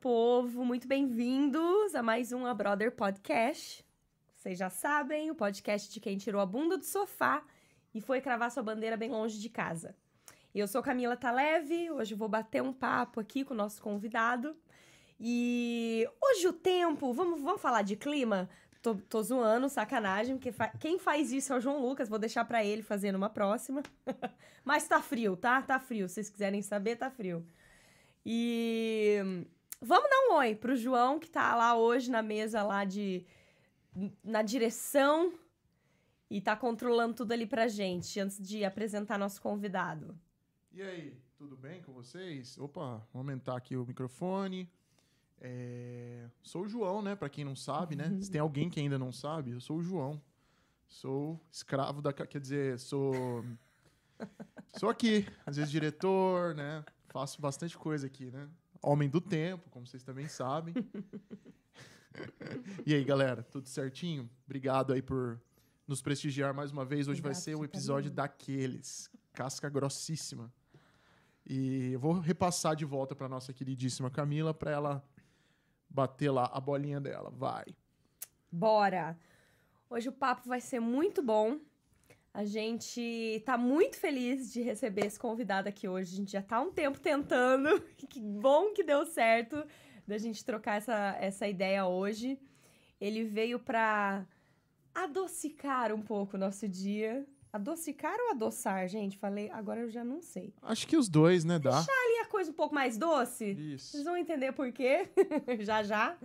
povo, muito bem-vindos a mais um A Brother Podcast. Vocês já sabem, o podcast de quem tirou a bunda do sofá e foi cravar sua bandeira bem longe de casa. Eu sou Camila Taleve, hoje vou bater um papo aqui com o nosso convidado. E hoje o tempo, vamos, vamos falar de clima? Tô, tô zoando, sacanagem, porque fa- quem faz isso é o João Lucas, vou deixar pra ele fazer numa próxima. Mas tá frio, tá? Tá frio, se vocês quiserem saber, tá frio. E vamos dar um oi pro João, que tá lá hoje na mesa lá de... na direção e tá controlando tudo ali pra gente, antes de apresentar nosso convidado. E aí, tudo bem com vocês? Opa, vou aumentar aqui o microfone. É, Sou o João, né? Pra quem não sabe, né? Se tem alguém que ainda não sabe, eu sou o João. Sou escravo da. ca- Quer dizer, sou. sou aqui, às vezes diretor, né? Faço bastante coisa aqui, né? Homem do tempo, como vocês também sabem. e aí, galera, tudo certinho? Obrigado aí por nos prestigiar mais uma vez. Hoje vai Obrigado, ser um você também. episódio daqueles. Casca grossíssima. E eu vou repassar de volta para nossa queridíssima Camila para ela bater lá a bolinha dela. Vai. Bora! Hoje o papo vai ser muito bom. A gente tá muito feliz de receber esse convidado aqui hoje. A gente já tá há um tempo tentando. Que bom que deu certo da gente trocar essa, essa ideia hoje. Ele veio pra adocicar um pouco o nosso dia. Adocicar ou adoçar, gente? Falei, agora eu já não sei. Acho que os dois, né, dá. E a coisa um pouco mais doce? Vocês Isso. vão entender por quê, já já.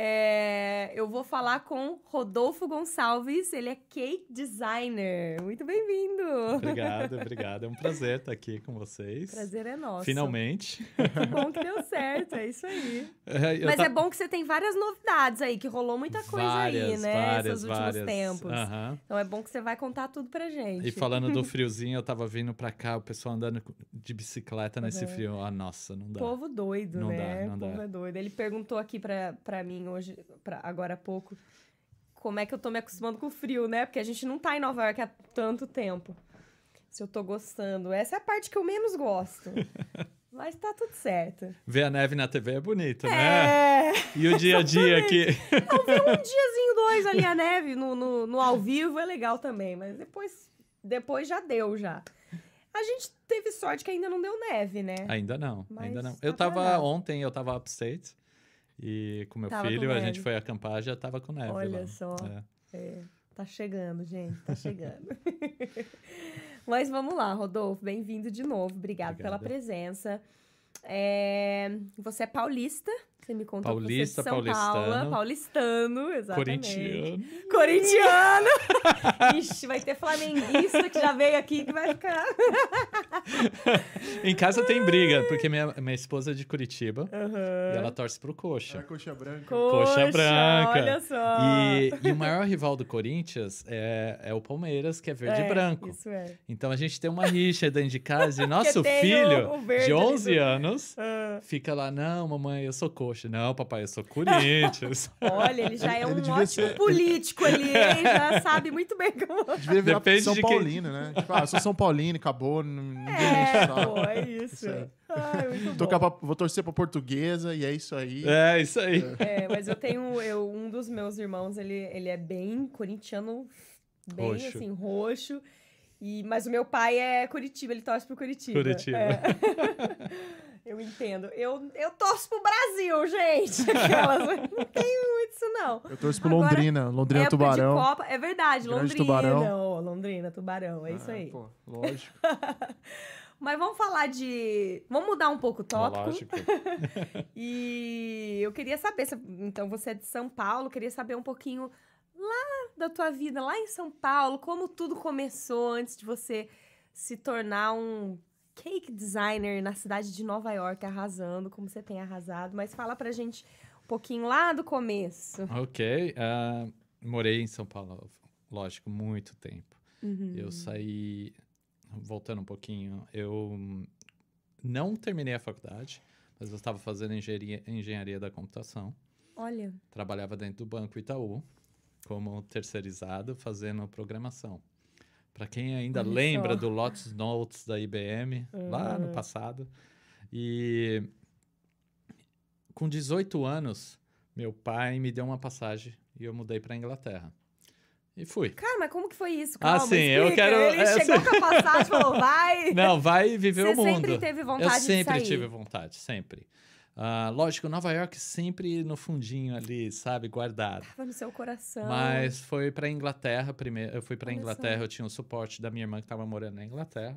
É, eu vou falar com Rodolfo Gonçalves, ele é cake designer. Muito bem-vindo! Obrigado, obrigado. É um prazer estar aqui com vocês. Prazer é nosso. Finalmente. Que bom que deu certo, é isso aí. É, eu Mas ta- é bom que você tem várias novidades aí, que rolou muita coisa aí, Várias, né? Várias, Esses últimos várias. tempos. Aham. Então é bom que você vai contar tudo pra gente. E falando do friozinho, eu tava vindo pra cá, o pessoal andando de bicicleta nesse Aham. frio. Ah, nossa, não dá. Povo doido, Não né? dá, não Povo dá. é doido. Ele perguntou aqui pra, pra mim hoje, pra, agora há pouco, como é que eu tô me acostumando com o frio, né? Porque a gente não tá em Nova York há tanto tempo. Se eu tô gostando. Essa é a parte que eu menos gosto. Mas tá tudo certo. Ver a neve na TV é bonito, né? É! um E o dia a dia aqui. Diazinho dois ali a neve no, no, no ao vivo é legal também, mas depois, depois já deu já. A gente teve sorte que ainda não deu neve, né? Ainda não, ainda Mas não. tá Eu tava pra lá. ontem, eu tava upstate. E com meu Tava com filho, a neve. gente foi acampar, já tava com neve Olha lá. só. É. É, tá chegando, gente, tá chegando. Mas vamos lá, Rodolfo, bem-vindo de novo. Obrigado pela Obrigado. presença. É, você é paulista, você me contou Paulista, que você é de São Paulo, paulistano. paulistano, exatamente. Corintiano. Corintiano! Ixi, vai ter flamenguista que já veio aqui que vai ficar... Em casa tem briga, porque minha, minha esposa é de Curitiba e ela torce pro coxa. É a coxa branca. Coxa branca. olha só! E, e o maior rival do Corinthians é, é o Palmeiras, que é verde e É, branco. Isso é. Então a gente tem uma rixa dentro de casa e nosso Porque tem filho, o- o verde de ali 11 do- anos, Ah, fica lá: Não, mamãe, eu sou coxa. Não, papai, eu sou Corinthians. olha, ele já é Ele um devia ótimo ser- político ali, hein? Já sabe muito bem como Devia virar Depende São de quem- Paulino, né? Tipo, ah, eu sou São Paulino, acabou, n- ninguém É, me pô, sabe. é isso. Isso aí. Ai, muito Tô bom. capa- Vou torcer pra portuguesa e é isso aí. é, isso aí. É, mas eu tenho, eu, um dos meus irmãos, ele, ele é bem corintiano, bem Roxo. assim, roxo. E, mas o meu pai é Curitiba, ele torce pro Curitiba. Curitiba. É. eu entendo. Eu, eu torço pro Brasil, gente. Aquelas, não tenho muito isso, não. Eu torço pro Agora, Londrina, Londrina Época Tubarão. de Copa, é verdade, Grande Londrina. Tubarão. Ô, Londrina, Tubarão, é isso Ah, aí. pô, lógico. Mas vamos falar de... Vamos mudar um pouco o tópico. Lógico. E eu queria saber, se- então você é de São Paulo, queria saber um pouquinho lá da tua vida, lá em São Paulo, como tudo começou antes de você se tornar um cake designer na cidade de Nova York, arrasando, como você tem arrasado. Mas fala pra gente um pouquinho lá do começo. Ok. ah, morei em São Paulo, lógico, muito tempo. Uhum. Eu saí. Voltando um pouquinho, eu hum, não terminei a faculdade, mas eu estava fazendo engenharia, engenharia da computação. Olha, Trabalhava dentro do Banco Itaú, como terceirizado, fazendo programação. Para quem ainda Olha lembra só. do Lotus Notes da IBM, lá no passado. E com 18 anos, meu pai me deu uma passagem e eu mudei para Inglaterra. E fui. Cara, mas como que foi isso? Ah, sim, eu quero- Ele é, chegou sim. com a passagem e falou, vai! Não, vai viver Você o mundo. sempre teve Eu vontade sempre de sair. tive vontade, sempre. Ah, lógico, Nova York sempre no fundinho ali, sabe, guardado. Tava no seu coração. Mas foi pra Inglaterra primeiro. Eu fui pra Então Olha só. Inglaterra, eu tinha o suporte da minha irmã que tava morando na Inglaterra.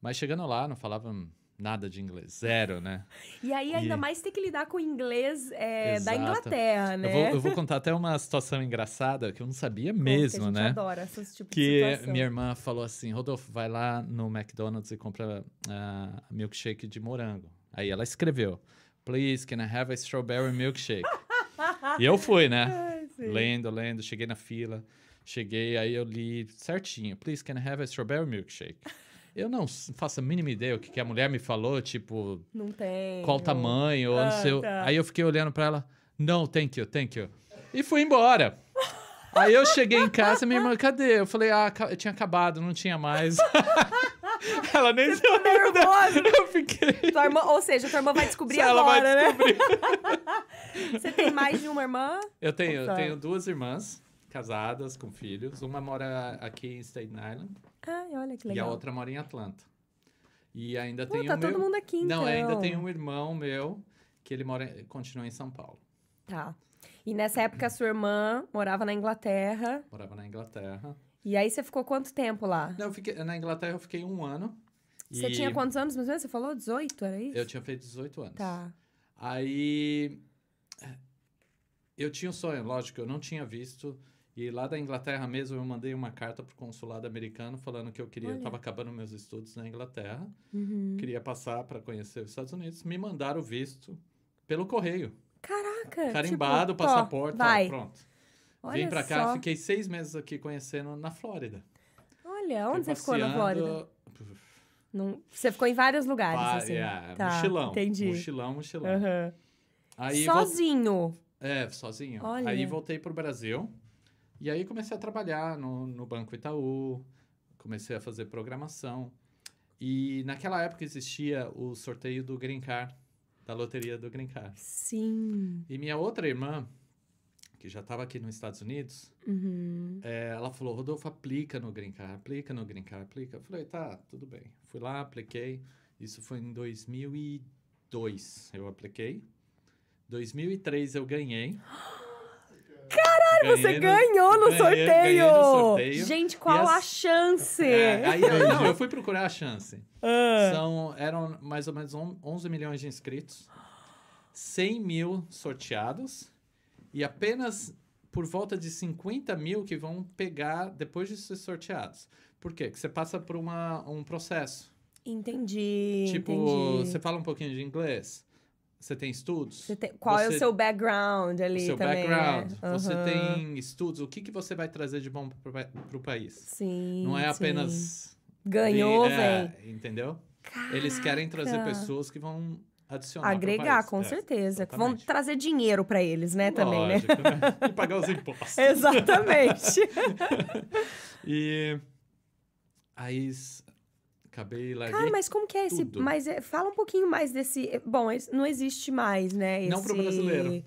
Mas chegando lá, não falava nada de inglês, zero, né? E aí, ainda E- mais ter que lidar com o inglês é, da Exato. Inglaterra, né? Eu, vou, eu vou contar até uma situação engraçada que eu não sabia mesmo, que a gente né? adora esses tipos Que de situação. minha irmã falou assim: Rodolfo, vai lá no McDonald's e compra ah, milkshake de morango. Aí ela escreveu: Please, can I have a strawberry milkshake? e eu fui, né? Ai, sim. Lendo, lendo, cheguei na fila, cheguei, aí eu li certinho. Please, can I have a strawberry milkshake? Eu não s- faço a mínima ideia o que, que a mulher me falou, tipo, Não tem. qual o tamanho, ou não sei. o- Ah, tá. Aí eu fiquei olhando pra ela, não, thank you, thank you. E fui embora. Aí eu cheguei em casa, minha irmã, cadê? Eu falei, ah, aca- eu tinha acabado, não tinha mais. ela nem se Tá Nervoso! Eu fiquei. Tua irmã- ou seja, tua irmã vai descobrir Ela vai agora, né? Você tem mais de uma irmã? Eu tenho, eu Tá. tenho duas irmãs casadas com filhos. Uma mora aqui em Staten Island Ai, olha que e a legal. outra mora em Atlanta. E ainda Pô, tem tá o todo meu. mundo aqui, então. Não, ainda tem um irmão meu que ele mora, continua em São Paulo. Tá. E nessa época, sua irmã morava na Inglaterra. Morava na Inglaterra. E aí, você ficou quanto tempo lá? Não, eu fiquei- na Inglaterra eu fiquei um ano. Você e tinha quantos anos, mas você falou 18, era isso? Eu tinha feito 18 anos. Tá. Aí é, eu tinha um sonho, lógico, eu não tinha visto. E lá da Inglaterra mesmo eu mandei uma carta pro consulado americano falando que eu queria, eu Olha. tava acabando meus estudos na Inglaterra, Uhum. queria passar para conhecer os Estados Unidos, me mandaram o visto pelo correio, Caraca! carimbado, Ah, tipo, tó, passaporte, ó, Vai. pronto. Olha Vim para só. cá, fiquei seis meses aqui conhecendo na Flórida. Olha, onde Fui você ficou na passeando- Flórida? Num- Você ficou em vários lugares, Pá, assim. yeah, Tá, mochilão, entendi. mochilão, mochilão. Aham. Aí vol- Sozinho. É, sozinho. Olha. Aí voltei pro Brasil. E aí comecei a trabalhar no, no Banco Itaú. Comecei a fazer programação. E naquela época existia o sorteio do Green Card, da loteria do Green Card. Sim. E minha outra irmã, que já estava aqui nos Estados Unidos, Uhum. é, ela falou, Rodolfo, aplica no Green Card, aplica no Green Card, aplica. Eu falei, tá, tudo bem. Fui lá, apliquei. Isso foi em 2002, eu apliquei. 2003 eu ganhei. Caralho, Você ganhou no ganhei- sorteio! ganhei é, no sorteio. Gente, qual a as- chance? É, aí eu, não, eu fui procurar a chance. Ah. São, eram mais ou menos on- 11 milhões de inscritos, 100 mil sorteados e apenas por volta de 50 mil que vão pegar depois de ser sorteados. Por quê? Porque você passa por uma, um processo. Entendi. tipo, entendi. você fala um pouquinho de inglês, você tem estudos, Você tem- Qual é o você- seu background o ali seu também? background, né? você Aham. tem estudos, o que, que você vai trazer de bom para o país. Sim. Não é sim. apenas Ganhou, e- é, vem. entendeu? Eles querem trazer Caraca. pessoas que vão adicionar. pro Agregar, país. com É, certeza. Que Vão exatamente. trazer dinheiro pra eles, né? Também, né? Lógico, né? E pagar os impostos. Exatamente. E aí s- acabei larguei. Cara, mas como que é esse. tudo. Mas é, fala um pouquinho mais desse. eh, Bom, esse- não existe mais, né? Esse... Não pro brasileiro.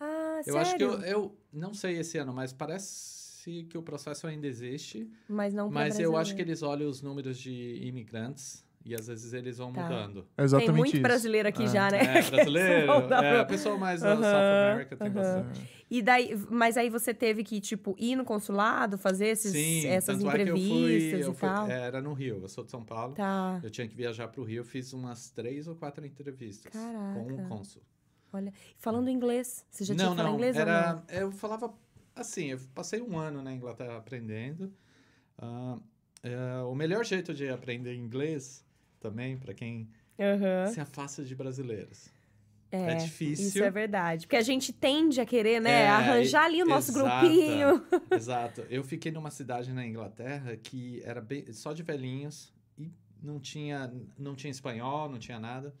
Ah, eu sério. acho que eu, eu não sei esse ano, mas parece que o processo ainda existe. Mas não pro mas eu acho que brasileiro. eles olham os números de imigrantes e às vezes eles vão Tá. mudando. É exatamente Tem muito isso. brasileiro aqui É. já, né? É, brasileiro. Não dá é, pra- a pessoa mais da South Aham, America tem aham. bastante. E daí, mas aí você teve que, tipo, ir no consulado, fazer esses, essas tanto é que eu fui- entrevistas eu e fui- é. tal. Era no Rio, eu sou de São Paulo. Tá. Eu tinha que viajar para o Rio, fiz umas três ou quatro entrevistas com Caraca. o cônsul. Falando inglês. Você já tinha não, que falar não, inglês ou era, não? eu falava assim, eu passei um ano na Inglaterra aprendendo. Ah, é, o melhor jeito de aprender inglês também para quem Aham. se afasta de brasileiros. É, difícil. Isso é verdade. Porque a gente tende a querer, né? É, arranjar ali o nosso exata. grupinho. Exato. Eu fiquei numa cidade na Inglaterra que era bem- só de velhinhos e não tinha, não tinha espanhol, não tinha nada.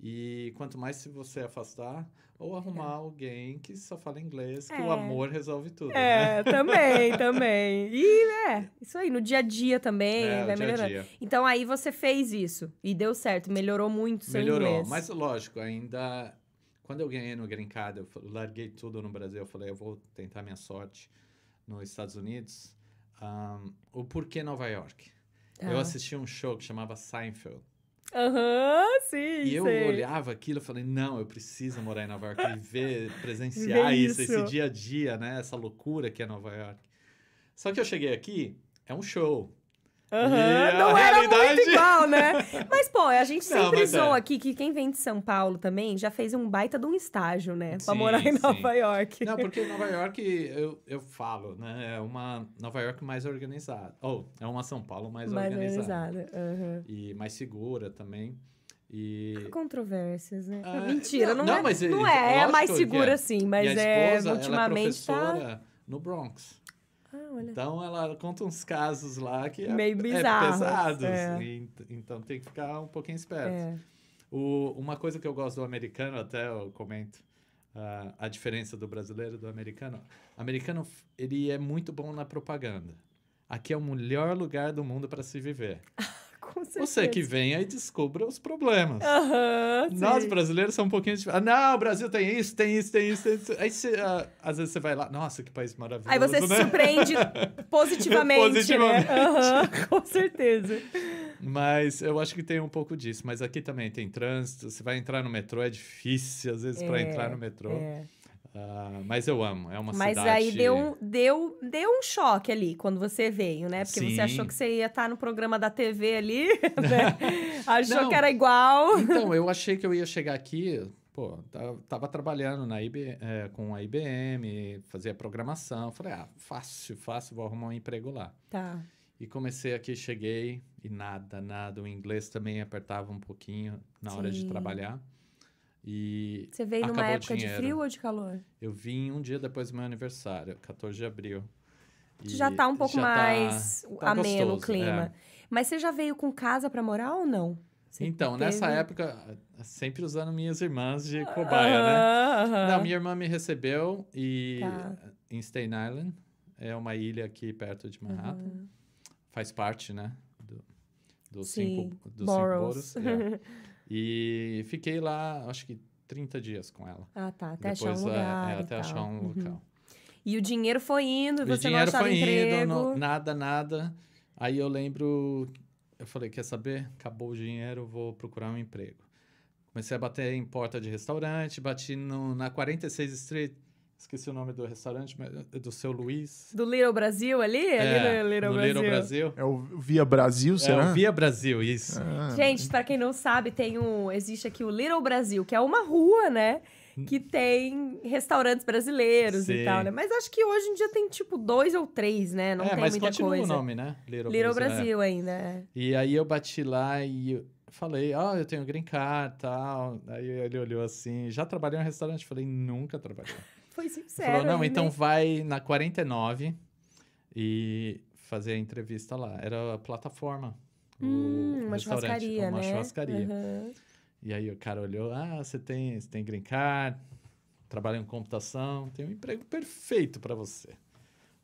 E quanto mais se você afastar, ou arrumar alguém que só fala inglês, que É. o amor resolve tudo. né? É, também, também. E é, isso aí, no dia a dia também, É, o vai dia a melhorando. dia. Então aí você fez isso e deu certo, melhorou muito o seu Melhorou. inglês. Mas lógico, ainda. Quando eu ganhei no Green Card, eu fa- larguei tudo no Brasil. Eu falei, eu vou tentar minha sorte nos Estados Unidos. Ahn, o porquê Nova York? Eu Ah. assisti um show que chamava Seinfeld. Aham, sim. E eu sei. olhava aquilo e falei, não, eu preciso morar em Nova York e ver, presenciar isso, isso. esse dia a dia, né? Essa loucura que é Nova York. Só que eu cheguei aqui, é um show. Aham, E a não era muito realidade- igual, né? Mas, pô, a gente Não, sempre mas é. zoa aqui que quem vem de São Paulo também já fez um baita de um estágio, né? Pra Sim, morar em sim. Nova York. Não, porque Nova York, eu, eu falo, né? É uma Nova York mais organizada. Ou, é uma São Paulo mais, Mais organizada. organizada. é. aham. E mais segura também. E, Controvérsias, né? Ah, Mentira, não, não, é. não, mas não é- é, é lógico mais que segura é. sim, mas e a é esposa, ultimamente ela é tá. professora no Bronx. Ah, olha. Então ela conta uns casos lá que é, Meio é bizarros, pesados. é. E ent- então tem que ficar um pouquinho esperto. É. O- uma coisa que eu gosto do americano, até eu comento ah, a diferença do brasileiro e do americano. O americano, f- ele é muito bom na propaganda. Aqui é o melhor lugar do mundo para se viver. Com certeza. Você que venha e descubra os problemas. Aham, sim. Nós brasileiros somos um pouquinho dif- Ah, não, o Brasil tem isso, tem isso, tem isso. Tem isso. Aí você, ah, às vezes você vai lá, nossa, que país maravilhoso. Aí você se né? surpreende positivamente, Positivamente. né? Aham, com certeza. Mas eu acho que tem um pouco disso. Mas aqui também tem trânsito. Você vai entrar no metrô, é difícil às vezes para É, entrar no metrô. É. Ah, mas eu amo, é uma Mas cidade... aí deu, um deu, deu um choque ali quando você veio, né? Porque você Sim. achou que você ia estar no programa da TV ali, né? Achou Não. que era igual. Então, eu achei que eu ia chegar aqui... Pô, ta- tava trabalhando na IB, eh, com a IBM, fazia programação. Falei, ah, fácil, fácil, vou arrumar um emprego lá. Tá. E comecei aqui, cheguei e nada, nada. O inglês também apertava um pouquinho na hora de Sim. trabalhar. E Você veio numa Acabou o época de dinheiro. frio ou de calor? eu vim um dia depois do meu aniversário, 14 de abril. Tu E já tá um pouco já tá- mais tá ameno o gostoso, clima. Mas você já veio com casa pra morar ou não? Você Então, nessa teve- Ah. época, sempre usando minhas irmãs de cobaia, né? Aham, aham. Não, minha irmã me recebeu e Tá. em Staten Island, é uma ilha aqui perto de Manhattan. Aham. Faz parte, né? do- dos Sim, cinco, dos cinco Boroughs. boroughs. é. E fiquei lá, acho que 30 dias com ela. ah, tá. Até achar Depois, um é, lugar. é, e até tal. achar um Uhum. local. E o dinheiro foi indo, e o você dinheiro não achava foi emprego. indo, não- nada, nada. Aí eu lembro, eu falei, quer saber? Acabou o dinheiro, vou procurar um emprego. Comecei a bater em porta de restaurante, bati no, na 46 Street, esqueci o nome do restaurante, mas- eh, do seu Luiz. Do Little Brasil ali? ali É, no Little no Brasil. Brasil. É o Via Brasil, É, será? o Via Brasil, isso. Ah, Gente, pra quem não sabe, tem um. Existe aqui o Little Brasil, que é uma rua, né? Que tem restaurantes brasileiros e Sim. tal, né? Mas acho que hoje em dia tem tipo dois ou três, né? Não é, tem mas muita continua coisa. o nome, né? Little, Little Brasil. é. Brasil ainda. é. E aí eu bati lá e eu falei, ó, eu tenho green card e tal. Aí ele olhou assim, já trabalhei em um restaurante? Falei, nunca trabalhei. Foi sincero. Falou, não, ainda, então hein? vai na 49 e fazer a entrevista lá. Era a plataforma. o Hum, uma restaurante, tipo, churrascaria, uma né? churrascaria. Aham. E aí o cara olhou, ah, você tem, você tem green card, trabalha em computação, tem um emprego perfeito pra você.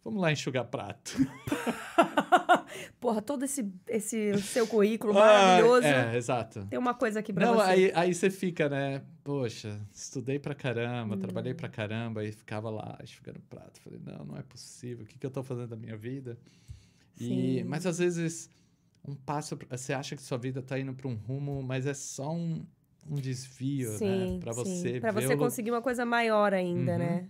Vamos lá enxugar prato. Um Porra, todo esse, esse seu currículo Ah, maravilhoso. É, exato. Tem uma coisa aqui pra Não, você. aí, aí você fica, né? Poxa, estudei pra caramba, trabalhei Uhum. pra caramba, e ficava lá, enxugando prato. Falei, não, não é possível, o que, que eu tô fazendo da minha vida? E, Sim. mas às vezes, um passo, pra- você acha que sua vida tá indo pra um rumo, mas é só um, um desvio, Sim, né? Pra sim. você Pra ver você o lu- conseguir uma coisa maior ainda, Uhum. né?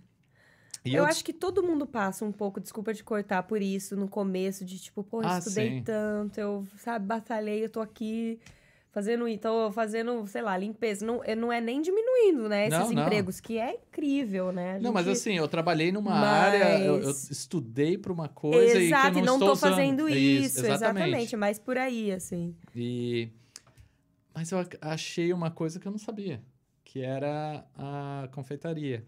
E eu eu acho que todo mundo passa um pouco, desculpa te cortar por isso, no começo, de tipo, pô, eu Ah, estudei sim. tanto, eu, sabe, batalhei, eu tô aqui fazendo, então, fazendo, sei lá, limpeza. Não, eh, não é nem diminuindo, né, esses Não, não. empregos, que é incrível, né? A Não, mas gente- assim, eu trabalhei numa área, eu, eu Mas- estudei pra uma coisa e que eu Exato, não, e não estou tô usando. fazendo É isso, exatamente. exatamente, mas por aí, assim. E... Mas eu ac- achei uma coisa que eu não sabia, que era a confeitaria.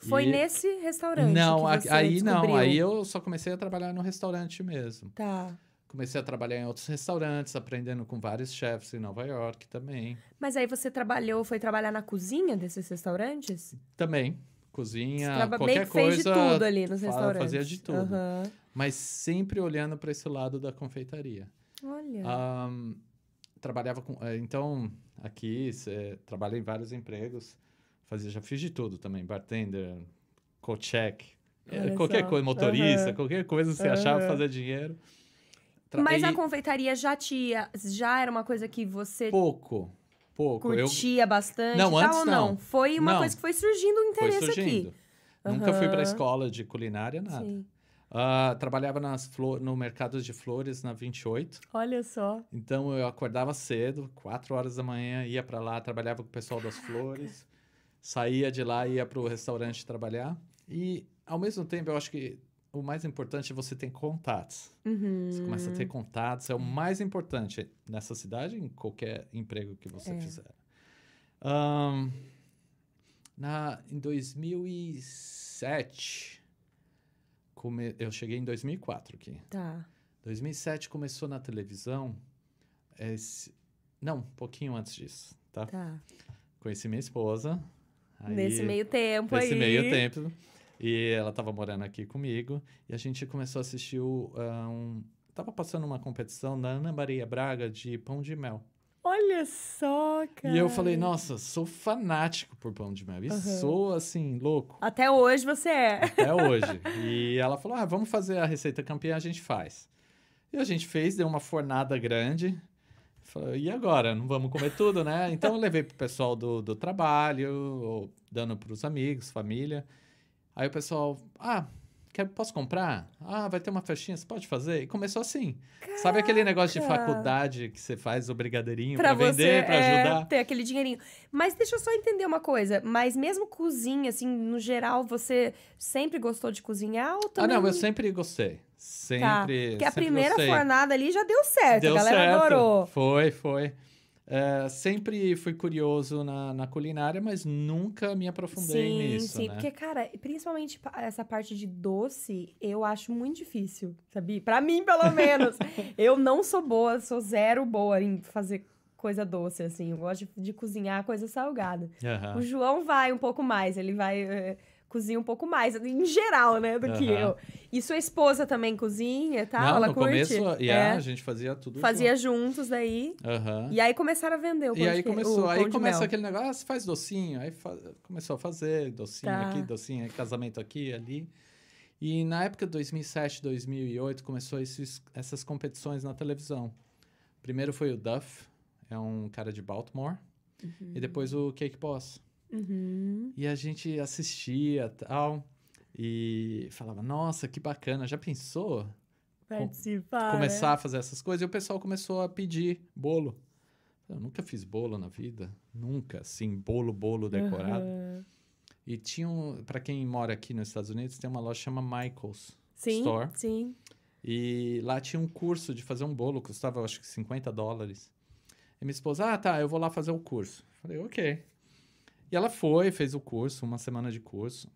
Foi E- nesse restaurante Não, que a- você aí descobriu. não, aí eu só comecei a trabalhar no restaurante mesmo. Tá. Comecei a trabalhar em outros restaurantes, aprendendo com vários chefs em Nova York também. Mas aí você trabalhou, foi trabalhar na cozinha desses restaurantes? Também, Você cozinha, traba- meio qualquer que coisa. fez de tudo ali nos fa- restaurantes. fazia de tudo. Aham. Mas sempre olhando para esse lado da confeitaria. Olha. Ahn, trabalhava com. eh, Então, aqui, você trabalha em vários empregos. Fazia, já fiz de tudo também. Bartender, co-check, eh, Olha qualquer só. coisa, motorista, Aham. qualquer coisa que você Aham. achava fazer dinheiro. Tra- Mas e a confeitaria já te já era uma coisa que você pouco, pouco. Eu curtia bastante Não, e tal, antes ou não? não. Foi uma Não. coisa que foi surgindo um foi interesse surgindo. aqui. Nunca fui para Aham. escola de culinária, nada. Sim. Ah, trabalhava nas flo- no mercado de flores na 28. Olha só. Então eu acordava cedo, 4 horas da manhã, ia para lá, trabalhava com o pessoal das flores, saía de lá, ia para o restaurante trabalhar. E ao mesmo tempo, eu acho que o mais importante é você ter contatos. Uhum. Você começa a ter contatos, é Hum. o mais importante nessa cidade, em qualquer emprego que você É. fizer. Ahn, na, em 2007, come- eu cheguei em 2004 aqui. Tá. 2007 começou na televisão. esse- não, um pouquinho antes disso, tá? Tá. Conheci minha esposa. aí- Nesse meio tempo nesse aí. meio tempo. E ela estava morando aqui comigo. E a gente começou a assistir o, ah, um. Tava passando uma competição da Ana Maria Braga de pão de mel. Olha só, cara. E eu falei, nossa, sou fanático por pão de mel. E Aham. sou, assim, louco Até hoje você é. até hoje. E ela falou: ah, vamos fazer a receita campeã, a gente faz. E a gente fez, deu uma fornada grande. Falou, e agora? Não vamos comer tudo, né? Então eu levei pro pessoal do, do trabalho, ou dando pros amigos, família. Aí o pessoal, ah, quer, posso comprar? Ah, vai ter uma festinha, você pode fazer? E começou assim. Sabe aquele negócio de Caraca! faculdade que você faz o brigadeirinho Pra pra, você vender, pra é, ajudar? ter aquele dinheirinho. Mas deixa eu só entender uma coisa. Mas mesmo cozinha, assim, no geral, você sempre gostou de cozinhar ou também... Ah, não, eu sempre gostei. Sempre. Porque Tá, é a sempre primeira gostei. fornada ali já deu certo. a É, galera adorou. Foi, foi. É, sempre fui curioso na, na culinária, mas nunca me aprofundei sim, nisso, sim. né? Porque, cara, principalmente pa- essa parte de doce, eu acho muito difícil, sabia? Pra mim, pelo menos. eu não sou boa, sou zero boa em fazer coisa doce, assim. Eu gosto de, de cozinhar coisa salgada. Aham. O João vai um pouco mais, ele vai... eh, cozinha um pouco mais, em geral, né, do que Aham. eu. E sua esposa também cozinha e tal? Não, ela no curte? começo, É. yeah, a gente fazia tudo Fazia juntos daí. junto. Aham. E aí começaram a vender o pão E aí de que- começou, o pão aí de começa mel. aquele negócio, ah, você faz docinho, aí fa- começou a fazer docinho Tá. aqui, docinho, aí, casamento aqui, ali. E na época de 2007, 2008, começou esses, essas competições na televisão. Primeiro foi o Duff, é um cara de Baltimore, e depois o Cake Boss. Uhum. E a gente assistia tal. E falava, nossa, que bacana, já pensou Participar. né? começar a fazer essas coisas? E o pessoal começou a pedir bolo. Eu nunca fiz bolo na vida, nunca, assim, bolo, bolo né? decorado. Aham. E tinha, um, para quem mora aqui nos Estados Unidos, tem uma loja que chama Michael's. Sim, Store. sim. E lá tinha um curso de fazer um bolo, custava acho que 50 dólares. E minha esposa, ah, tá, eu vou lá fazer o curso. Falei, ok. E ela foi, fez o curso, uma semana de curso.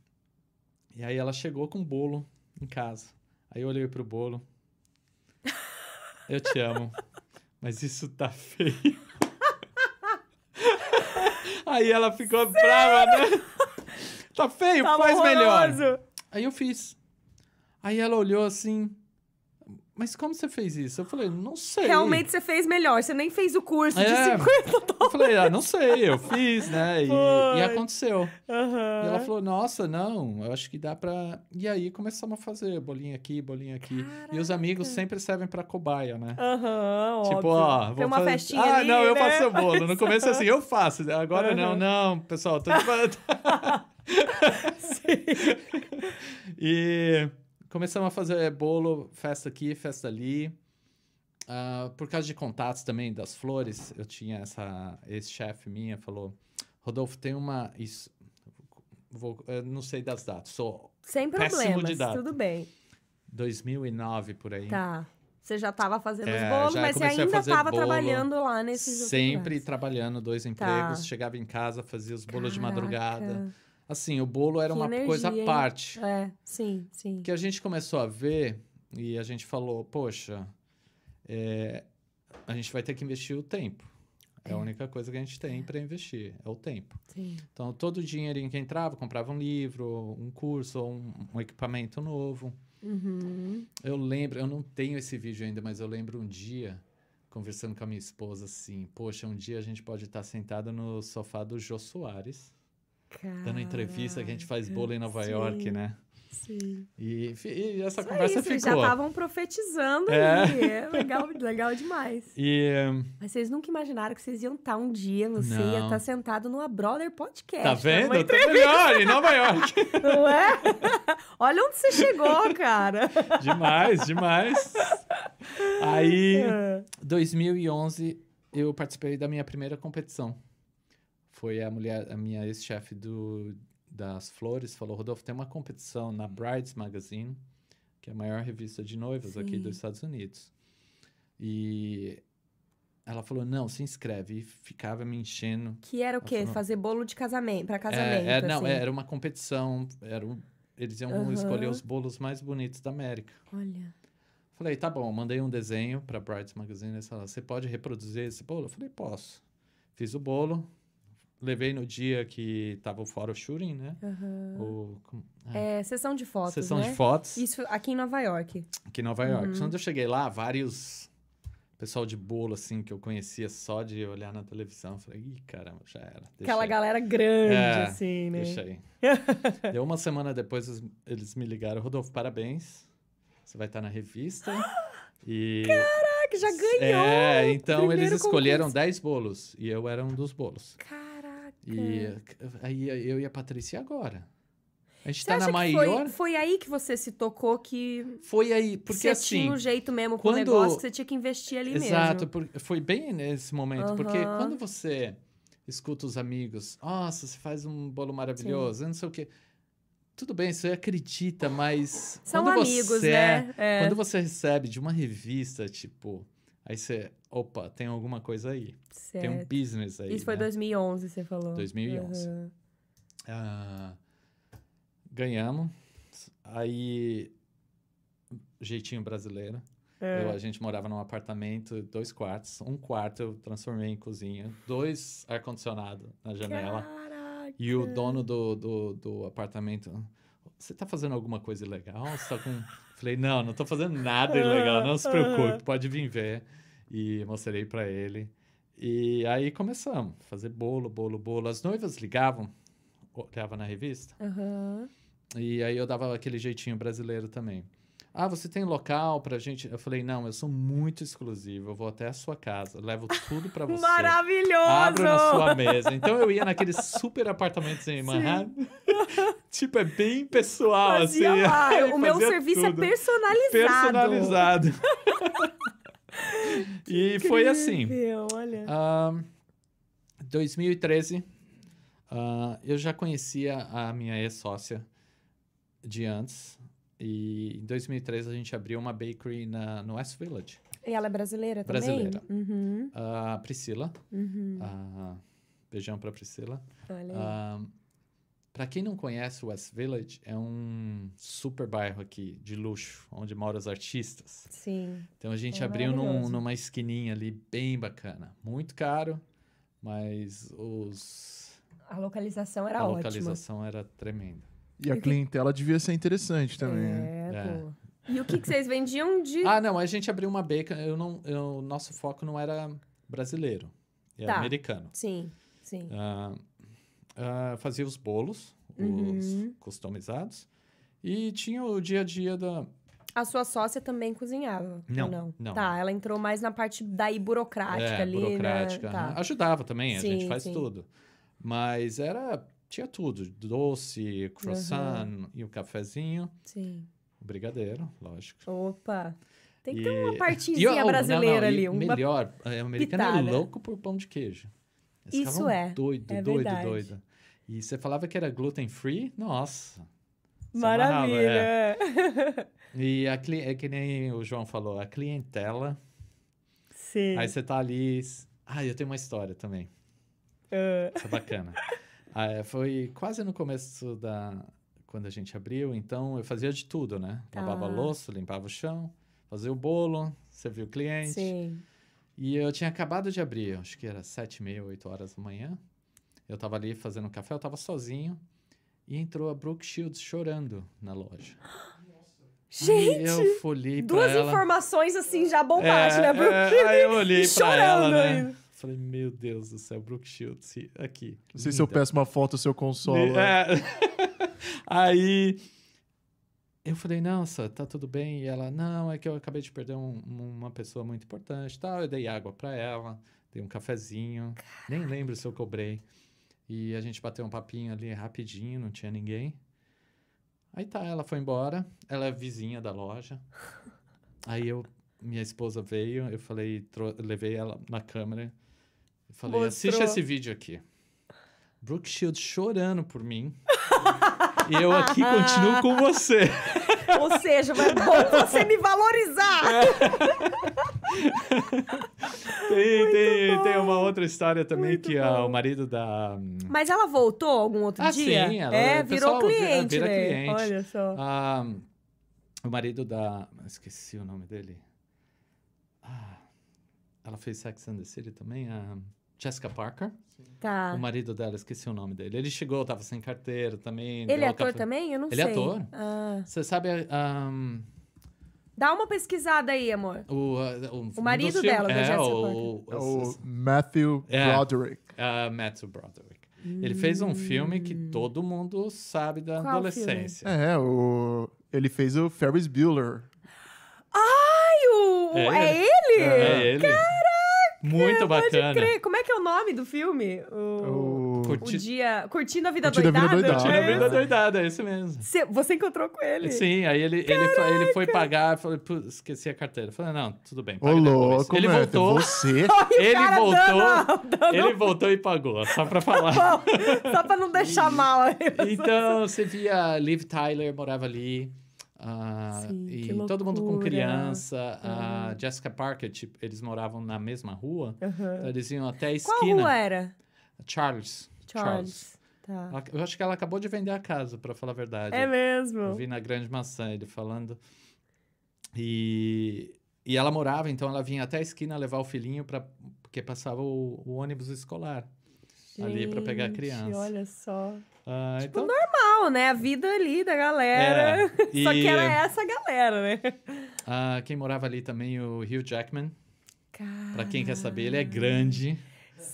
E aí ela chegou com um bolo em casa. Aí eu olhei pro bolo. Eu te amo. Mas isso tá feio. aí ela ficou brava, né? Tá feio, Tava faz melhor. horroroso. Aí eu fiz. Aí ela olhou assim, mas como você fez isso? Eu falei, não sei. Realmente você fez melhor. Você nem fez o curso É. de 50 dólares. Eu falei, ah, não sei, eu fiz, né? E, Foi. e aconteceu. E ela Aham. falou, nossa, não, eu acho que dá pra... E aí começamos a fazer bolinha aqui, bolinha aqui. E os amigos sempre servem pra cobaia, né? Aham, óbvio. Tipo, ó, vou Tem uma fazer- festinha Ah, ali, não, eu né? faço o bolo. No começo assim, eu faço. Agora Aham. não, não, pessoal, tô E começamos a fazer bolo, festa aqui, festa ali. Ah, por causa de contatos também das flores, eu tinha essa esse chefe minha falou, Rodolfo tem uma isso, vou, eu não sei das datas, sou Sem Péssimo de problemas, data. tudo bem. 2009 por aí. Tá. Você já tava fazendo os É, bolos, já mas você comecei a ainda fazer tava bolo. trabalhando lá nesses outros Sempre lugares. Tá. trabalhando dois empregos, chegava em casa, fazia os bolos de madrugada. Caraca. Assim, o bolo era Que uma coisa energia, à hein? parte. É, sim, sim. que a gente começou a ver e a gente falou, poxa, é, a gente vai ter que investir o tempo. É a única coisa que a gente tem para investir, é o tempo. sim. Então, todo o dinheirinho que entrava, comprava um livro, um curso, ou um, um equipamento novo. Uhum. Eu lembro, eu não tenho esse vídeo ainda, mas eu lembro um dia conversando com a minha esposa assim, poxa, um dia a gente pode estar sentado no sofá do Jô Soares dando entrevista que a gente faz bolo em Nova Ah, sim. York, né? Sim. E, fi- e Isso essa é conversa isso, eles já ficou. estavam profetizando É. ali. É legal, legal demais. E hum, Mas vocês nunca imaginaram que vocês iam estar um dia, você ia Não. estar sentado numa Brother Podcast. tá dando é uma vendo? Tá melhor em Nova York. Não é? Olha onde você chegou, cara. demais, demais. Aí, É. 2011, eu participei da minha primeira competição. Foi a mulher, a minha ex-chefe do das Flores falou, Rodolfo, tem uma competição na Brides Magazine, que é a maior revista de noivas aqui Sim. dos Estados Unidos. E ela falou, não, se inscreve. E ficava me enchendo Que era o Ela quê? falou- Fazer bolo de casamento, pra é, casamento, é, não, assim. era uma competição. Era um- eles iam Aham. escolher os bolos mais bonitos da América. Olha. Falei, tá bom, mandei um desenho pra Bright Magazine. Eles falaram, você pode reproduzir esse bolo? Eu falei, posso. Fiz o bolo, levei no dia que tava o fora shooting, né? aham. O, como- ah, É, sessão de fotos, sessão né? de fotos Isso Uhum. aqui em Nova York. aqui em Nova York. Quando eu cheguei lá, vários pessoal de bolo, assim, que eu conhecia só de olhar na televisão. Eu Falei, ih, caramba, já era. deixa Aquela aí." galera grande, É, assim, né? Deixa aí. Deu uma semana depois, eles- eles me ligaram. Rodolfo, parabéns. Você vai estar na revista. E... Ah, que já ganhou! É, então eles Primeiro escolheram concurso. 10 bolos. E eu era um dos bolos. Caraca! E aí eu e a Patrícia e agora. A gente Você tá acha na que maior. foi, foi aí que você se tocou que Foi... aí, porque você assim. tinha um jeito mesmo pro quando- negócio que você tinha que investir ali Exato, mesmo? por- foi bem nesse momento, porque Aham. quando você escuta os amigos, nossa, você faz um bolo maravilhoso, eu não sei o quê. Tudo bem, você acredita, mas São quando amigos, você, né? É. Quando você recebe de uma revista, tipo, aí você, opa, tem alguma coisa aí, tem um É, Certo. business aí. Isso foi né? 2011, você falou. 2011. Aham. Ah, ganhamos, aí jeitinho brasileiro. É. Eu- a gente morava num apartamento, dois quartos. Um quarto eu transformei em cozinha, dois ar-condicionado na janela. Caraca! E o dono do, do, do apartamento. Você tá fazendo alguma coisa ilegal? Você tá com-" Falei, não, não tô fazendo nada ilegal, não se preocupe, pode vir ver. E mostrei pra ele. E aí começamos, a fazer bolo, bolo, bolo. As noivas ligavam, olhavam na revista. Aham. E aí eu dava aquele jeitinho brasileiro também. Ah, você tem local pra gente? Eu falei, não, eu sou muito exclusivo. Eu vou até a sua casa, levo tudo pra você. Maravilhoso! Abro na sua mesa. Então eu ia naqueles super apartamentos em Manhattan. tipo, é bem pessoal, Fazia assim. lá. Ai, O meu fazia serviço tudo. é personalizado. personalizado. e foi assim. Incrível, olha. Ahn, 2013, ah, eu já conhecia a minha ex-sócia de antes. E em 2013 a gente abriu uma bakery na, no West Village. E ela é brasileira também? Brasileira. Uhum, A Priscila, uhum. ah, beijão pra Priscila. Olha aí. Ahn, pra quem não conhece o West Village, é um super bairro aqui de luxo, onde moram os artistas. Sim. Então a gente É abriu num- maravilhoso. numa esquininha ali bem bacana. Muito caro, mas os A localização era a ótima. localização era tremenda. E a clientela devia ser interessante também, né? É, É. pô. E o que, que vocês vendiam de. Ah, não, a gente abriu uma beca. Eu não, eu, nosso foco não era brasileiro, era Tá. americano. Sim, sim. Ah, ah, fazia os bolos, Uhum. os customizados, e tinha o dia a dia da, A sua sócia também cozinhava? ou Não, não? não. Tá, ela entrou mais na parte daí burocrática é, ali. né? burocrática. Tá. né? Ajudava também, a Sim, gente faz sim. tudo. Mas era. Tinha tudo: doce, croissant e o cafezinho. Sim. O brigadeiro, lógico. Opa. Tem que E- ter uma E, oh, partezinha não, não, brasileira e ali. Uma... Melhor, é, o americano pitada. é louco por pão de queijo. Eles Isso ficavam é, Doido, é doido, verdade. doido. E você falava que era gluten free? Nossa. se amarrava, Maravilha. é. é. E a cli- é que nem o João falou, a clientela. Sim. Aí você tá ali. s- Ah, eu tenho uma história também. Ah, Isso é bacana. Ah, é, foi quase no começo da. Quando a gente abriu, então eu fazia de tudo, né? Tá. Lavava louça, limpava o chão, fazia o bolo, servia o cliente. sim. E eu tinha acabado de abrir, acho que era sete e meia, oito horas da manhã. Eu tava ali fazendo café, eu tava sozinho. E entrou a Brooke Shields chorando na loja. Gente, Aí eu folhei pra duas ela. informações assim já É, bombásticas, né? é, aí eu olhei pra Chorando ela, né? ainda. Falei, meu Deus do céu, Brook Shields e- aqui. Não sei se eu linda. peço uma foto, se eu consolo. É. É. Aí eu falei, nossa, tá tudo bem? E ela, não, é que eu acabei de perder um- uma pessoa muito importante e tal. Eu dei água pra ela, dei um cafezinho, nem lembro se eu cobrei. E a gente bateu um papinho ali rapidinho, não tinha ninguém. Aí tá, ela foi embora, ela é vizinha da loja. Aí eu, minha esposa veio, eu falei, tro- levei ela na câmera. Eu falei, assiste Mostrou. esse vídeo aqui. Brooke Shields chorando por mim. e eu aqui continuo com você. Ou seja, mas é bom você me É. valorizar. Tem, tem, tem uma outra história também muito que ah, bom. o marido da. hum, Mas ela voltou algum outro Ah, dia? sim, ela- é, o virou pessoal vira- cliente, vira né? cliente. Olha só. ah, o marido da. Esqueci o nome dele. Ah, ela fez Sex and the City também, a Jessica Parker. Tá. O marido dela, esqueci o nome dele. Ele chegou, tava sem carteira também. Ele deu é a ator café- também? Eu não tá Ele sei. é ator. Ah. Você sabe ah, hum, Dá uma pesquisada aí, amor. O, ah, o, um dos marido filmes- dela, da é, Jessica o, É o Matthew É. Broderick. ah, Matthew Broderick. Ele fez um filme que todo mundo sabe da Hum. Qual adolescência. É, o... ele fez o Ferris Bueller. Ai, o... É é ele? ele? É ele. Muito Pode bacana. crer. Como é que é o nome do filme? O, O... o Curti- dia... Curtindo a Vida Curtindo a Vida Doidada? Doidada. Curtindo a É vida isso? doidada, é isso mesmo. Você, você encontrou com ele? Sim, aí ele, ele, foi, ele foi pagar, falei, "Putz, esqueci a carteira. Eu Falei, não, tudo bem. Ô, paga depois." louco, ele Matthew, voltou, né, Você? ele cara voltou, dando- dando- ele voltou e pagou, só pra falar. Só pra não deixar mal. aí. Então, você via Liv Tyler morava ali. ah, Sim, e que todo mundo com loucura. Uhum. criança. A Jessica Parker, tipo, eles moravam na mesma rua. Então eles iam até a Qual esquina. rua era? Charles. Charles. Tá. Ela- Eu acho que ela acabou de vender a casa, pra falar a verdade. É Eu mesmo. vi na Grande Maçã ele falando. E, e ela morava, então ela vinha até a esquina levar o filhinho para porque passava o, o ônibus escolar. ali pra pegar Gente, criança. olha só. Ah, então, Normal, né? A vida ali da galera. é, Só e- que era essa galera, né? Ah, quem morava ali também, o Hugh Jackman. Cara... Pra quem quer saber, ele é grande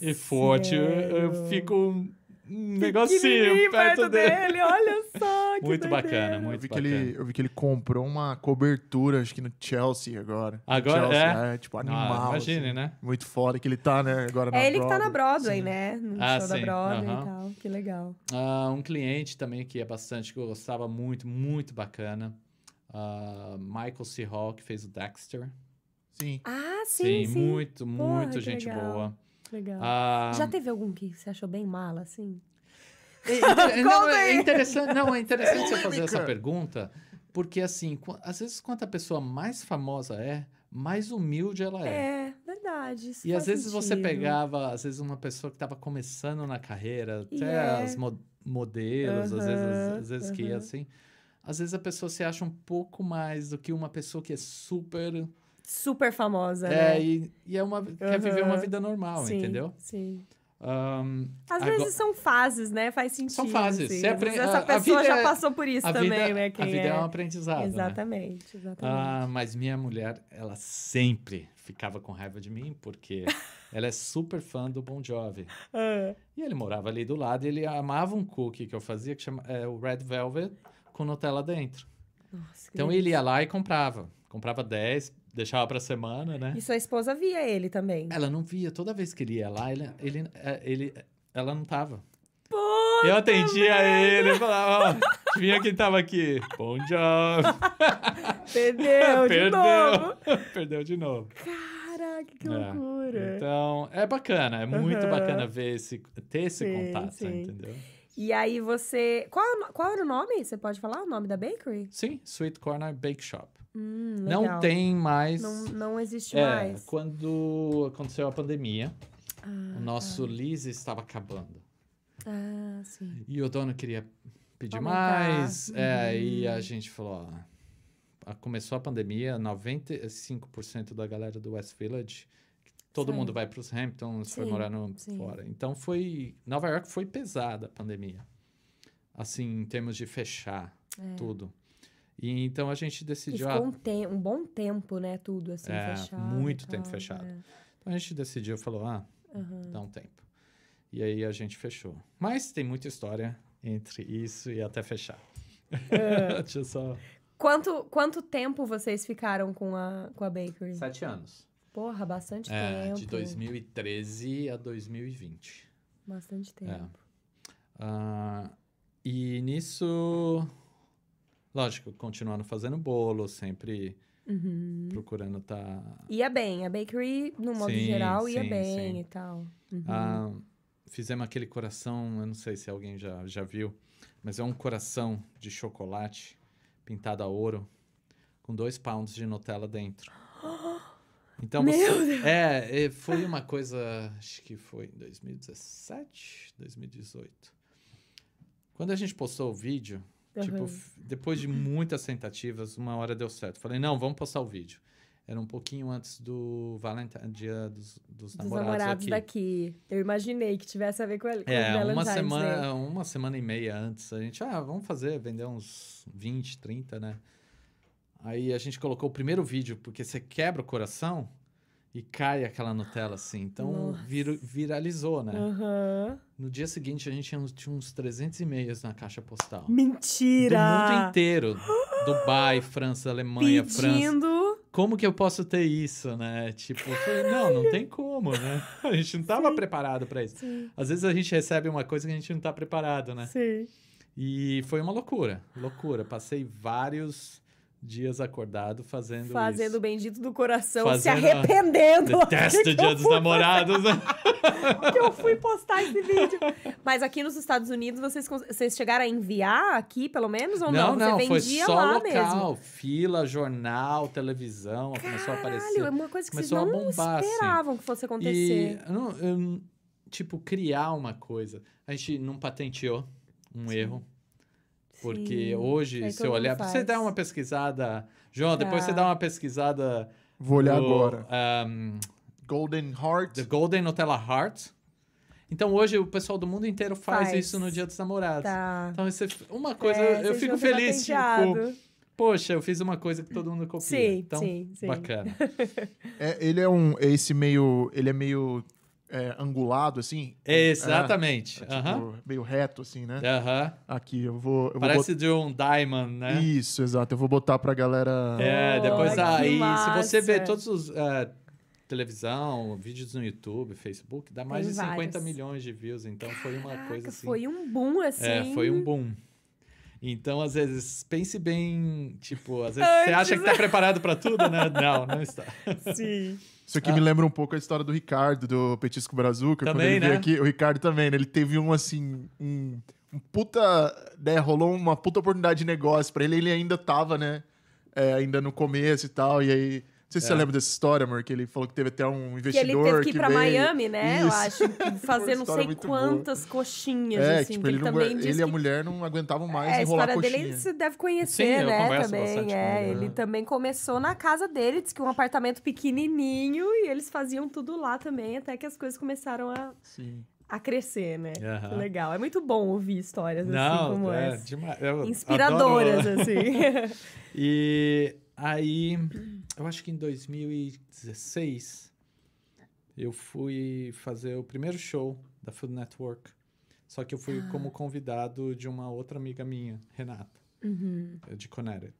e forte. Eu, eu Ah, Sério? fico um um negocinho Pequenininho perto dele. Olha só, que Muito bacana, doideira. Eu muito vi, que bacana. ele, eu vi que ele comprou uma cobertura, acho que no Chelsea agora. No Agora, Chelsea, é. Tipo, Ah, animal. imagine, assim. né? Muito foda que ele tá, né? Agora na É ele que tá na Broadway, Broadway. Sim. né? No Ah, show da sim, Broadway e aham. tal. Que legal. Ah, um cliente também que é bastante, que eu gostava muito, muito bacana. Ah, Michael C. Hall, que fez o Dexter. Sim. Ah, sim, sim. muito, Porra, muito que gente legal. boa. Legal. Ah, Já tá- teve algum que você achou bem mala, assim? É, inter- não, Conta é aí. interessante, não, é interessante você fazer essa Polêmica. pergunta, porque assim, qu- às vezes quanto a pessoa mais famosa é, mais humilde ela é. É, verdade. isso E às faz vezes você sentido. pegava, às vezes, uma pessoa que estava começando na carreira, até E é. as mo- modelos, às vezes, Aham, às vezes que ia aham. assim. Às vezes a pessoa se acha um pouco mais do que uma pessoa que é super. Super famosa, É, né? e, e é uma, quer viver uma Aham. vida normal, sim, entendeu? Sim. Ahn, Às Agora- vezes são fases, né? Faz sentido. fases. assim. Você Às apre- vezes a- Essa a pessoa vida já é- passou por isso a também, vida, né? a Quem vida é, um é... aprendizado. né? Exatamente, exatamente. Ah, mas minha mulher, ela sempre ficava com raiva de mim, porque ela é super fã do Bon Jovi. Ah, E ele morava ali do lado e ele amava um cookie que eu fazia, que chama é, o Red Velvet, com Nutella dentro. nossa, que Então delícia. ele ia lá e comprava. Comprava 10, deixava pra semana, né? E sua esposa via ele também. Ela não via. Toda vez que ele ia lá, ele, ele, é, ele- ela não tava. eu atendia ele, falava, ó, adivinha quem tava aqui? Bom Jovi. Perdeu, de novo. Perdeu. Perdeu de novo. Caraca, que É, loucura. Então, é bacana, é muito Aham. bacana ver esse, ter esse Sim, contato, sim. entendeu? E aí você. Qual, é o no- qual era o nome? Você pode falar o nome da bakery? Sim, Sweet Corner Bake Shop. Hum, legal. Não tem mais. Não, não existe é, mais. quando aconteceu a pandemia, Ah, o nosso lease estava acabando. ah, sim. E o dono queria pedir Aumentar. Uhum. mais. É, e a gente falou, ó, a- começou a pandemia, 95% da galera do West Village, todo Saiu. mundo vai para os Hamptons, foi Sim, morar no, sim. fora. Então foi, Nova York foi pesada a pandemia. Assim, em termos de fechar tudo. E então a gente E decidiu, ah, É. ficou um, te- um bom tempo, né? Tudo assim, É, fechado. muito e tempo tal, fechado. né? Então a gente decidiu, falou, ah, Aham. dá um tempo. E aí a gente fechou. Mas tem muita história entre isso e até fechar. É. Deixa eu só. Quanto, quanto tempo vocês ficaram com a, com a Bakery? Sete anos. Porra, bastante É, tempo. de 2013 a 2020. É. Bastante tempo. Ah, e nisso, lógico, continuando fazendo bolo, sempre Uhum. procurando tá estar. Ia bem, a bakery, no modo Sim, geral, ia sim, bem sim. e tal. Uhum. Ah, fizemos aquele coração, eu não sei se alguém já, já viu, mas é um coração de chocolate pintado a ouro com dois pounds de Nutella dentro. Então Meu você, é, é, foi uma coisa, acho que foi em 2017, 2018. Quando a gente postou o vídeo, Tipo, Aham. f- depois de muitas tentativas, uma hora deu certo. Falei, não, vamos postar o vídeo. Era um pouquinho antes do Valentine, dia dos, dos dos namorados, namorados aqui. daqui. Eu imaginei que tivesse a ver com ele. com o É, uma Valentine's Day. semana, uma semana e meia antes, a gente, ah, vamos fazer, vender uns 20, 30, né? Aí a gente colocou o primeiro vídeo, porque você quebra o coração e cai aquela Nutella assim. Então Nossa. Ah. viru- viralizou, né? Aham. No dia seguinte a gente tinha uns- tinha uns 300 e-mails na caixa postal. Mentira! Do mundo inteiro. Dubai, França, Alemanha, França. Pedindo. Como que eu posso ter isso, né? Tipo, eu falei, não, não tem como, né? A gente não tava preparado pra isso. Sim. Às vezes a gente recebe uma coisa que a gente não tá preparado, né? Sim. E foi uma loucura, loucura. Passei vários dias acordado fazendo, Fazendo o isso. bendito do coração, se Fazendo a- arrependendo. Detesto o que eu Dia dos Namorados, né? que eu fui postar esse vídeo. Mas aqui nos Estados Unidos, vocês, cons- vocês chegaram a enviar aqui, pelo menos, ou não? Não, não, Você foi vendia só lá local. Fila, jornal, televisão, começou a mesmo. aparecer. Caralho, é uma coisa que vocês Começou a não bombar, assim. esperavam que fosse E, acontecer. eu não- eu não- tipo, criar uma coisa. A gente não patenteou um erro. Porque Sim. É hoje, aí se todo eu mundo olhar... Você faz. dá uma pesquisada... João, depois Tá. você dá uma pesquisada... Vou olhar no, ah, agora. ahm, Golden Heart. The Golden Nutella Heart. Então, hoje, o pessoal do mundo inteiro faz, Faz. isso no Dia dos Namorados. Tá. Então, isso é f- uma coisa... É, eu vocês fico deviam ter feliz, tipo... patenteado. Poxa, eu fiz uma coisa que todo mundo copia. Sim, então, sim, Ah, sim. bacana. É, ele é um. é Esse meio. Ele é meio é, angulado, assim. Exatamente. É, tipo, Aham. Meio reto, assim, né? Aham. Aqui, eu vou. Eu vou Parece de um Diamond, botar... né? Isso, exato. Eu vou botar pra galera. É, Oh, depois que aí, se você vê massa. todos os é, televisão, vídeos no YouTube, Facebook, dá mais Tem de 50 vários. milhões de views, então foi uma coisa Caraca, assim. foi um boom, assim. É, foi um boom. Então, às vezes, pense bem, tipo, às vezes você Antes. acha que tá preparado pra tudo, né? Não, não está. Sim. Isso aqui Ah. me lembra um pouco a história do Ricardo, do Petisco Brazuca. Também, quando ele né? veio aqui, o Ricardo também, né? Ele teve um assim, um, um puta. Né, rolou uma puta oportunidade de negócio pra ele, ele ainda tava, né? é, ainda no começo e tal. E aí. Não sei se É. você lembra dessa história, amor, que ele falou que teve até um Que ele investidor. teve que ir pra veio- Miami, né? Eu Isso. acho. Fazer não história sei muito boa. quantas coxinhas, É, assim. tipo, que ele, ele não, também ele disse e a que mulher não aguentavam mais é, a enrolar história coxinha. dele você deve conhecer, Sim, eu né? converso Também. bastante É, com ele, ele né? também começou na casa dele, disse que um apartamento pequenininho e eles faziam tudo lá também, até que as coisas começaram a, Sim. a crescer, né? Aham. Legal. É muito bom ouvir histórias assim como Não, é, essa. demais. Eu adoro- Inspiradoras, assim. E aí, eu acho que em 2016, eu fui fazer o primeiro show da Food Network. Só que eu fui Ah. como convidado de uma outra amiga minha, Renata, Uhum. de Connecticut.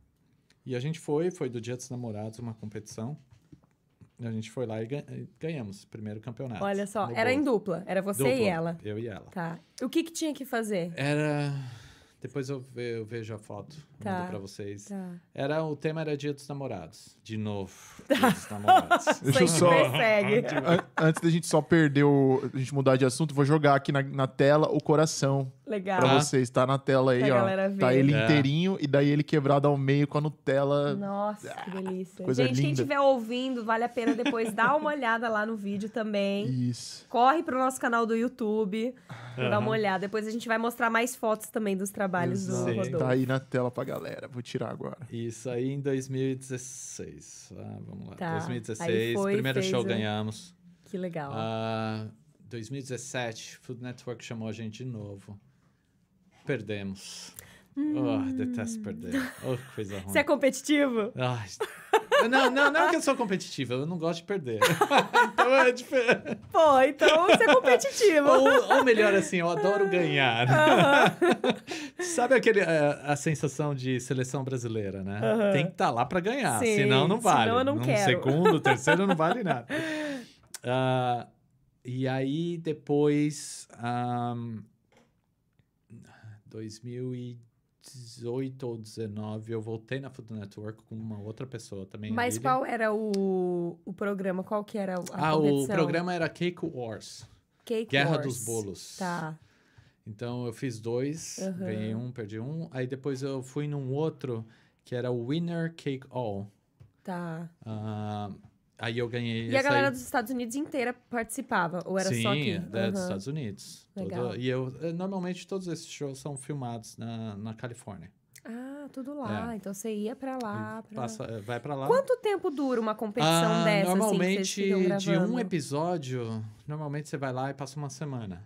E a gente foi, foi do Dia dos Namorados, uma competição. E a gente foi lá e gan- e ganhamos o primeiro campeonato. Olha só, no era em bolo. dupla. Era você e Dupla, ela. Eu e ela. Tá. O que que tinha que fazer? Era... Depois eu, ve- eu vejo a foto, Tá. mando pra vocês. Tá. Era, o tema era Dia dos Namorados. De novo. Dia dos Namorados. Deixa eu Sangue só- persegue. An- antes da gente só perder o. A gente mudar de assunto, vou jogar aqui na, na tela o coração Legal. pra Ah. vocês. Tá na tela aí, Pra galera ó. Tá ver. ele É. inteirinho e daí ele quebrado ao meio com a Nutella. Nossa, que delícia. coisa Gente, quem linda. estiver ouvindo, vale a pena depois dar uma olhada lá no vídeo também. Isso. Corre pro nosso canal do YouTube pra dar uma Aham. olhada. Depois a gente vai mostrar mais fotos também dos trabalhos do Sim. Rodolfo. Tá aí na tela pra galera. Vou tirar agora. Isso aí em 2016. Ah, vamos lá. Tá. Aí 2016, foi, primeiro fez show o- ganhamos. Que legal. Ah, 2017, Food Network chamou a gente de novo. Hum. Perdemos. Ah, detesto perder. Oh, coisa ruim. Você é competitivo? Ai, Não, não, não é que eu sou competitiva, eu não gosto de perder. então é diferente. Pô, então você é competitivo. Ou, ou melhor assim, eu adoro ganhar. Aham. Sabe aquele, é, a sensação de seleção brasileira, né? Aham. Tem que estar lá para ganhar, Sim, senão não vale. senão eu não Um quero. segundo, terceiro não vale nada. Ah, e aí depois, ahm, 2018 ou 19, eu voltei na Food Network com uma outra pessoa também. a Mas Lilian. qual era o, o programa? Qual que era a é Ah, o competição? programa era Cake Wars, Cake Guerra Wars. dos Bolos. Tá. Então eu fiz dois, Aham. ganhei um, perdi um. Aí depois eu fui num outro que era o Winner Cake All. Tá. Ah, aí eu ganhei. E a essa galera aí. dos Estados Unidos inteira participava? Ou era Sim, só aqui? da- dos Aham. Estados Unidos. Todo- Legal. e eu eh, normalmente todos esses shows são filmados na, na Califórnia. Ah, tudo lá. Então você ia pra lá. E Pra... É. passa, eh, vai pra lá. Quanto tempo dura uma competição Ah, dessa? normalmente assim, que vocês de ficam um gravando? episódio, normalmente você vai lá e passa uma semana.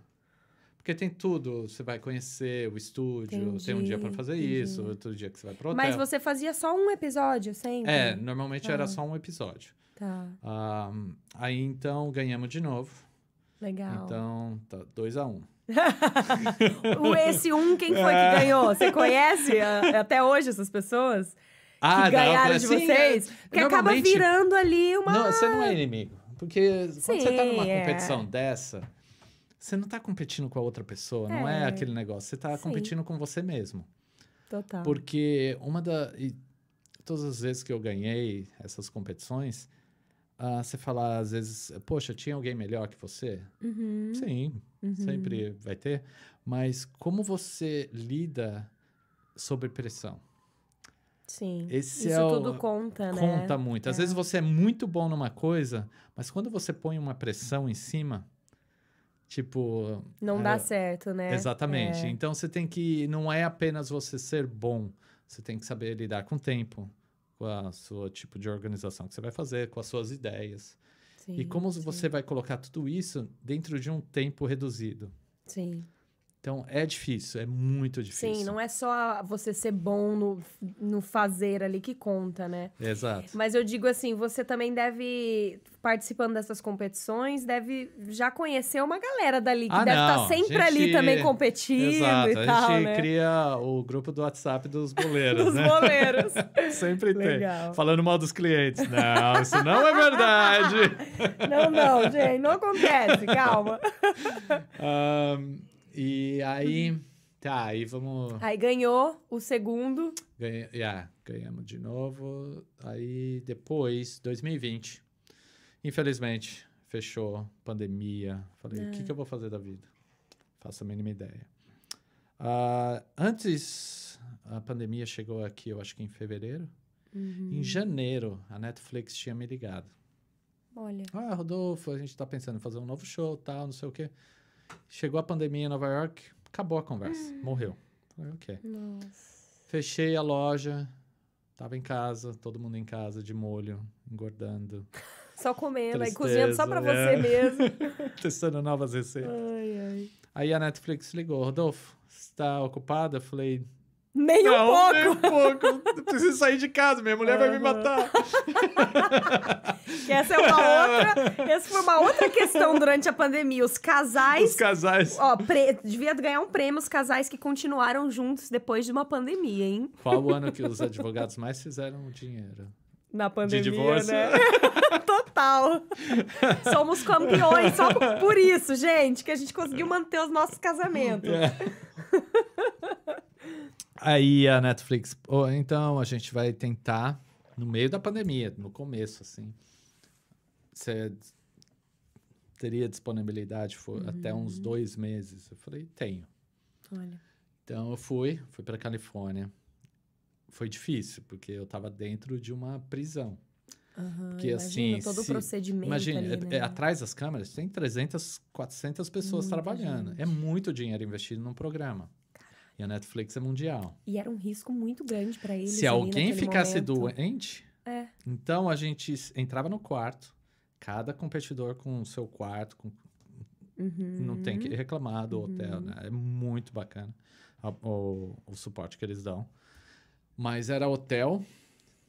Porque tem tudo, você vai conhecer o estúdio, tem um dia pra Entendi, fazer entendi. isso, outro dia que você vai pro hotel. Mas você fazia só um episódio sempre? É, normalmente era Ah. só um episódio. Tá, Ah, aí então ganhamos de novo. legal. Então, tá 2 a 1 um. O- Esse um, quem foi que É. ganhou? Você conhece a- até hoje essas pessoas que Ah, ganharam de assim, vocês? Porque acaba normalmente- virando ali uma. Não, você não é inimigo. Porque quando Sim, você tá numa é. competição dessa, você não tá competindo com a outra pessoa, não é É. aquele negócio. Você tá Sim. Ah. competindo com você mesmo. Total. Porque uma da. e todas as vezes que eu ganhei essas competições, ah, você fala às vezes, poxa, tinha alguém melhor que você? Uhum, Sim, uhum. sempre vai ter. Mas como você lida sob pressão? Sim. Esse Isso é o- tudo conta, né? Conta muito. Às É. vezes você é muito bom numa coisa, mas quando você põe uma pressão em cima, tipo. Não é, dá certo, né? Exatamente. É. Então você tem que. Não é apenas você ser bom, você tem que saber lidar com o tempo, com a sua tipo de organização que você vai fazer, com as suas ideias. Sim, e como sim, você vai colocar tudo isso dentro de um tempo reduzido. Sim. Então é difícil, é muito difícil. Sim, não é só você ser bom no, no fazer ali que conta, né? Exato. Mas eu digo assim, você também deve, participando dessas competições, deve já conhecer uma galera dali que Ah, deve não, estar sempre gente- ali também competindo Exato. e tal, a gente né? cria o grupo do WhatsApp dos boleiros, Dos né? boleiros. Sempre Legal. tem. Falando mal dos clientes. Não, isso não é verdade. Não, não, gente, não acontece, calma. Ahn, e aí. Tá, aí vamos. Aí ganhou o segundo. Ganha, yeah, ganhamos de novo. Aí depois, 2020. Infelizmente, fechou pandemia. Falei, o que, que eu vou fazer da vida? Faço a mínima ideia. Ah, antes, a pandemia chegou aqui, eu acho que em fevereiro. Em janeiro, a Netflix tinha me ligado. Olha. Ah, Rodolfo, a gente tá pensando em fazer um novo show, tal, não sei o quê. Chegou a pandemia em Nova York, acabou a conversa, morreu. Falei, ok. Nossa. Fechei a loja, tava em casa, todo mundo em casa, de molho, engordando, Só comendo, aí Tristeza, cozinhando só pra você é. mesmo. testando novas receitas. Ai, ai. Aí a Netflix ligou, Rodolfo, você tá ocupada? Eu Falei, Nem um pouco. nem um pouco, eu preciso sair de casa, minha mulher vai me Aham. matar. Que essa é uma outra. Essa foi uma outra questão durante a pandemia. Os casais Os casais. Ó, pre... devia ganhar um prêmio os casais que continuaram juntos depois de uma pandemia, hein? Qual o ano que os advogados mais fizeram dinheiro? Na pandemia, divórcio. né? Total. Somos campeões só por isso, gente, que a gente conseguiu manter os nossos casamentos. É. Aí a Netflix, "Ô, então a gente vai tentar no meio da pandemia, no começo, assim. Você teria disponibilidade fo- até Uhum. uns dois meses? Eu falei, tenho. Olha. Então eu fui, fui para Califórnia. Foi difícil, porque eu tava dentro de uma prisão. aham, Porque, imagina assim, todo o se- procedimento. Imagina, ali, é- né? é atrás das câmeras tem 300, 400 pessoas Muita trabalhando. É muito dinheiro investido num programa. E a Netflix é mundial. E era um risco muito grande pra eles. Se ali alguém naquele ficasse momento. doente, É. então a gente s- entrava no quarto, cada competidor com o seu quarto, com- Uhum. não tem que reclamar do hotel, né? É muito bacana a- o, o suporte que eles dão. Mas era hotel,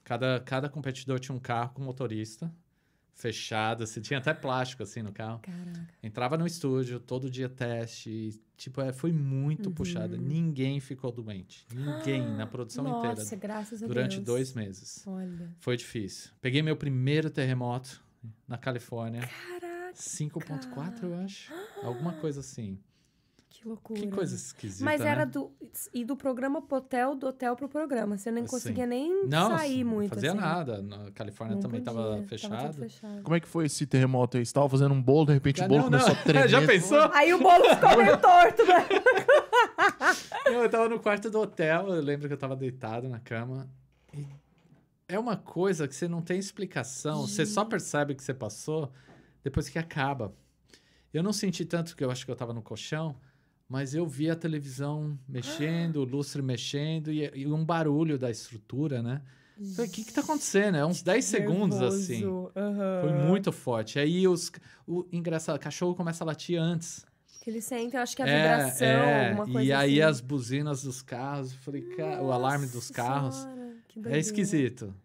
Cada, cada competidor tinha um carro com motorista, fechado, assim, tinha até plástico assim no carro. Caraca. Entrava no estúdio, todo dia teste. e, tipo, é, foi muito Uhum. puxada. Ninguém ficou doente. Ninguém, na produção Nossa, inteira. graças a Durante Deus. dois meses. Olha. Foi difícil. Peguei meu primeiro terremoto na Califórnia. Caraca, 5.4, eu acho. Alguma coisa assim. que loucura. Que coisa esquisita, Mas era né? do. E do programa pro hotel, do hotel pro programa. Você nem Assim. conseguia nem sair muito. fazia assim. nada. Na Califórnia Não também podia, estava tudo fechado. fechado. Como é que foi esse terremoto aí? Você tava fazendo um bolo, de repente o Ah, bolo não, começou não. a tremer. Já pensou? Aí o bolo ficou meio torto, né? Eu tava no quarto do hotel, eu lembro que eu tava deitado na cama. E é uma coisa que você não tem explicação, você só percebe que você passou depois que acaba. Eu não senti tanto que eu acho que eu tava no colchão, mas eu vi a televisão mexendo, o lustre mexendo e, e um barulho da estrutura, né? Eu Falei, o que que tá acontecendo? É uns 10 segundos assim. Nervoso, aham. Foi muito forte. Aí os o engraçado, o cachorro começa a latir antes. Que eles sentem, eu acho que a É, vibração, é. alguma coisa E aí assim. as buzinas dos carros, eu falei, "Ca- o alarme dos Nossa carros. Senhora, que É doideira. esquisito.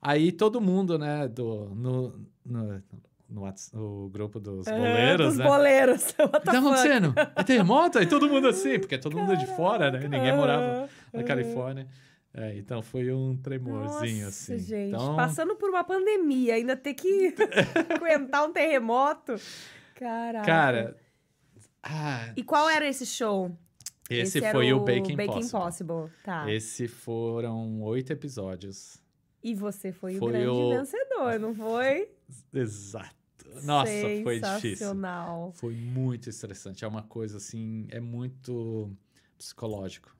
Aí todo mundo, né, do, no, no, no Whats- o grupo dos Aham, boleiros, É, dos né? boleiros. O que tá acontecendo? É terremoto? Aí todo mundo assim, porque todo mundo é de fora, né? Ninguém morava na Califórnia. É, então foi um tremorzinho, Nossa, assim. gente, então, passando por uma pandemia, ainda ter que aguentar um terremoto. Caraca. cara. ah, E qual era esse show? esse, era foi o Baking Baking Possible. Possible. Tá. Esse foram oito episódios. E você foi, o Foi grande o- vencedor, não foi? Exato. Nossa, foi difícil. Sensacional. Foi muito estressante. É uma coisa assim, é muito psicológico.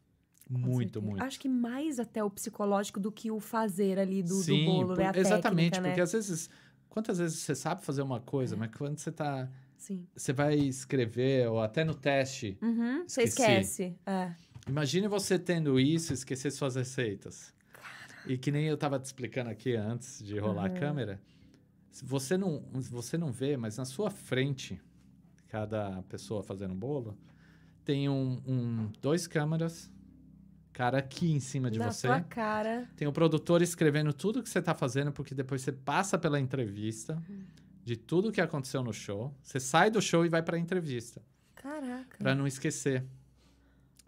Com Muito, certeza. muito. Acho que mais até o psicológico do que o fazer ali do, do Sim, bolo, né? A por- exatamente, técnica, né? É. porque às vezes. Quantas vezes você sabe fazer uma coisa, mas quando você tá. Sim. Você vai escrever, ou até no teste. Uhum, você Esqueci. esquece. É. Imagine você tendo isso e esquecer suas receitas. E que nem eu tava te explicando aqui antes de rolar a câmera. se Você não, você não vê, mas na sua frente, cada pessoa fazendo um bolo, tem um, um- dois câmeras, cara aqui em cima de Na você. sua cara. Tem o produtor escrevendo tudo que você tá fazendo, porque depois você passa pela entrevista Uhum. de tudo que aconteceu no show. Você sai do show e vai pra entrevista, Caraca. pra não esquecer.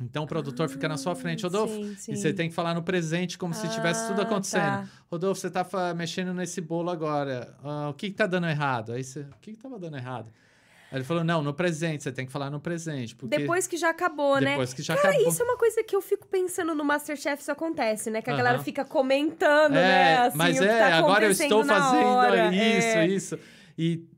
Então o produtor fica na sua frente, Rodolfo. Sim, sim. E você tem que falar no presente como se tivesse tudo Ah, acontecendo. tá. Rodolfo, você tá fa- mexendo nesse bolo agora. Ah, o que que tá dando errado? Aí você, o que que tava dando errado? Aí ele falou, não, no presente, você tem que falar no presente. Porque Depois que já acabou, né? depois que já Cara, acabou. isso é uma coisa que eu fico pensando no Masterchef, isso acontece, né? Que a galera Aham. fica comentando, né? É, Assim, mas o que é, tá agora eu acontecendo estou na fazendo hora. isso, é. isso. E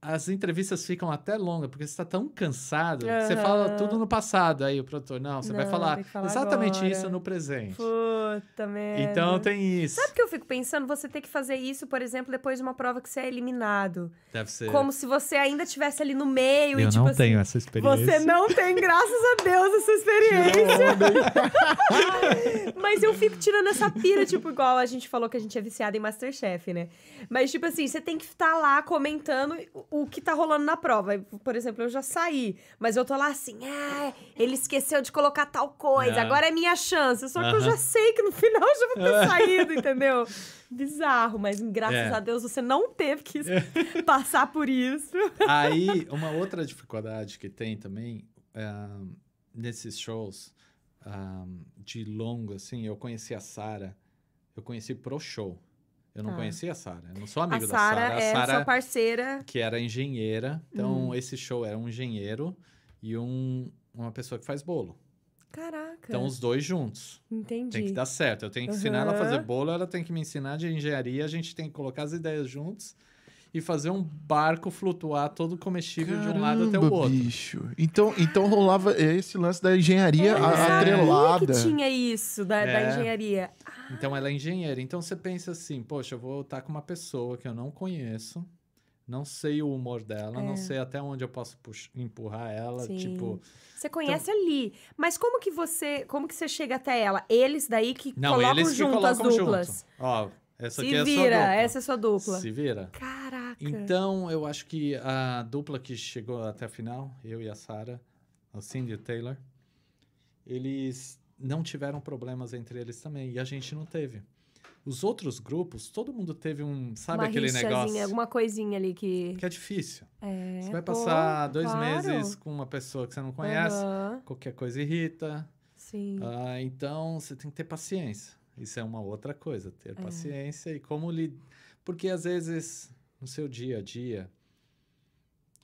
as entrevistas ficam até longas, porque você tá tão cansado que você Aham. fala tudo no passado. Aí o produtor, não, você vai Não, falar, tem que falar exatamente agora. isso no presente. Puta merda. Então tem isso. Sabe o que eu fico pensando? Você ter que fazer isso, por exemplo, depois de uma prova que você é eliminado. Deve ser. Como se você ainda estivesse ali no meio e, tipo assim... essa Você não tem, graças a Deus, essa experiência. Mas eu fico tirando essa pira, tipo, igual a gente falou que a gente é viciada em Masterchef, né? Mas, tipo assim, você tem que estar lá comentando o o que tá rolando na prova. Por exemplo, eu já saí, mas eu tô lá assim, ah, ele esqueceu de colocar tal coisa, Ah. agora é minha chance. Só que eu Aham. já sei que no final eu já vou ter saído, entendeu? Bizarro, mas graças É. a Deus você não teve que passar por isso. Aí, uma outra dificuldade que tem também ahn, nesses shows ahn, de longo, assim, eu conheci a Sara, eu conheci pro show. Eu não Tá. conhecia a Sara, eu não sou A amigo da Sara. Sara é Hum. a sua Sara, parceira que era engenheira, então esse show era um engenheiro e um, uma pessoa que faz bolo. Caraca. Então, os dois juntos. Entendi. Tem que dar certo. Eu tenho que ensinar ela a Aham. fazer bolo, ela tem que me ensinar de engenharia, a gente tem que colocar as ideias juntos e fazer um barco flutuar todo comestível de um lado até o Caramba, outro. bicho. Então, então rolava esse lance da engenharia Eu a- não sabia atrelada. é. que tinha isso da, da É. engenharia. Então ela é engenheira. Então você pensa assim, poxa, eu vou estar com uma pessoa que eu não conheço, não sei o humor dela, É. não sei até onde eu posso pux- empurrar ela, Sim. tipo, Você conhece ali, mas como que você, como que você chega até ela? Eles daí que não, colocam eles junto que colocam as duplas. junto. Ó, Se essa aqui é a sua vira, dupla. essa é sua dupla. Se vira. Caraca. Então, eu acho que a dupla que chegou até a final, eu e a Sarah, o Cindy e o Taylor, eles não tiveram problemas entre eles também, e a gente não teve. Os outros grupos, todo mundo teve um. Sabe Uma aquele rixazinha, negócio? alguma coisinha ali que... Que é difícil. É, você vai pô, passar dois claro. meses com uma pessoa que você não conhece, Aham, qualquer coisa irrita. sim. Ah, então você tem que ter paciência. Isso é uma outra coisa, ter É. paciência e como lhe. Porque às vezes, no seu dia a dia,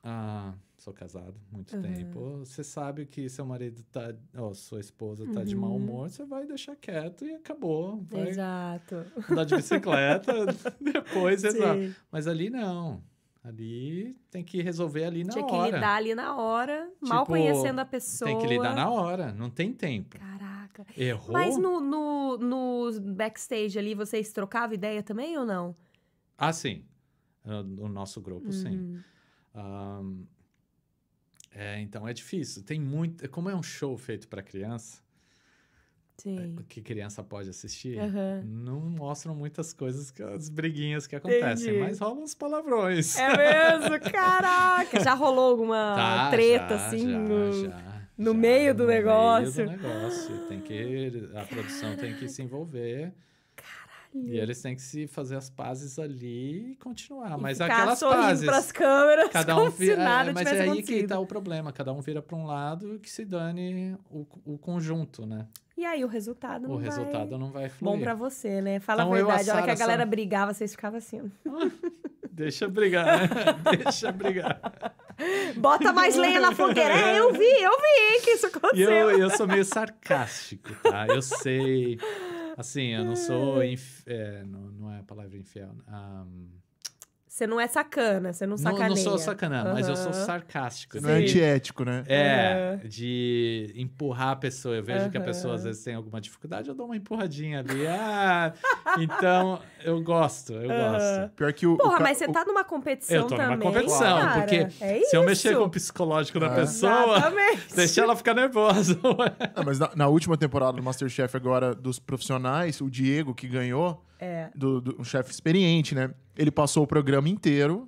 ah, sou casado muito Aham. tempo, você sabe que seu marido tá. Ou sua esposa tá de Uhum. mau humor, você vai deixar quieto e acabou. Vai Exato. andar de bicicleta, depois resolve. Sim. Mas ali não. Ali tem que resolver ali na Tinha que hora. lidar ali na hora, mal Tipo, conhecendo a pessoa. Tem que lidar na hora, não tem tempo. Caraca. Errou. Mas no, no, no backstage ali, vocês trocavam ideia também ou não? Ah, sim. Ah, No nosso grupo, sim. Uhum. Ahn, é, então é difícil. Tem muito. Como é um show feito para criança, Sim. é, que criança pode assistir, Aham. não mostram muitas coisas, que- as briguinhas que acontecem, Entendi. mas rolam os palavrões. É mesmo? Caraca! Já rolou alguma Tá, treta, já, assim? já, no- já, no já, meio do no meio negócio. negócio. Tem que, a produção tem que se envolver e eles têm que se fazer as pazes ali e continuar. E mas ficar aquelas sorrindo pazes. pras câmeras Cada como um se vira, nada mas tivesse é aí que acontecido. tá o problema. Cada um vira para um lado que se dane o, o conjunto, né? E aí o resultado não o vai- resultado não vai Bom fluir. pra você, né? Fala Então, a eu, a verdade. a hora que a Sarah, galera são- brigava, vocês ficavam assim. Deixa brigar, né? Deixa brigar. Bota mais lenha na fogueira. É, eu vi, eu vi que isso E aconteceu. eu, eu sou meio sarcástico, tá? Eu sei. Assim, eu não sou. inf- é, não, não é a palavra infiel. ah, Você não é sacana, você não não, sacaneia. não sou sacanã, mas eu sou Aham. sarcástico. Não é de- antiético, né? É, de empurrar a pessoa. Eu vejo que a Aham. pessoa às vezes tem alguma dificuldade, eu dou uma empurradinha ali. Ah, então eu gosto, eu Aham. gosto. Pior que o. o Porra, ca- mas você o- tá numa competição Eu tô numa também, competição, cara. porque é Se eu mexer isso. com o psicológico da Ah. pessoa, Exatamente. deixa ela ficar nervosa. ué. Ah, mas na, na última temporada do Masterchef agora, dos profissionais, o Diego, que ganhou, É. do, do- um chefe experiente, né? Ele passou o programa inteiro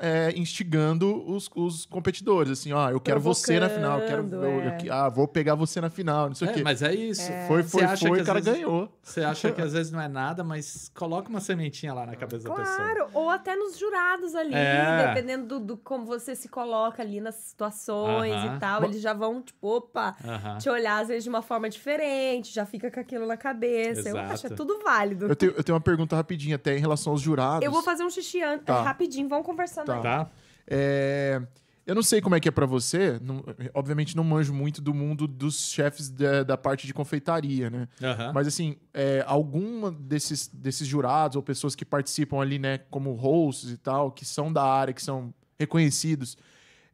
é, instigando os, os competidores, assim, ó, eu quero você na final, eu quero... Provocando, eu- eu é. que- ah, vou pegar você na final, não sei o É, quê. mas é isso. Foi, Você foi, acha foi, que o às cara vezes- ganhou. Você acha que às vezes não é nada, mas coloca uma sementinha lá na cabeça da pessoa. Claro, ou até nos jurados ali, É. dependendo do, do como você se coloca ali nas situações Aham. Ah. e tal, Bo- eles já vão, tipo, opa, Aham. te olhar às vezes de uma forma diferente, já fica com aquilo na cabeça. Eu Exato. acho é tudo válido. Eu tenho, eu tenho uma pergunta rapidinha até em relação aos jurados. Eu vou fazer um xixi antes, Tá. rapidinho, vamos conversando Tá. aí. Tá? É, Eu não sei como é que é pra você, não- obviamente não manjo muito do mundo dos chefes da, da parte de confeitaria, né? Aham. Mas assim, é, alguma desses, desses jurados ou pessoas que participam ali, né, como hosts e tal, que são da área, que são reconhecidos,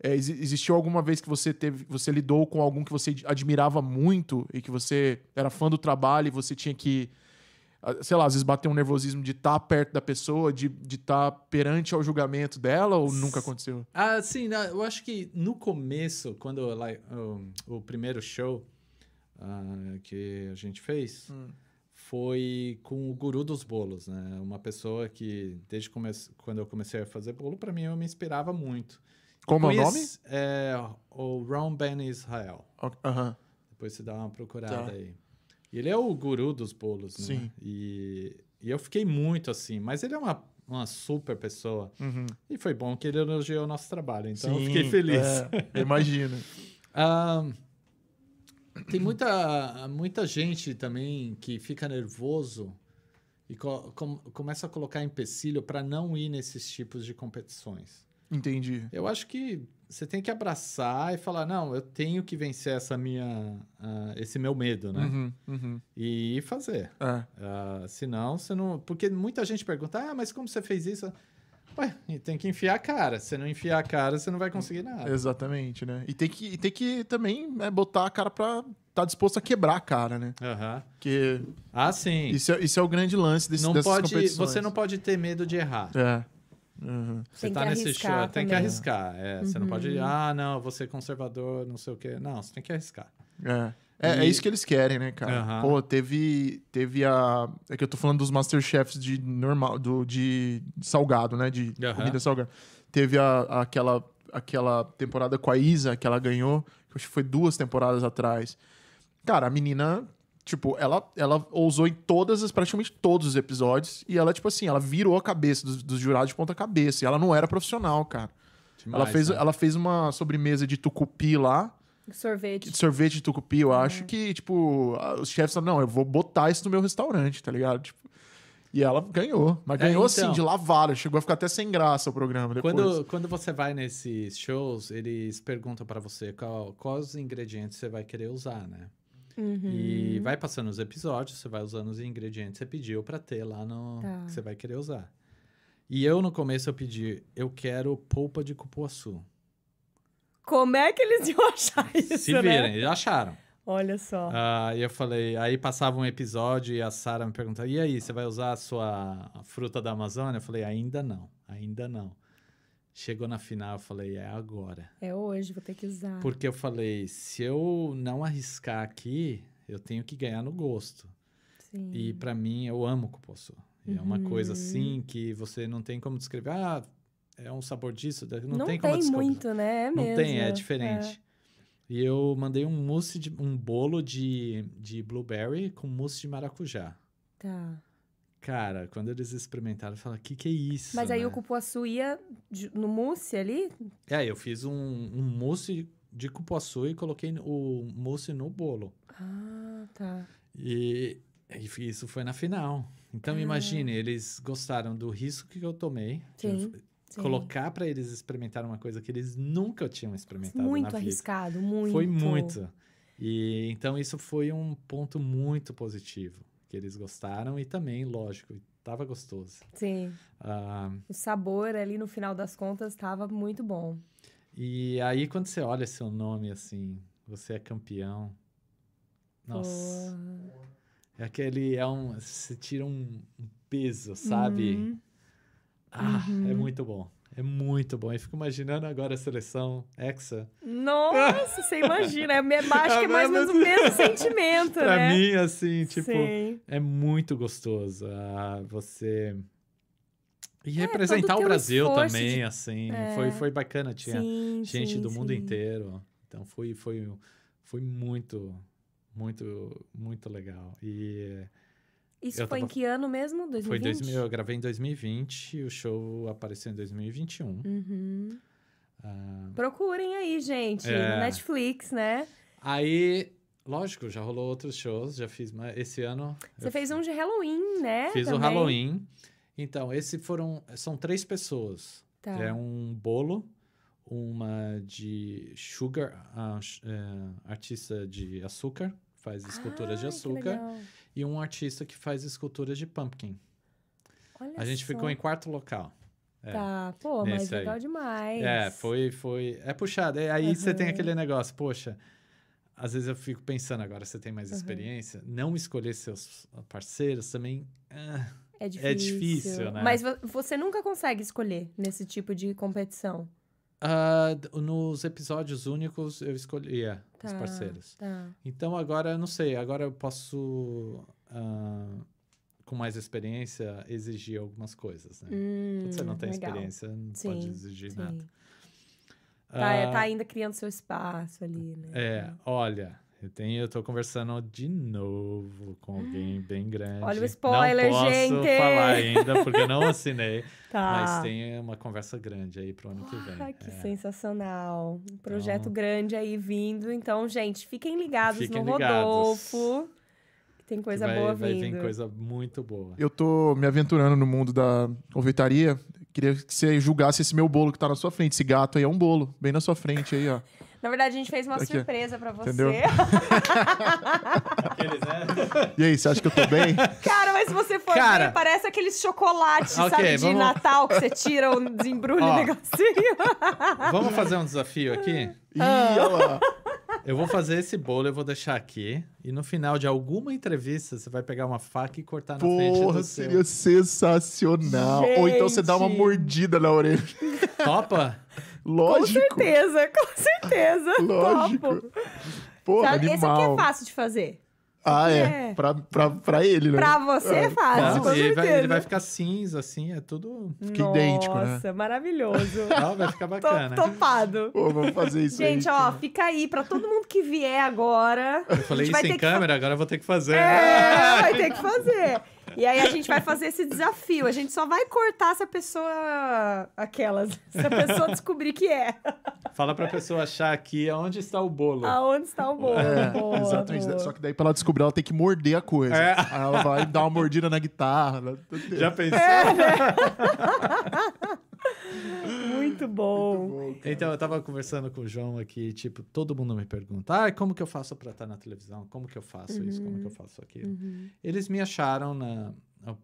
é, exi- existiu alguma vez que você teve, você lidou com algum que você admirava muito e que você era fã do trabalho e você tinha que, ah, sei lá, às vezes bater um nervosismo de estar perto da pessoa, de estar de tá perante ao julgamento dela ou nunca aconteceu? Ah, sim, na- eu acho que no começo, quando lá, o, o primeiro show ah, que a gente fez Hum. foi com o guru dos bolos, né? Uma pessoa que, desde come- quando eu comecei a fazer bolo, pra mim eu me inspirava muito. Como é o nome? Conhece- É o Ron Ben Israel. O- Aham. Depois você dá uma procurada Tá. aí. E Ele é o guru dos bolos, né? Sim. E, e eu fiquei muito assim, mas ele é uma, uma super pessoa. Uhum. E foi bom que ele elogiou o nosso trabalho, então eu Sim, fiquei feliz. é, imagino. Ahn, tem muita, muita gente também que fica nervoso e co- com- começa a colocar empecilho para não ir nesses tipos de competições. Entendi. Eu acho que você tem que abraçar e falar, não, eu tenho que vencer essa minha, ah, esse meu medo, né? Uhum, uhum. E ir fazer. É. Ah, senão, você não... Porque muita gente pergunta, ah, mas como você fez isso? Ué, tem que enfiar a cara. Se não enfiar a cara, você não vai conseguir nada. Exatamente, né? E tem que, e tem que também né, botar a cara pra tá disposto a quebrar a cara, né? Aham. Porque Ah, sim. isso é, isso é o grande lance desse, não dessas pode, competições. você não pode ter medo de errar. É. Uhum. Você Tem tá que nesse show, arriscar tem que também. arriscar. é, Você não Uhum. pode, ah, não, você conservador, não sei o quê. Não, você tem que arriscar. É. É, é E- isso que eles querem, né, cara? Aham. Pô, teve, teve a. É que eu tô falando dos Masterchefs de normal, do, de salgado, né? De Aham. comida salgada. Teve a, aquela, aquela temporada com a Isa que ela ganhou, que eu acho que foi duas temporadas atrás. Cara, a menina Tipo, ela, ela ousou em todas, as- praticamente todos os episódios. E ela, tipo assim, ela virou a cabeça dos, dos jurados de ponta cabeça. E ela não era profissional, cara. Demais, ela, fez, né? ela fez uma sobremesa de tucupi lá. Sorvete. de sorvete de tucupi, eu acho que, tipo, a- os chefes falaram, não, eu vou botar isso no meu restaurante, tá ligado? Tipo, e ela ganhou. Mas É, ganhou, então. assim, de lavada. Chegou a ficar até sem graça o programa depois. Quando, quando você vai nesses shows, eles perguntam pra você qual, quais ingredientes você vai querer usar, né? Uhum. E vai passando os episódios, você vai usando os ingredientes que você pediu pra ter lá no Tá. que você vai querer usar. E eu no começo eu pedi, eu quero polpa de cupuaçu. Como é que eles iam achar isso, Se né? virem, eles acharam. Olha só. Ah, e eu falei, aí passava um episódio e a Sara me perguntava: e aí, você vai usar a sua fruta da Amazônia? Eu falei, ainda não, ainda não. Chegou na final, eu falei, é agora. É hoje, vou ter que usar. Porque eu falei, se eu não arriscar aqui, eu tenho que ganhar no gosto. Sim. E pra mim, eu amo cupuaçu. E É uma coisa Hum. Uhum. assim que você não tem como descrever. Ah, é um sabor disso, daqui- não, não tem como descobrir. muito, né? É Não mesmo. tem, é diferente. E eu mandei um mousse de um bolo de, de blueberry com mousse de maracujá. Tá. Cara, quando eles experimentaram, eu falei, que que é isso? Mas aí né? o cupuaçu ia ju- no mousse ali? É, eu fiz um, um mousse de cupuaçu e coloquei o mousse no bolo. Ah, tá. E, e isso foi na final. Então Ah. imagine, eles gostaram do risco que eu tomei. de Sim, Sim. Colocar pra eles experimentar uma coisa que eles nunca tinham experimentado Muito na vida. arriscado, muito. Foi muito. E então isso foi um ponto muito positivo que eles gostaram e também, lógico, tava gostoso. Sim. Ah, O sabor ali no final das contas tava muito bom. e aí quando você olha seu nome assim, você é campeão. Nossa, é aquele é um você tira um, um peso, sabe? Uhum. Ah, é Uhum. muito bom. É muito bom. Eu fico imaginando agora a seleção Hexa. Nossa, você imagina. É, me- acho que é mais ou menos o mesma- mesmo sentimento, Pra né? mim, assim, tipo, Sim. É muito gostoso ah, você. E É, todo representar o o teu Brasil esforço também, de- É. assim. Foi, foi bacana, tinha Sim, gente sim, do mundo sim. inteiro. Então foi, foi, foi muito, muito, muito legal. E Isso Eu foi em tava- que ano mesmo? 2020? foi 2000, eu gravei em 2020 e o show apareceu em 2021. Uhum. Ah, Procurem aí, gente, É. no Netflix, né? aí, lógico, já rolou outros shows, já fiz. Mas esse ano. Você eu fez um de Halloween, né? Fiz o Também. Halloween. Então, esse foram. São três pessoas. Tá. É um bolo, uma de sugar, ah, sh- eh, artista de açúcar, faz esculturas de Ai, que açúcar, legal. e um artista que faz esculturas de pumpkin. Olha A gente só. ficou em quarto local. é, Tá, pô, mas nesse aí. legal demais. É, foi, foi. É puxado. É, Aí você tem aquele negócio, poxa. Às vezes eu fico pensando agora, você tem mais Uhum. experiência, não escolher seus parceiros também. ah, É difícil. difícil, né? Mas vo- você nunca consegue escolher nesse tipo de competição. ah, d- nos episódios únicos eu escolhia os Tá, parceiros. Tá. Então agora, eu não sei, agora eu posso, ah, com mais experiência, exigir algumas coisas, né? Quando você Hum, não tem legal. experiência, não Sim, pode exigir Sim. nada. Tá, é, Ah, tá ainda criando seu espaço ali, né? é, olha, eu, tenho, eu tô conversando de novo com alguém bem grande. Olha o spoiler, não posso gente! falar ainda, porque eu não assinei, Tá. mas tem uma conversa grande aí pro ano que vem. Ah, que é. Então sensacional. Um projeto grande aí vindo. Então, gente, fiquem ligados Fiquem no ligados. Rodolfo. Que tem coisa vai, boa vai vindo. vir coisa muito boa. Eu tô me aventurando no mundo da confeitaria. Queria que você julgasse esse meu bolo que tá na sua frente. Esse gato aí é um bolo, bem na sua frente aí, ó. Na verdade, a gente fez uma Aqui, ó. surpresa pra você. Entendeu? E aí, você acha que eu tô bem? Cara, mas se você for Cara. ver, parece aqueles chocolates, Ok, sabe, de vamos- Natal que você tira o desembrulho Ó. o negocinho. Vamos fazer um desafio aqui? Ih, olha lá. Eu vou fazer esse bolo, eu vou deixar aqui. E no final de alguma entrevista, você vai pegar uma faca e cortar na frente Porra, do seu. seria sensacional. Ou então você dá uma Gente. mordida na orelha. Topa? Com Lógico. certeza, com certeza. Lógico. Topo. Porra, Sabe, Esse aqui é animal. fácil de fazer. Ah, é. é. Pra, pra, pra ele, né? Pra você né? é fácil, Não, com ele, vai, ele certeza. vai ficar cinza, assim, é tudo. Fica idêntico, né? Nossa, maravilhoso. Não, vai ficar Tô- bacana. topado. Pô, vamos fazer isso aí. Gente, ó, cara. fica aí pra todo mundo que vier agora. Eu a gente falei isso vai ter em que fa- câmera, agora eu vou ter que fazer. É, vai ter que fazer. E aí a gente vai fazer esse desafio. A gente só vai cortar se a pessoa. aquelas. Se a pessoa descobrir que é. Fala pra pessoa achar aqui onde está o bolo. Aonde está o bolo? É, boa, exatamente. boa. Só que daí pra ela descobrir, ela tem que morder a coisa. É. Aí ela vai dar uma mordida na guitarra. né? ela- Já pensou? É. Muito bom. Então, eu tava conversando com o João aqui, tipo, todo mundo me pergunta, ah, como que eu faço pra estar na televisão? Como que eu faço isso? Como que Uhum. eu faço aquilo? Eles me acharam na, no-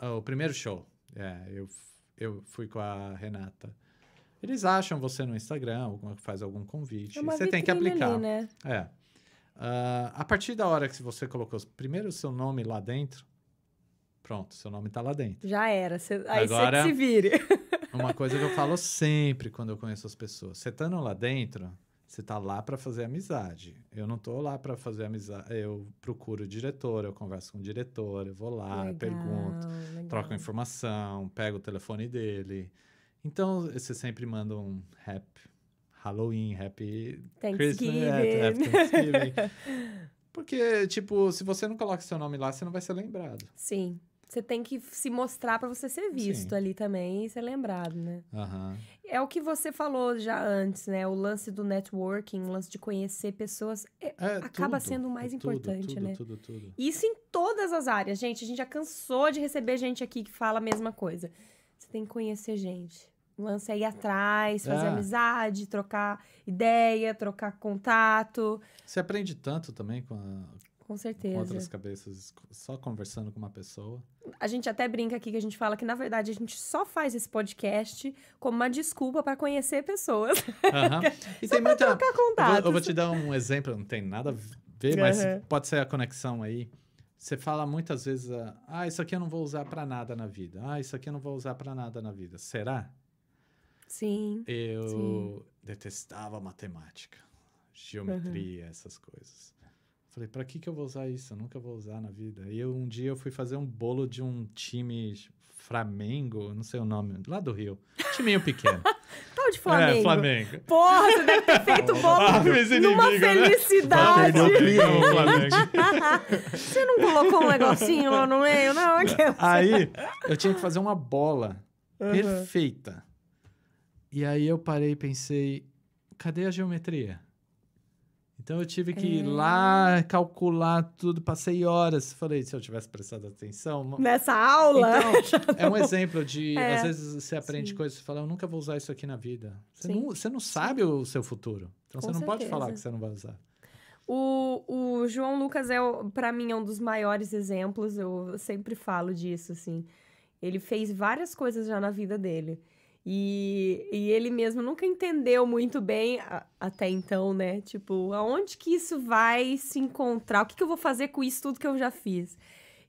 no primeiro show. É, eu, f- eu fui com a Renata. Eles acham você no Instagram, alguma- faz algum convite. É uma você tem que vitrine aplicar. ali, né? É. Ah, a partir da hora que você colocou primeiro o seu nome lá dentro, pronto, seu nome tá lá dentro. Já era. Cê- aí você Agora- que se vire. Uma coisa que eu falo sempre quando eu conheço as pessoas. Você estando lá dentro, você tá lá para fazer amizade. Eu não tô lá para fazer amizade. Eu procuro o diretor, eu converso com o diretor, eu vou lá, pergunto, legal. troco informação, pego o telefone dele. Então, você sempre manda um happy Halloween, happy Christmas, é, Thanksgiving. happy Thanksgiving. Porque, tipo, se você não coloca seu nome lá, você não vai ser lembrado. Sim. Você tem que se mostrar pra você ser visto Sim. ali também e ser lembrado, né? Aham. É o que você falou já antes, né? O lance do networking, o lance de conhecer pessoas. É- É, Acaba tudo, sendo o mais é tudo, importante, tudo, né? Tudo, tudo, Isso em todas as áreas, gente. A gente já cansou de receber gente aqui que fala a mesma coisa. Você tem que conhecer gente. O lance é ir atrás, fazer É. amizade, trocar ideia, trocar contato. Você aprende tanto também com, a- Com com certeza. outras cabeças, só conversando com uma pessoa. A gente até brinca aqui que a gente fala que, na verdade, a gente só faz esse podcast como uma desculpa pra conhecer pessoas, Aham. E tem muita. Então, Eu trocar vou, eu contatos. vou te dar um exemplo, não tem nada a ver, mas Aham. pode ser a conexão aí. Você fala muitas vezes, ah, ah, isso aqui eu não vou usar pra nada na vida. Ah, isso aqui eu não vou usar pra nada na vida. Será? Sim. Eu Sim. detestava matemática, geometria, essas coisas. Falei, pra que, que eu vou usar isso? Eu nunca vou usar na vida. E eu, um dia eu fui fazer um bolo de um time Flamengo, não sei o nome, lá do Rio. Timinho pequeno. Tal de Flamengo. É, Flamengo. Porra, você deve ter feito Ah, bolo esse numa inimigo, né? felicidade. Perdeu o cliente. Flamengo. Você não colocou um negocinho lá no meio, não? é Aquela. Aí eu tinha que fazer uma bola perfeita. E aí eu parei e pensei, cadê a geometria? Então eu tive que ir É. lá calcular tudo, passei horas. Falei, se eu tivesse prestado atenção. mo- Nessa aula? Então, é um exemplo de. É. Às vezes você aprende Sim. coisas e fala, eu nunca vou usar isso aqui na vida. Você, Sim. não, você não sabe o seu futuro. Então Com você não pode certeza. falar que você não vai usar. O, o João Lucas é, o- pra mim, é um dos maiores exemplos. Eu sempre falo disso, assim. Ele fez várias coisas já na vida dele. E, e ele mesmo nunca entendeu muito bem a- até então, né? Tipo, aonde que isso vai se encontrar? O que, que eu vou fazer com isso tudo que eu já fiz?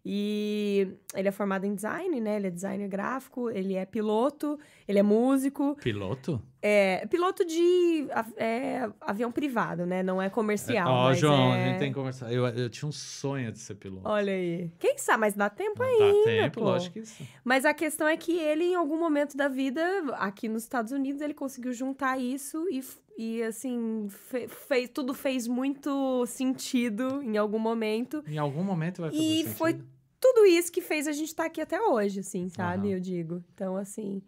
E ele é formado em design, né? Ele é designer gráfico, ele é piloto, ele é músico. Piloto? É, piloto de av- é, avião privado, né? Não é comercial. Ó, mas João, é- a gente tem que conversar. Eu, eu tinha um sonho de ser piloto. Olha aí. Quem sabe, mas dá tempo aí. Dá tempo, pô. lógico que sim. Mas a questão é que ele, em algum momento da vida, aqui nos Estados Unidos, ele conseguiu juntar isso e, f- e assim, fe- fez, tudo fez muito sentido em algum momento. Em algum momento vai fazer E sentido. foi Tudo isso que fez a gente estar aqui até hoje, assim, sabe? Aham. Eu digo. Então, assim,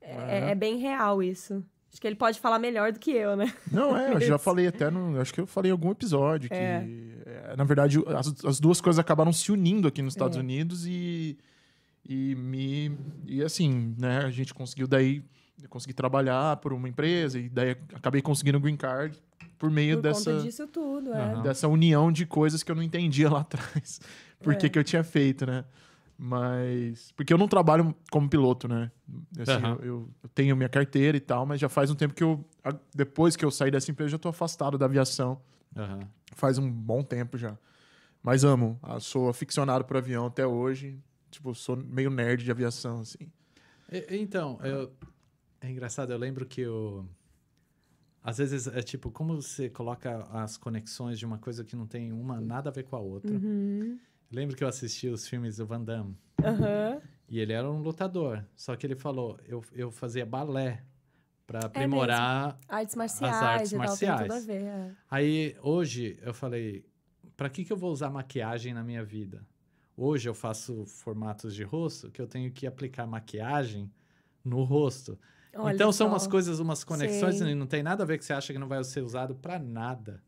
é- É. é bem real isso. Acho que ele pode falar melhor do que eu, né? Não, é, eu já falei até no. Acho que eu falei em algum episódio que. É. é, na verdade, as, as duas coisas acabaram se unindo aqui É. nos Estados Unidos e. E me. E assim, né? A gente conseguiu daí. Eu consegui trabalhar por uma empresa e daí acabei conseguindo o green card por meio Por dessa. conta disso tudo, é. Aham. dessa união de coisas que eu não entendia lá atrás. Por que É. que eu tinha feito, né? Mas. Porque eu não trabalho como piloto, né? Assim, Aham. eu, eu- eu tenho minha carteira e tal, mas já faz um tempo que eu. a- Depois que eu saí dessa empresa, eu já tô afastado da aviação. Aham. Faz um bom tempo já. Mas amo. ah, Sou aficionado por avião até hoje. Tipo, sou meio nerd de aviação, assim. E- Então, eu- é engraçado, eu lembro que eu, Às vezes é tipo, como você coloca as conexões de uma coisa que não tem uma nada a ver com a outra. Uhum. Lembro que eu assisti os filmes do Van Damme. Aham. E ele era um lutador. Só que ele falou, eu, eu fazia balé para aprimorar. Artes marciais artes e tal, tem tudo a marciais. ver. é. Aí hoje eu falei, para que que eu vou usar maquiagem na minha vida? Hoje eu faço formatos de rosto que eu tenho que aplicar maquiagem no rosto. Olha então são só. umas coisas, umas conexões Sei. e não tem nada a ver que você acha que não vai ser usado para nada.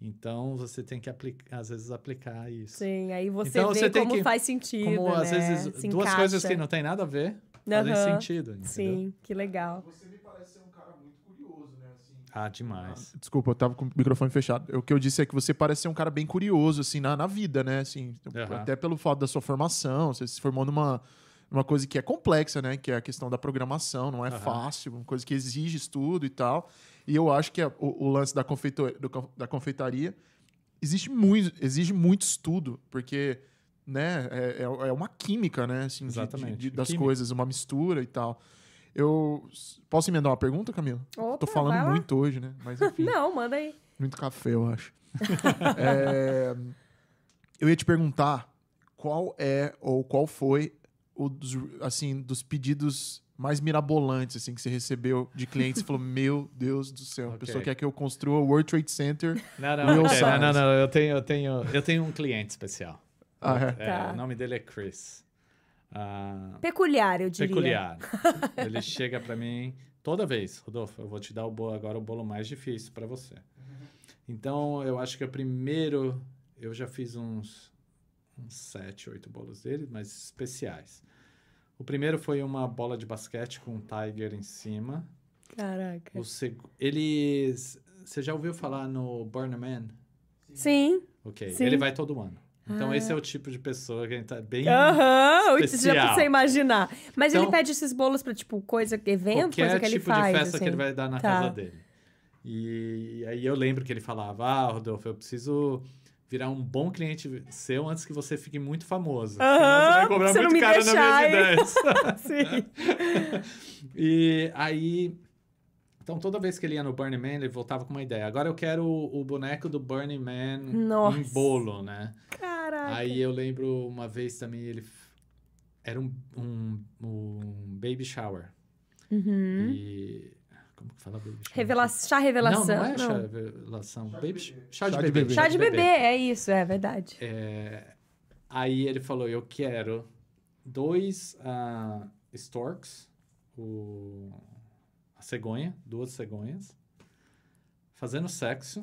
Então você tem que aplicar, às vezes aplicar isso. Sim, aí você Então, vê você tem como que- faz sentido. Como às né? vezes Se duas encaixa. coisas que não tem nada a ver fazem Aham. sentido, entendeu? Sim, que legal. Você me parece ser um cara muito curioso, né? Assim, Ah, demais. Desculpa, eu tava com o microfone fechado. O que eu disse é que você parece ser um cara bem curioso, assim, na, na vida, né? Assim, Aham. Até pelo fato da sua formação, você se formou numa, numa coisa que é complexa, né? Que é a questão da programação, não é Aham. fácil, uma coisa que exige estudo e tal. E eu acho que a- o, o lance da, confeito- do co- da confeitaria existe muito, exige muito estudo, porque né, é, é- é uma química, né? Assim, de- de- Exatamente. de- das Química. coisas, uma mistura e tal. Eu posso emendar uma pergunta, Camila? Opa, Tô falando vai lá. muito hoje, né? Mas enfim. Não, manda aí. Muito café, eu acho. É, eu ia te perguntar qual é ou qual foi o dos, assim, dos pedidos mais mirabolantes assim que você recebeu de clientes e falou: "Meu Deus do céu, a Ok. É, pessoa quer que eu construa o World Trade Center". Não, não, Real ok, não, size. não, não, eu tenho, eu tenho, eu tenho um cliente especial. Ah, é. É, Tá. O nome dele é Chris. Ah, Peculiar, eu diria. peculiar. Ele chega pra mim toda vez, Rodolfo, eu vou te dar o bolo agora o bolo mais difícil pra você. Então, eu acho que o primeiro eu já fiz uns uns sete, oito bolos dele, mas especiais. O primeiro foi uma bola de basquete com um tiger em cima. Caraca. O seg... Eles, você já ouviu falar no Burning Man? Sim. Ok. Sim. Ele vai todo ano. Então, Ah. esse é o tipo de pessoa que a gente tá bem. Aham, isso já especial. pra você imaginar. Mas ele Então- pede esses bolos pra, tipo, coisa, evento, Qualquer coisa que tipo ele faz. de festa assim. que ele vai dar na Tá. casa dele. E aí eu lembro que ele falava: Ah, Rodolfo, eu preciso virar um bom cliente seu antes que você fique muito famoso. Senão você Aham, vai cobrar você não muito me caro nas deixar, minhas hein?" ideias. Sim. E aí. Então, toda vez que ele ia no Burning Man, ele voltava com uma ideia. Agora eu quero o, o boneco do Burning Man em Nossa. bolo, né? Caraca. Aí eu lembro uma vez também ele. f- Era um, um, um baby shower. Uhum. E. Como que fala baby shower? Revela chá revelação. Não, não é chá revelação. Chá de baby bebê. sh- chá, de bebê. Chá de bebê, é isso, é verdade. Aí ele falou: Eu quero dois ah, storks, o, a cegonha, duas cegonhas, fazendo sexo.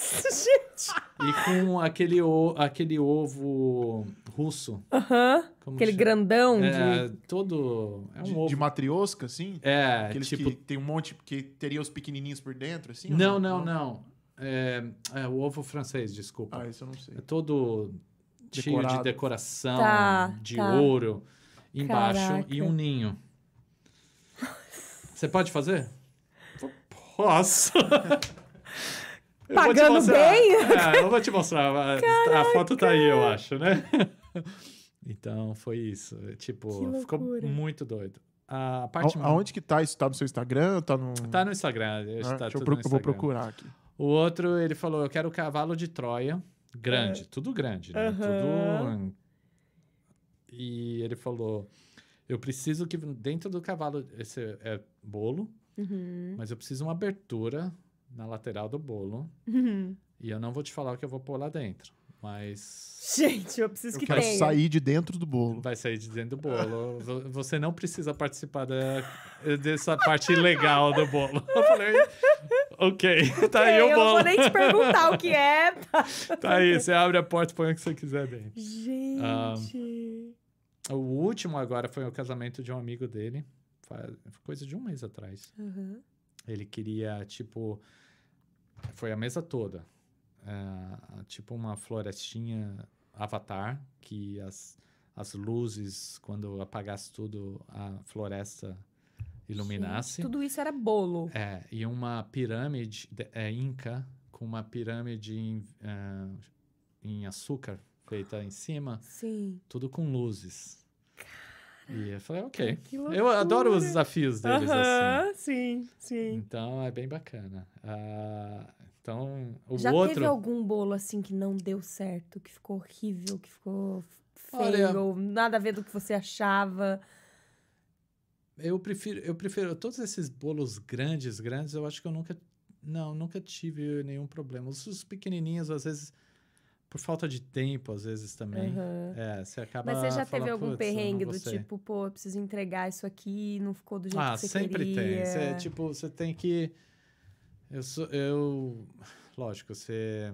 Gente. E com aquele, o- aquele ovo russo. Aham. Como Aquele que chama? grandão de. É, todo. É um De, ovo. de matriosca assim? É, Aqueles tipo. que tem um monte que teria os pequenininhos por dentro assim? ou Não, né? não, não. É, é, o ovo francês, desculpa. Ah, isso eu não sei. É todo cheio de Decorado. decoração, Tá, de tá. ouro, embaixo Caraca. e um ninho. Você pode fazer? Posso. Eu vou te Pagando mostrar. bem? É, eu vou te mostrar. mas A foto tá aí, eu acho, né? Então, foi isso. Tipo, Que ficou loucura. muito doido. A A- parte... aonde que tá isso? Tá no seu Instagram? Tá no Tá no Instagram. eu acho Ah, que tá deixa eu tudo pro- no eu vou Instagram. procurar aqui. O outro, ele falou, eu quero cavalo de Troia, grande, tudo grande, né? Aham. Tudo... E ele falou, eu preciso que dentro do cavalo, esse é bolo, Uhum. mas eu preciso uma abertura na lateral do bolo, Uhum. e eu não vou te falar o que eu vou pôr lá dentro, mas Gente, eu preciso Eu que quero tenha. sair de dentro do bolo. vai sair de dentro do bolo. Vo- Você não precisa participar da- dessa parte legal do bolo. Eu falei, ok, tá aí eu o não bolo. vou nem te perguntar o que é. Tá aí, você abre a porta e põe o que você quiser dentro. Gente. Ah. O último agora foi o casamento de um amigo dele, faz coisa de um mês atrás. Uhum. Ele queria, tipo, foi a mesa toda. ah, tipo uma florestinha avatar, que as, as luzes, quando apagasse tudo, a floresta iluminasse. Gente, tudo isso era bolo. É, e uma pirâmide de- é, inca com uma pirâmide em, ah, em açúcar feita em cima, Sim. tudo com luzes. E eu falei, ok. Que É. Eu adoro os loucura. desafios deles, assim. Aham, sim, sim. Então é bem bacana. Ah, então, o Já outro. teve algum bolo assim que não deu certo, que ficou horrível, que ficou feio, Olha- ou nada a ver do que você achava? Eu prefiro, eu prefiro todos esses bolos grandes, grandes, eu acho que eu nunca não, nunca tive nenhum problema. Os, os pequenininhos às vezes por falta de tempo, às vezes também. Aham. É, você acaba Mas você já falando, teve algum "Putz, eu não perrengue do gostei." tipo, pô, eu preciso entregar isso aqui, não ficou do jeito Ah, que você sempre queria? tem. Você, tipo, você tem que. Eu sou. Eu. Lógico, você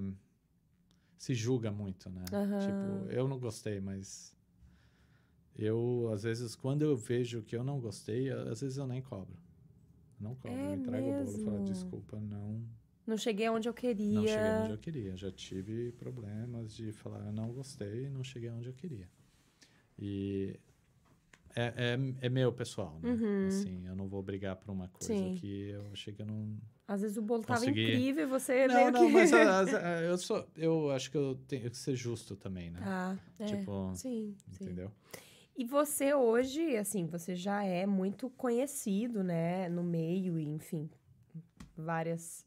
se julga muito, né? Aham. Tipo, eu não gostei, mas. Eu, às vezes, quando eu vejo que eu não gostei, a- às vezes eu nem cobro. Não cobro, É eu entrego o bolo e falo, mesmo? desculpa, não, Não cheguei onde eu queria. não cheguei onde eu queria. Já tive problemas de falar, eu não gostei, não cheguei onde eu queria. E é, é, é meu pessoal, né? Uhum. Assim, eu não vou brigar por uma coisa Sim. que eu achei que eu não. Às vezes o bolo tava Consegui. incrível e você não, É meio não, que... mas ah, a- a- a- eu, sou, eu acho que eu tenho que ser justo também, né? Ah, é. Tipo, Sim, sim. entendeu? E você hoje, assim, você já é muito conhecido, né, no meio, e, enfim, várias.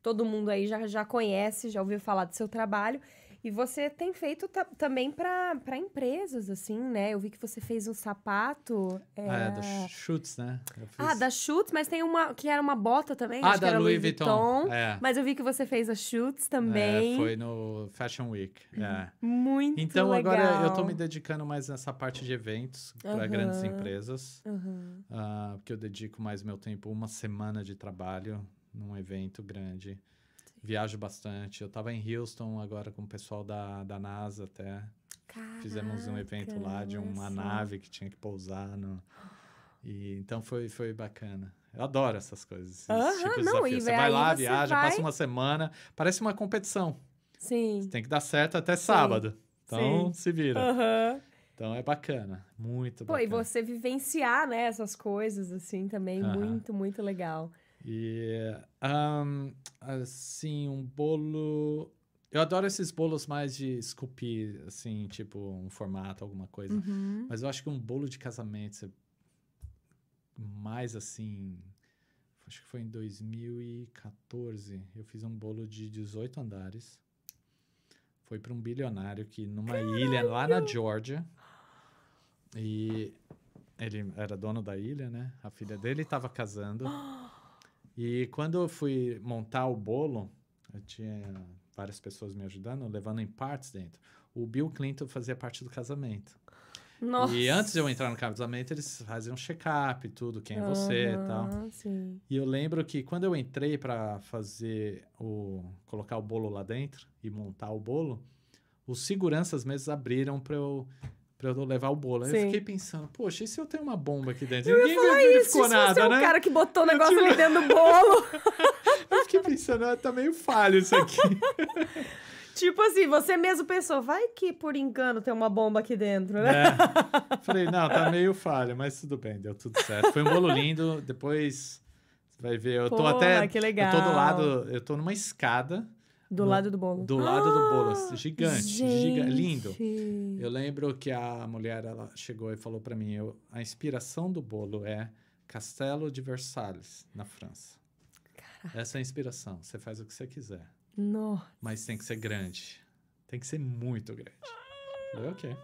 Todo mundo aí já, já conhece, já ouviu falar do seu trabalho. E você tem feito ta- também para empresas, assim, né? Eu vi que você fez um sapato. é, Ah, é, da Sch- Schutz, né? Eu fiz- ah, da Schutz, mas tem uma que era uma bota também, Ah, acho da que era Louis Vuitton. É. Mas eu vi que você fez a Schutz É, também. Uhum. foi no Fashion Week. é. Muito Então legal. agora eu tô me dedicando mais nessa parte de eventos para grandes Aham. empresas. Aham. ah, porque eu dedico mais meu tempo, uma semana de trabalho num evento grande. Viajo bastante. Eu tava em Houston agora com o pessoal da, da NASA até. Fizemos um evento Caraca, lá de olha uma só. nave que tinha que pousar. No... E, então foi, foi bacana. Eu adoro essas coisas. esses Aham, tipos de não, desafio. e Você vai- vai aí lá, você viaja, vai- passa uma semana. Parece uma competição. Sim. Você tem que dar certo até sábado. Então se vira. Aham. Então é bacana. Muito Pô, bacana. e você vivenciar, né, essas coisas, assim, também, Aham. muito, muito legal. E ahn, assim, um bolo. Eu adoro esses bolos mais de esculpir, assim, tipo um formato, alguma coisa. Uhum. Mas eu acho que um bolo de casamento, você- mais assim. Acho que foi em 2014. Eu fiz um bolo de 18 andares. Foi para um bilionário que numa ilha lá na Geórgia. E ele era dono da ilha, né? A filha dele estava casando. E quando eu fui montar o bolo, eu tinha várias pessoas me ajudando, levando em partes dentro. O Bill Clinton fazia parte do casamento. Nossa. E antes de eu entrar no casamento, eles faziam um check-up e tudo, quem é você e tal. Aham, Sim. E eu lembro que quando eu entrei pra fazer o colocar o bolo lá dentro e montar o bolo, os seguranças mesmo abriram pra eu para eu levar o bolo. Aí Eu Sim. fiquei pensando, poxa, e se eu tenho uma bomba aqui dentro? Ninguém verificou Isso, nada, você é o né? cara que botou o negócio tipo- ali dentro do bolo. Eu fiquei pensando, ah, tá meio falho isso aqui. tipo assim, você mesmo pensou, vai que por engano tem uma bomba aqui dentro, né? É. Falei, não, tá meio falho, mas tudo bem, deu tudo certo. Foi um bolo lindo, depois você vai ver, eu tô Pô, até que legal. Eu tô do lado, eu tô numa escada Do no- lado do bolo. do lado do bolo, Ah, assim, gigante, giga- lindo. Gente. Eu lembro que a mulher ela chegou e falou pra mim, eu, a inspiração do bolo é Castelo de Versalhes, na França. Essa é a inspiração, você faz o que você quiser, Nossa. mas tem que ser grande. Tem que ser muito grande. Falei, OK.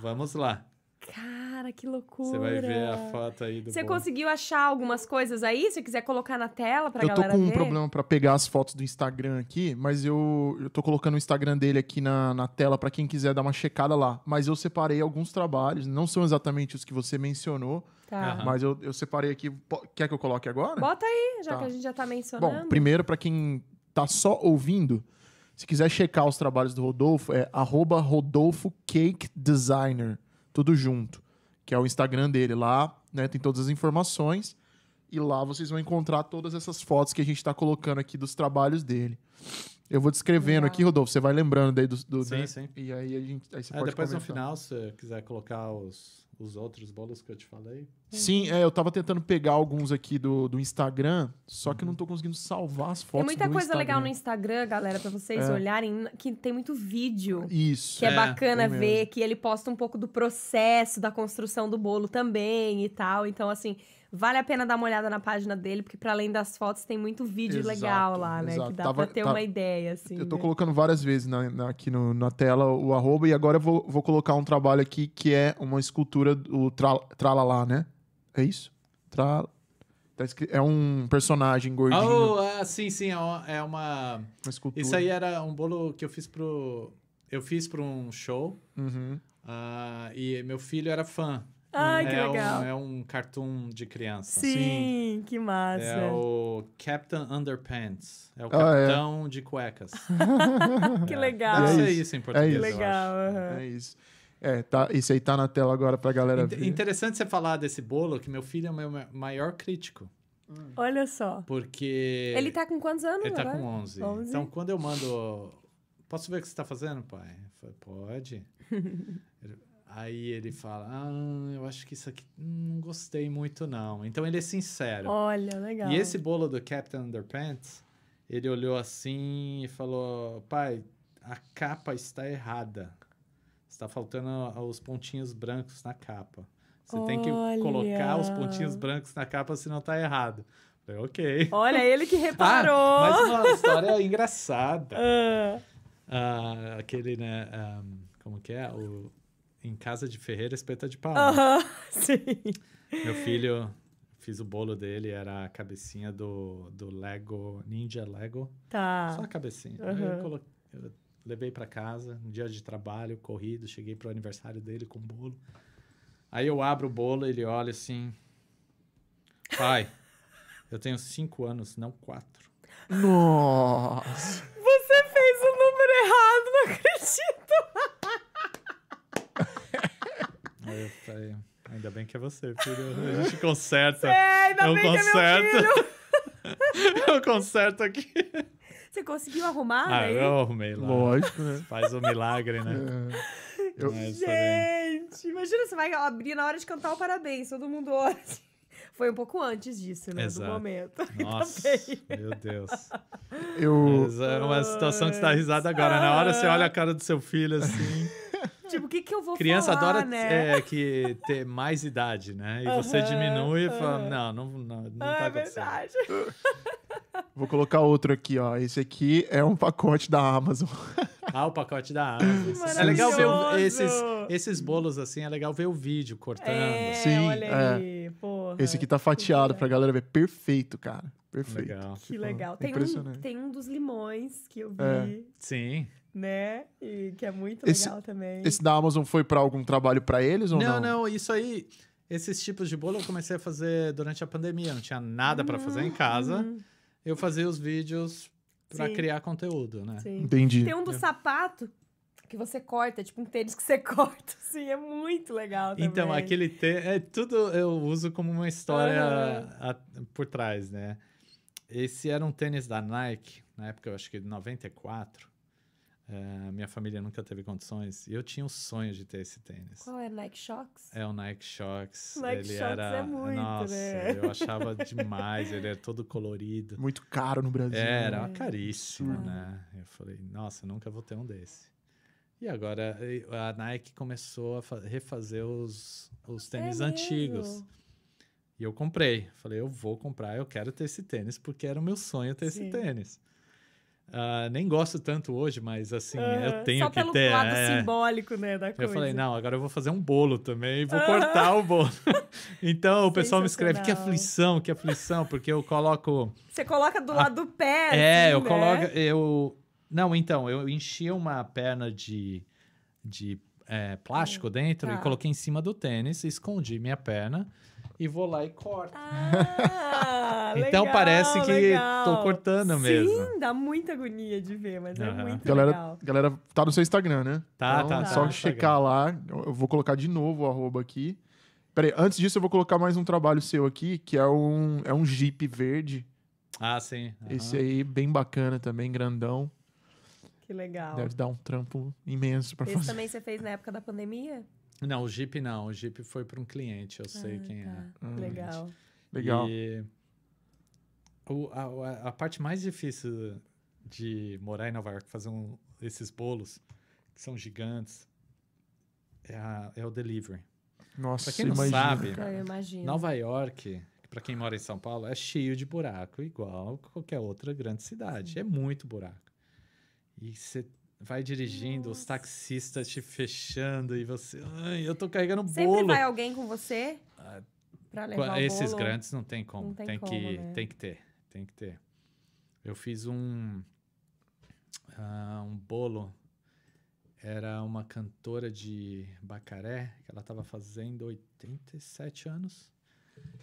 Vamos lá. Cara, que loucura. Você vai ver a foto aí do Você bolo. conseguiu achar algumas coisas aí? Se quiser colocar na tela pra eu tô galera com um ver. problema pra pegar as fotos do Instagram aqui, mas eu, eu tô colocando o Instagram dele aqui na, na tela pra quem quiser dar uma checada lá. Mas eu separei alguns trabalhos, não são exatamente os que você mencionou, Tá. Aham. mas eu, eu separei aqui. Po- Quer que eu coloque agora? Bota aí, já Tá. que a gente já tá mencionando. Bom, primeiro, pra quem tá só ouvindo, se quiser checar os trabalhos do Rodolfo, é arroba Rodolfo Cake Designer, tudo junto, que é o Instagram dele. Lá né, tem todas as informações e lá vocês vão encontrar todas essas fotos que a gente tá colocando aqui dos trabalhos dele. Eu vou descrevendo Legal. aqui, Rodolfo, você vai lembrando daí do... do Sim, né? sim. E aí a gente aí você É, pode depois no comentar. final, se quiser colocar os, os outros bolos que eu te falei. Sim, é, eu tava tentando pegar alguns aqui do, do Instagram, só que eu não tô conseguindo salvar as Tem fotos muita do coisa legal no Instagram. É. Instagram, galera, pra vocês olharem, que tem muito vídeo. Isso. Que é, É, bacana tem ver que ele posta um pouco do processo da construção do bolo também e tal. Então, assim, vale a pena dar uma olhada na página dele, porque para além das fotos tem muito vídeo Exato, legal lá, né? exato. Que dá Tava- pra ter tá- uma ideia, assim. Eu tô né? colocando várias vezes na- na- aqui no- na tela o arroba e agora eu vou, vou colocar um trabalho aqui que é uma escultura do tra- Tralalá, né? É isso? Tra... tá escri- É um personagem gordinho, Oh, ah, sim, sim, é uma- é uma... uma escultura. Isso aí era um bolo que eu fiz pro... Eu fiz para um show Uhum. ah, e meu filho era fã. Ai, que é legal. Um, é um cartoon de criança. Sim, que massa. É o Captain Underpants. É o Ah, é. capitão de cuecas. Que É. legal. Deve É ser isso, isso em português, Ah, Que isso. eu acho. legal. aham. É isso. É, tá, esse aí tá na tela agora pra galera Inte- ver. Interessante você falar desse bolo, que meu filho é o meu ma- maior crítico. Olha só. Porque... Ele tá né? com quantos anos É, Ele tá agora? com 11. 11. Então, quando eu mando... Posso ver o que você tá fazendo, pai? Eu falei, pode. Ele- Aí ele fala, ah, eu acho que isso aqui hum, não gostei muito, não. Então, ele é sincero. Olha, legal. E esse bolo do Captain Underpants, ele olhou assim e falou: Pai, a capa está errada. Está faltando a- os pontinhos brancos na capa. Você tem que Olha. colocar os pontinhos brancos na capa, senão tá errado. Eu falei, ok. Olha, ele que reparou. Ah, mas uma história engraçada. Ah, Ah, aquele, né? ah, como que é? O, em casa de Ferreira, espeta de pau. né? Aham, sim. Meu filho, fiz o bolo dele, era a cabecinha do, do Lego, Ninja Lego. Tá. Só a cabecinha. Aham. Aí eu, colo- eu levei pra casa, um dia de trabalho, corrido, cheguei pro aniversário dele com o bolo. Aí eu abro o bolo, ele olha assim. Pai, eu tenho cinco anos, não quatro. Nossa! Você fez o número errado, não acredito. Aí eu falei, ainda bem que é você, filho. A gente conserta. É, ainda Tá. eu bem que é meu conserto. filho. eu conserto aqui. Você conseguiu arrumar né? Ah, daí? eu arrumei lá. Lógico, né? Faz o milagre, né? É. Eu- Mas, sabe, Gente, imagina, você vai abrir na hora de cantar o parabéns, todo mundo ora. assim. Foi um pouco antes disso, né? Exato. Do momento. Nossa, meu Deus. Eu, Mas é uma situação que você tá risada agora. Na hora você olha a cara do seu filho assim. Tipo, o que, que eu vou Criança falar, adora né? é, que ter mais idade, né? E você Aham, diminui e fala: aham. Não, não, não, não ah, tá é acontecendo. verdade. vou colocar outro aqui, ó. Esse aqui é um pacote da Amazon. Ah, o pacote da Amazon. É legal ver o- Maravilhoso! esses, esses bolos assim, é legal ver o vídeo cortando. assim. É, Sim, olha aí, porra. Esse aqui tá fatiado pra galera ver. Perfeito, cara. Perfeito. Legal. Que legal. Tem um, Impressionante. tem um dos limões que eu vi, É. Sim. né? E que é muito Esse- legal também. Esse da Amazon foi pra algum trabalho pra eles ou não? Não, não, isso aí. Esses tipos de bolo eu comecei a fazer durante a pandemia. Não tinha nada pra fazer em casa. Uhum, Eu fazia os vídeos pra Hum. Sim. criar conteúdo, né? Sim. Entendi. Tem um do sapato que você corta, tipo um tênis que você corta, assim, é muito legal também. Então, aquele te... é tudo eu uso como uma história Aham. a- por trás, né? Esse era um tênis da Nike, na época eu acho que de 94. É, minha família nunca teve condições e eu tinha um sonho de ter esse tênis. Qual é? Nike Shox? É o Nike Shox. Nike ele Shox era é muito, Nossa, né? eu achava demais, ele era todo colorido. Muito caro no Brasil. É, né? era uma caríssima, Absurdo. né? Eu falei, nossa, nunca vou ter um desse. E agora e- a Nike começou a fa- refazer os, os tênis É antigos. mesmo? E eu comprei. Falei, eu vou comprar, eu quero ter esse tênis, porque era o meu sonho ter Sim. esse tênis. Ah, nem gosto tanto hoje, mas assim, Aham. eu tenho Só que pelo ter. lado é. simbólico, né, da Eu coisa. falei, não, agora eu vou fazer um bolo também e vou Aham. cortar o bolo. então o pessoal me escreve, que Sensacional. aflição, que aflição, porque eu coloco. Você coloca do Ah, lado do pé, É, assim, eu né? coloco. Eu. Não, então, eu enchi uma perna de, de é, plástico dentro e tá. coloquei em cima do tênis, escondi minha perna e vou lá e corto. Ah, então legal, parece que legal. tô cortando mesmo. Sim, dá muita agonia de ver, mas é Aham. muito Galera, legal. galera, tá no seu Instagram, né? Tá, tá, tá Só no checar lá. Eu eu vou colocar de novo o arroba aqui. Peraí, antes disso eu vou colocar mais um trabalho seu aqui, que é um, é um Jeep verde. Ah, sim. aham. Esse aí, bem bacana também, grandão. Que legal. Deve dar um trampo imenso pra Esse fazer. também você fez na época da pandemia? Não, o Jeep não. O Jeep foi para um cliente, eu sei quem é. Ah, Legal. Legal. E o- a, a- a parte mais difícil de morar em Nova York, fazer um- esses bolos, que são gigantes, é, a- é o delivery. Nossa, Pra quem não imagina, sabe, né? cara. Eu imagino. Nova York, para quem mora em São Paulo, é cheio de buraco, igual qualquer outra grande cidade. É muito buraco. E você vai dirigindo, os Nossa. taxistas te fechando e você. Ai, eu tô carregando Sempre bolo. Ah, vai alguém com você pra levar o Esses bolo. grandes não tem como. Não tem tem, como, que, né? tem que ter. Tem que ter. Eu fiz um. ah, um bolo. Era uma cantora de Bacaré, que ela estava fazendo 87 anos.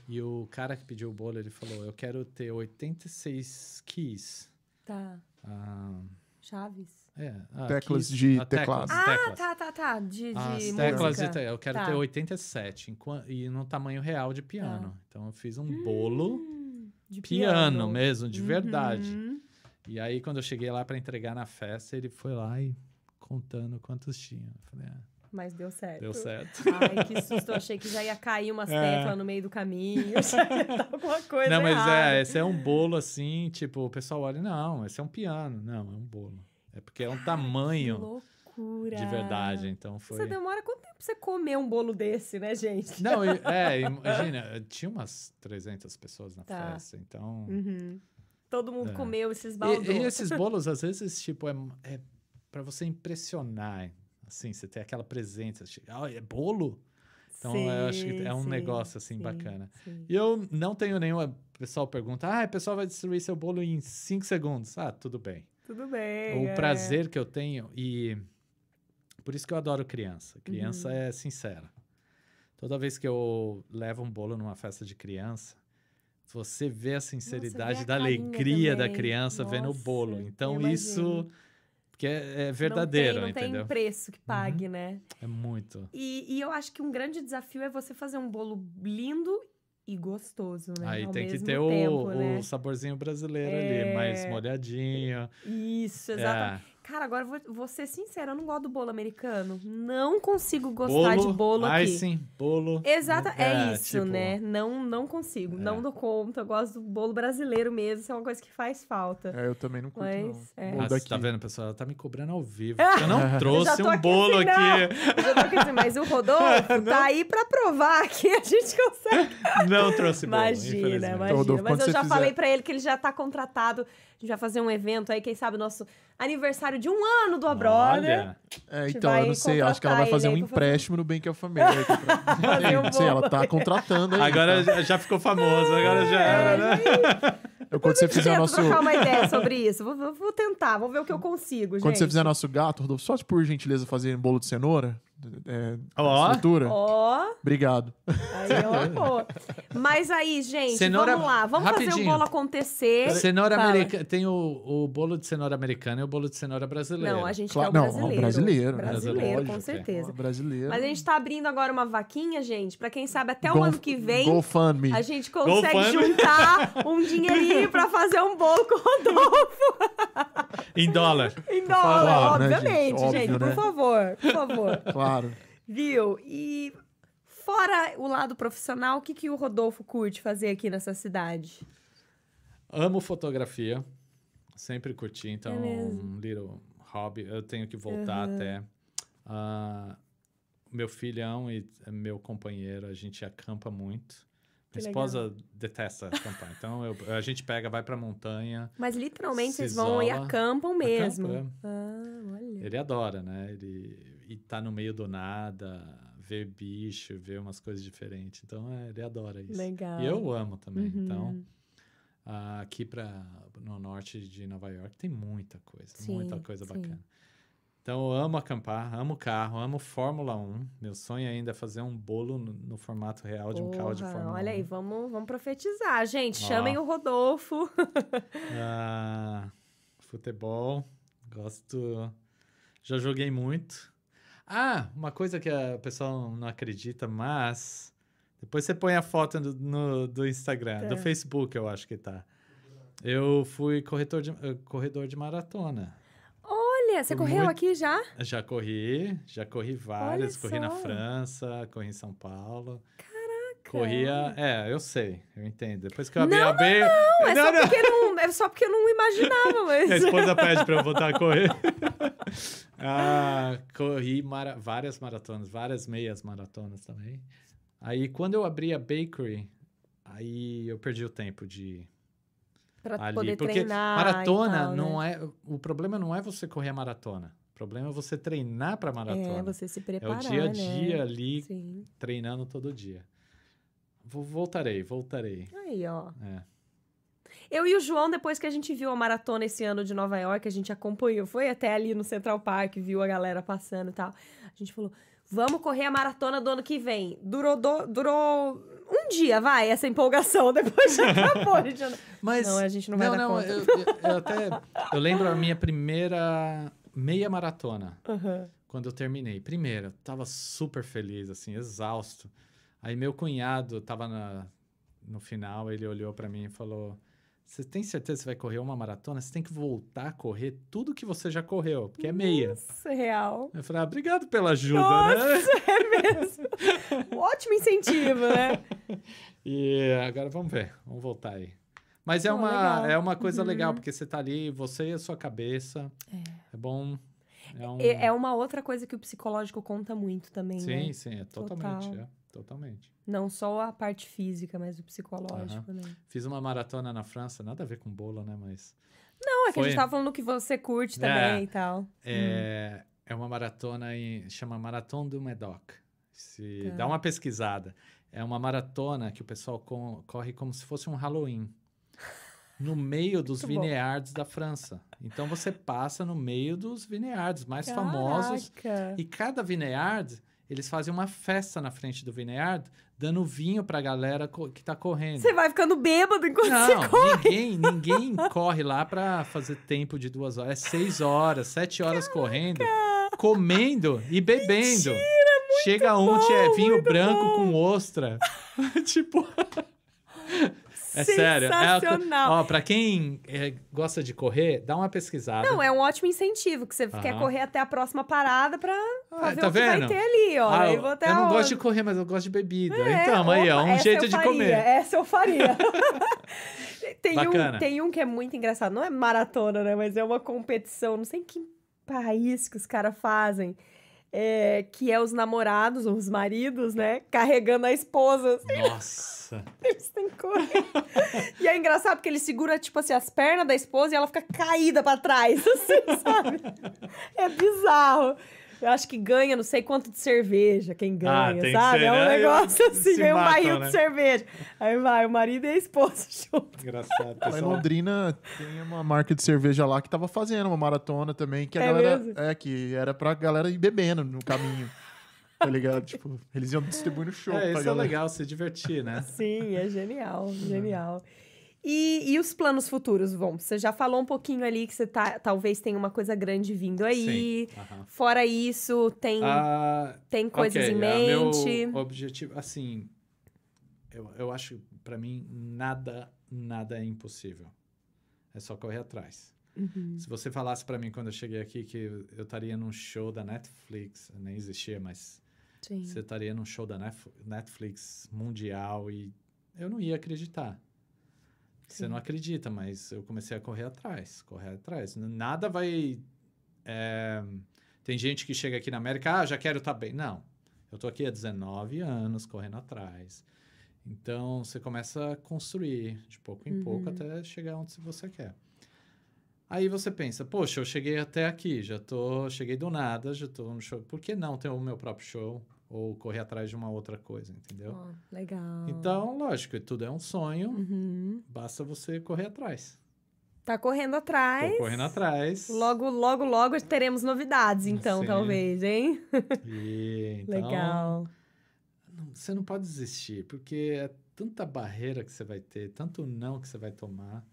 E o cara que pediu o bolo, ele falou: Eu quero ter 86 keys. Tá. Ah, Chaves. é, ah, Teclas de ah, teclado. Teclas, Ah, teclas. tá, tá, tá. De, de As música. teclas de te... Eu quero Tá. ter 87 enqua- e no tamanho real de piano. Tá. Então eu fiz um bolo Hum, de piano, mesmo, de verdade. Uhum. E aí quando eu cheguei lá pra entregar na festa, ele foi lá e contando quantos tinha. Eu falei, ah, Mas deu certo. deu certo. É. Ai, que susto. Eu achei que já ia cair umas teclas no meio do caminho. Já ia dar alguma coisa não, mas errada. é, esse é um bolo assim, tipo, o pessoal olha, não, esse é um piano. Não, é um bolo. É porque é um Que tamanho loucura. de verdade, então foi... Você demora quanto tempo pra você comer um bolo desse, né, gente? Não, e- é, imagina, tinha umas 300 pessoas na Tá. festa, então... Uhum. Todo mundo É. comeu esses baldos. E, e esses bolos, às vezes, tipo, é, é para você impressionar. Assim, você tem aquela presença. Chega, "Ah, é bolo? Então, eu acho que é um negócio, assim, bacana. sim. E eu não tenho nenhuma. O pessoal pergunta: ah, o pessoal vai destruir seu bolo em 5 segundos. Ah, tudo bem. Tudo bem. o é. prazer que eu tenho e. Por isso que eu adoro criança. Criança Uhum. é sincera. Toda vez que eu levo um bolo numa festa de criança, você vê a sinceridade a da carinha alegria da também. criança vendo o bolo. Nossa, Então eu isso imagino. porque é é Não tem- verdadeiro, não tem, entendeu? preço que pague, né? É muito. E, e eu acho que um grande desafio é você fazer um bolo lindo e gostoso, né? Aí Ao tem que mesmo ter o, tempo, o né? saborzinho brasileiro É. ali, mais molhadinho. Isso, É. exatamente. Cara, agora eu vou, vou ser sincera, eu não gosto do bolo americano. Não consigo gostar Bolo, de bolo ai, aqui. sim, bolo. Exata, é, É, isso, tipo- é. né? Não, não consigo, não dou conta. Eu gosto do bolo brasileiro mesmo, isso é uma coisa que faz falta. É, eu também não curto, Mas, não. é. Bolo Nossa, daqui. tá vendo, pessoal? Ela tá me cobrando ao vivo. porque Eu Eu já não trouxe tô um aqui bolo assim, aqui. Eu já tô aqui, mas o Rodolfo tá aí pra provar que a gente consegue. Não trouxe bolo, Imagina, infelizmente. imagina. Então, Rodolfo, mas quando eu você já fizer- falei pra ele que ele já tá contratado. A gente vai fazer um evento aí, quem sabe, nosso aniversário de um ano do A Brother. Olha, É, gente então, vai eu não sei, acho que ela vai contratar fazer um ele aí pra fazer- empréstimo no Bank of America. pra- Fazer um não sei, ela bolo. tá contratando aí. agora então. já- já ficou famoso, agora É, já era, né? Eu, quando você fizer Tento o nosso... trocar uma ideia sobre isso. Vou, vou- vou tentar, vou ver o que eu consigo, Quando gente. você fizer nosso gato, Rodolfo, só por gentileza fazer um bolo de cenoura, é, Ó. estrutura. Ó, Obrigado. aí ó, boa. Mas aí, gente, Cenoura- vamos lá. Vamos fazer o rapidinho. bolo acontecer. Cenoura Fala. americana. Tem o, o bolo de cenoura americana e o bolo de cenoura brasileira. Não, a gente Claro- quer o não, brasileiro. o brasileiro, né? Brasileiro, com Lógico, é. certeza. Brasileiro. Mas a gente tá abrindo agora uma vaquinha, gente. Pra quem sabe, até o Go- ano que vem... GoFundMe. A gente consegue GoFundMe. juntar um dinheirinho pra fazer um bolo com o Rodolfo Em dólar. em favor, dólar, né, gente? obviamente, gente. Óbvio, Por né? favor, por favor. Claro. Viu? E fora o lado profissional, o que, que o Rodolfo curte fazer aqui nessa cidade? Amo fotografia. Sempre curti, então É mesmo. um little hobby. Eu tenho que voltar até. Ah, meu filhão e eh, meu companheiro, a gente acampa muito. Que Minha esposa detesta acampar. Então eu- a gente pega, vai pra montanha. Mas literalmente Se vocês vão e isola. acampam mesmo. acampa. Ah, olha. Ele adora, né? Ele e tá no meio do nada, ver bicho, ver umas coisas diferentes. Então, é, ele adora isso. Legal. E eu amo também. Uhum. Então, ah, aqui pra, no norte de Nova York tem muita coisa, muita Sim, coisa sim. bacana. Então, eu amo acampar, amo carro, amo Fórmula 1. Meu sonho ainda é fazer um bolo no, no formato real de um carro de Porra, Fórmula 1. Olha aí, vamos, vamos profetizar, gente. Ó. Chamem o Rodolfo. Ah, futebol, gosto. Já joguei muito. Ah, uma coisa que a pessoa não acredita, mas depois você põe a foto no, no- do Instagram, do Tá. Facebook, eu acho que tá. Eu fui corretor de, eh, corredor de maratona. Olha, você correu Muito- aqui já? Já corri, já corri várias. Olha corri na só. França, corri em São Paulo. Caraca! Corria. É, eu sei, eu entendo. Depois que eu abri Não, a B. Não, é, só Porque não, é só porque eu não imaginava, mas. Minha esposa pede pra eu voltar a correr. ah, corri mara- várias maratonas, várias meias maratonas também. Aí, quando eu abri a bakery, aí eu perdi o tempo de pra ali. poder porque treinar. né? maratona não é... O problema não é você correr a maratona. O problema é você treinar pra maratona. É, você se É o preparar. dia a né? dia ali, Sim. treinando todo dia. Vou- Voltarei, voltarei. Aí, ó. É. Eu e o João, depois que a gente viu a maratona esse ano de Nova York, a gente acompanhou, foi até ali no Central Park, viu a galera passando e tal. A gente falou, vamos correr a maratona do ano que vem. Durou, do- durou um dia, vai, essa empolgação, depois já acabou. a gente já não- Mas Não, a gente não vai dar conta. Eu, eu- eu até eu lembro a minha primeira meia maratona Aham. quando eu terminei. Primeira, eu tava super feliz assim, exausto. Aí meu cunhado tava na- no final, ele olhou pra mim e falou: "Você tem certeza que você vai correr uma maratona? Você tem que voltar a correr tudo que você já correu, porque é meia." Isso é real. Eu falei: ah, "Obrigado pela ajuda, né?" Um ótimo incentivo, né? E agora vamos ver, vamos voltar aí. Mas é Pô, uma, legal. é uma coisa Uhum. legal, porque você tá ali, você e a sua cabeça. É, bom. É um... E é uma outra coisa que o psicológico conta muito também, Sim, né? sim, é totalmente. Total. é, totalmente. Não só a parte física, mas o psicológico, né? Fiz uma maratona na França, nada a ver com bolo, né? Mas Não, é que a Foi- gente tava falando que você curte É. também e tal. é, Hum. é uma maratona em, chama Marathon do Medoc. Se Tá. dá uma pesquisada. É uma maratona que o pessoal co- corre como se fosse um Halloween. No meio dos Muito bom. vineyards da França. Então você passa no meio dos vineyards mais famosos Caraca. E cada vineyard, eles fazem uma festa na frente do vineyard, dando vinho pra galera co- que tá correndo. Você vai ficando bêbado enquanto você corre. Não, ninguém, ninguém corre lá pra fazer tempo de duas horas. É seis horas, sete horas correndo, comendo e bebendo. Chega um, é vinho branco com ostra. tipo, é sério. É, Sensacional. ó, pra quem é, gosta de correr, dá uma pesquisada. Não, é um ótimo incentivo, que você quer Aham. correr até a próxima parada pra, pra Ah, ver tá o que vai vendo? ter ali, ó. Ah, Aí eu é vou até eu não a gosto de outra. correr, mas eu gosto de bebida. É, então, aí, ó, opa, um essa jeito eu de faria, comer. Essa eu faria. tem, um, Bacana. tem um que é muito engraçado. Não é maratona, né? Mas é uma competição. Não sei em que país que os caras fazem. é, que é os namorados, ou os maridos, né? Carregando a esposa. Nossa. Eles têm cor. e é engraçado porque ele segura, tipo assim, as pernas da esposa e ela fica caída pra trás, assim, sabe? É bizarro. Eu acho que ganha não sei quanto de cerveja, quem Ah, ganha, tem que sabe? ser, é um né? negócio assim, Se ganha um matam, barril né? de cerveja. Aí vai o marido e a esposa junto. Engraçado, Lá em pessoal. Londrina tem uma marca de cerveja lá que tava fazendo uma maratona também, que a É galera. mesmo? É, que era pra galera ir bebendo no caminho. tá ligado? Tipo, eles iam distribuindo show tá É, pra isso é galera. legal, se divertir, né? Sim, é genial, genial. E, e os planos futuros, Vom? Você já falou um pouquinho ali que você tá, talvez tenha uma coisa grande vindo aí. Aham. Fora isso, tem, Ah, tem coisas ok, em ah, mente. Meu objetivo, assim, eu, eu acho, pra mim, nada, nada é impossível. É só correr atrás. Uhum. Se você falasse pra mim quando eu cheguei aqui que eu eu estaria num show da Netflix, nem existia, mas Sim. você estaria num show da Nef- Netflix mundial e eu não ia acreditar. Você Sim. não acredita, mas eu comecei a correr atrás, correr atrás. N- Nada vai. é, Tem gente que chega aqui na América, ah, já quero estar bem. Não, eu tô aqui há 19 anos correndo atrás. Então você começa a construir de pouco em pouco Uhum. até chegar onde você quer. Aí você pensa, poxa, eu cheguei até aqui, já tô, cheguei do nada, já tô no show. Por que não ter o meu próprio show ou correr atrás de uma outra coisa, entendeu? Ó, legal. Então, lógico, tudo é um sonho, Uhum. basta você correr atrás. Tá correndo Tô atrás. correndo atrás. Logo, logo, logo teremos novidades, então, Sim. talvez, hein? E, então, Legal. não- você não pode desistir, porque é tanta barreira que você vai ter, tanto não que você vai tomar.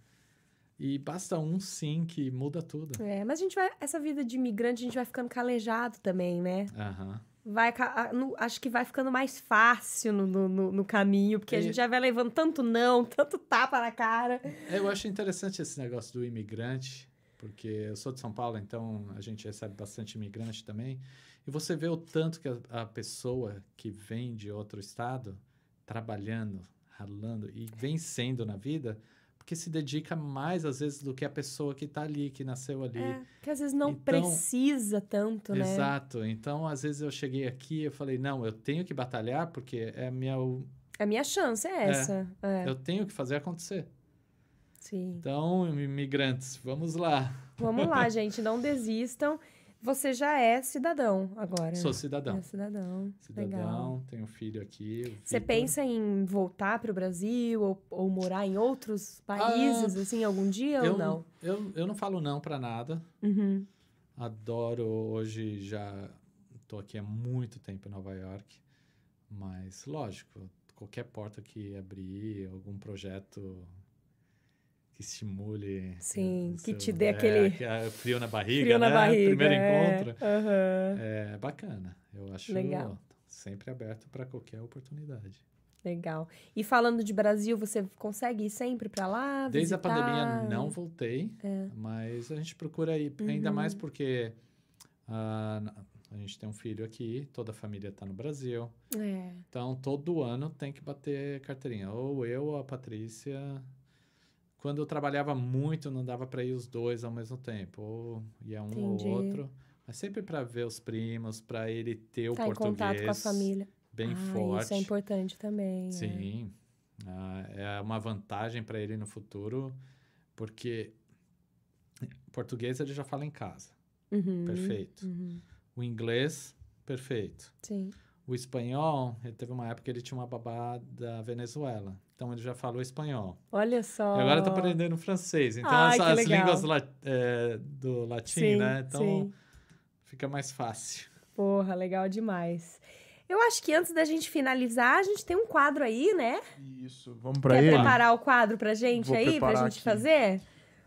E basta um sim que muda tudo. É, mas a gente vai. Essa vida de imigrante, a gente vai ficando calejado também, né? Aham. Vai, ca- a- no- acho que vai ficando mais fácil no, no, no- no caminho, porque a E- gente já vai levando tanto não, tanto tapa na cara. Eu acho interessante esse negócio do imigrante, porque eu sou de São Paulo, então a gente recebe bastante imigrante também. E você vê o tanto que a, a pessoa que vem de outro estado trabalhando, ralando e vencendo na vida, porque se dedica mais às vezes do que a pessoa que está ali, que nasceu ali. É, que às vezes não Então- precisa tanto, né? Exato. Então, às vezes eu cheguei aqui e falei, não, eu tenho que batalhar porque é a minha, A minha chance é essa. É, eu tenho que fazer acontecer. sim. Então, imigrantes, vamos lá. Vamos lá, gente, não desistam. Você já é cidadão agora. Sou É cidadão. cidadão. Legal. Cidadão, tenho um filho aqui. o Você Vitor. pensa em voltar para o Brasil ou, ou morar em outros países, assim, algum dia Ah, eu, ou não? Eu, eu não falo não para nada. Uhum. Adoro hoje já tô aqui há muito tempo em Nova York, mas lógico, qualquer porta que abrir, algum projeto que estimule Sim, eh, que seu- te dê é, aquele que é frio na barriga, Frio na né? barriga. Primeiro é. encontro. Aham. É bacana. Eu acho Legal. sempre aberto para qualquer oportunidade. Legal. E falando de Brasil, você consegue ir sempre para lá? Desde a visitar? É. pandemia não voltei, mas a gente procura ir, ainda Uhum. mais porque ah, na- a gente tem um filho aqui, toda a família está no Brasil. É. Então, todo ano tem que bater carteirinha. Ou eu ou a Patrícia. Quando eu trabalhava muito, não dava para ir os dois ao mesmo tempo. Ou ia um Entendi. ou outro. Mas sempre para ver os primos, para ele ter o Tá em português contato com a família. bem ah, forte. Isso é importante também. é. Sim. Ah, é uma vantagem para ele no futuro, porque português ele já fala em casa. Uhum. Perfeito. Uhum. O inglês, perfeito. Sim. O espanhol, ele teve uma época que ele tinha uma babá da Venezuela. Então ele já falou espanhol. Olha só. E agora está aprendendo francês. Então Ai, as, Ah. que as legal. línguas la- eh, do latim, Sim, né? Então sim. fica mais fácil. Porra, legal demais. Eu acho que antes da gente finalizar, a gente tem um quadro aí, né? Isso, vamos pra Quer ele? preparar o quadro pra gente Vou aí, pra preparar gente aqui. fazer?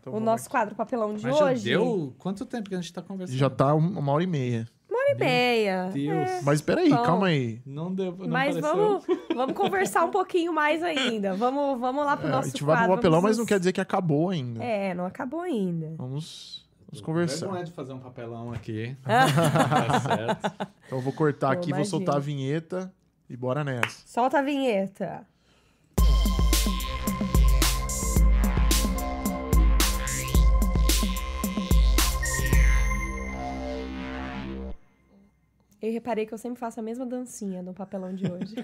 Então o vamos nosso aqui. quadro papelão de Mas já hoje? deu quanto tempo que a gente está conversando? é. Já tá um- uma hora e meia. Uma hora e meia. Meu Deus. Mas peraí, Bom. calma aí. Não deu, não É. Mas apareceu. vamos, vamos conversar um pouquinho mais ainda. Vamos, vamos lá pro É, a nosso gente vai quadro. pro papelão, vamos mas não quer dizer que acabou ainda. É, não acabou ainda. Vamos, vamos Não conversar. é de fazer um papelão aqui. tá certo. Então eu vou cortar Pô, aqui, vou imagina. soltar a vinheta e bora nessa. Solta a vinheta. Eu reparei que eu sempre faço a mesma dancinha no papelão de hoje.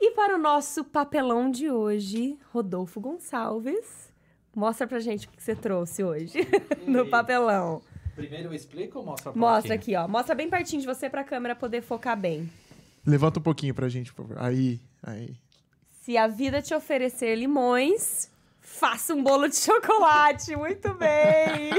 e para o nosso papelão de hoje, Rodolfo Gonçalves, mostra pra gente o que você trouxe hoje no papelão. Primeiro eu explico ou mostra Mostra aqui, ó. Mostra bem pertinho de você pra câmera poder focar bem. Levanta um pouquinho pra gente, por favor. Aí, aí. Se a vida te oferecer limões, faça um bolo de chocolate. Muito bem.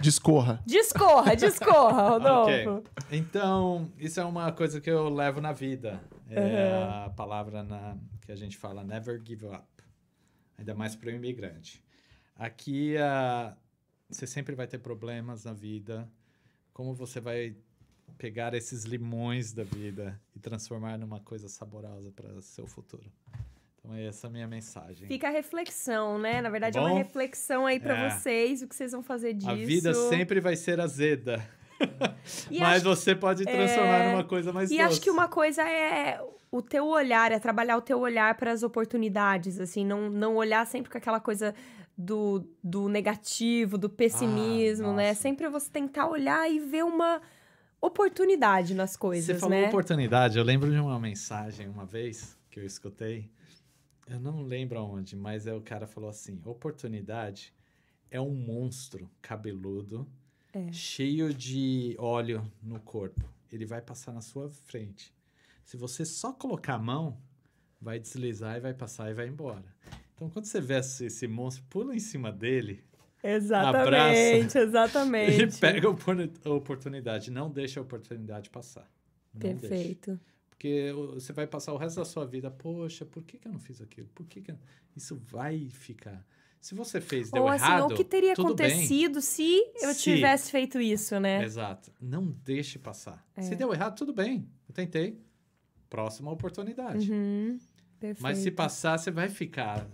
Discorra. Discorra, discorra, Rodolfo. Então, isso é uma coisa que eu levo na vida. É a palavra na- que a gente fala, never give up. Ainda mais para o imigrante. Aqui, ah, você sempre vai ter problemas na vida. Como você vai pegar esses limões da vida e transformar numa coisa saborosa para seu futuro? Então, essa é a minha mensagem. Fica a reflexão, né? Na verdade, é Bom? uma reflexão aí pra É. vocês, o que vocês vão fazer disso. A vida sempre vai ser azeda, E acho- é, mas você pode transformar numa coisa mais E doce. acho que uma coisa é o teu olhar, é trabalhar o teu olhar para as oportunidades, assim, não, não olhar sempre com aquela coisa do, do negativo, do pessimismo, Ah, né? nossa. Sempre você tentar olhar e ver uma oportunidade nas coisas, Você falou né? oportunidade. Eu lembro de uma mensagem uma vez que eu escutei. Eu não lembro aonde, mas é o cara falou assim: oportunidade é um monstro cabeludo, É. cheio de óleo no corpo. Ele vai passar na sua frente. Se você só colocar a mão, vai deslizar e vai passar e vai embora. Então, quando você vê esse, esse monstro, pula em cima dele Exatamente, e exatamente. pega a opor- a oportunidade. Não deixa a oportunidade passar. Não deixa. Perfeito. Porque o- você vai passar o resto da sua vida, poxa, por que, que eu não fiz aquilo? Por que, que eu... Isso vai ficar. Se você fez, deu Ou assim, errado. o que teria tudo bem. acontecido se eu Se- tivesse feito isso, né? Exato. Não deixe passar. É. Se deu errado, tudo bem. Eu tentei. Próxima oportunidade. Uhum, Perfeito. Mas se passar, você vai ficar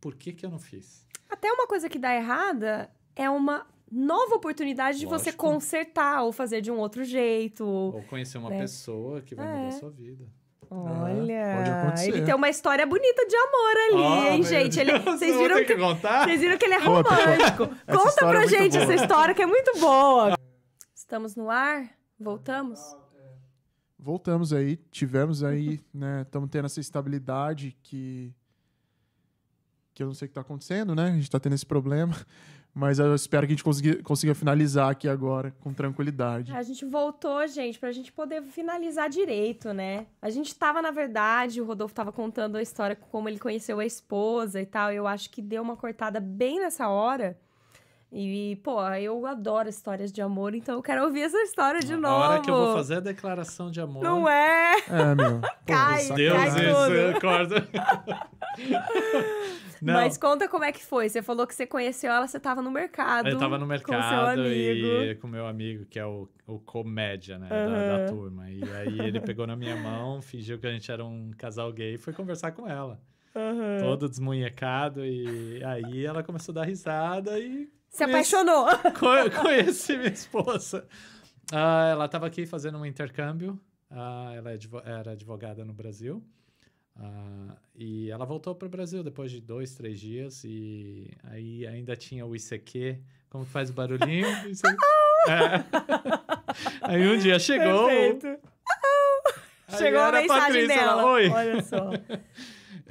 por que, que eu não fiz? Até uma coisa que dá errada é uma nova oportunidade de você Lógico. consertar ou fazer de um outro jeito. ou- Ou conhecer uma Né? pessoa que vai É. mudar a sua vida. pode Olha, acontecer. ele tem uma história bonita de amor ali, Ah, hein, meu gente? Ele- Deus, vocês eu vou viram ter que que contar? Vocês viram que ele é Conta, conta. romântico. Essa Conta história pra é muito gente boa. essa história que é muito boa. Estamos no ar? Voltamos? Voltamos aí, tivemos aí, né? Estamos tendo essa estabilidade que. que eu não sei o que tá acontecendo, né? A gente tá tendo esse problema. Mas eu espero que a gente consiga, consiga finalizar aqui agora com tranquilidade. A gente voltou, gente, pra gente poder finalizar direito, né? A gente tava, na verdade, o Rodolfo tava contando a história como ele conheceu a esposa e tal. Eu acho que deu uma cortada bem nessa hora. E, pô, eu adoro histórias de amor, então eu quero ouvir essa história de A novo. hora que eu vou fazer a declaração de amor. Não é? É, meu. Cai, pô, Deus, cai sacanagem. tudo. isso, acorda. Não, Mas conta como é que foi. Você falou que você conheceu ela, você tava no mercado. eu tava no Com seu mercado amigo. e com meu amigo, que é o, o comédia, né, da, da Aham. turma. E aí ele pegou na minha mão, fingiu que a gente era um casal gay e foi conversar com ela. Aham. Todo desmunhecado e aí ela começou a dar risada e Se apaixonou. Co- conheci minha esposa. Ah, ela estava aqui fazendo um intercâmbio. Ah, ela é advo- era advogada no Brasil. Ah, e ela voltou para o Brasil depois de dois, três dias. E aí ainda tinha o ICQ. Como que faz o barulhinho? Isso aí- É. Aí um dia chegou. Perfeito. aí Chegou a era mensagem Patrícia, ela, dela. Oi. Olha só.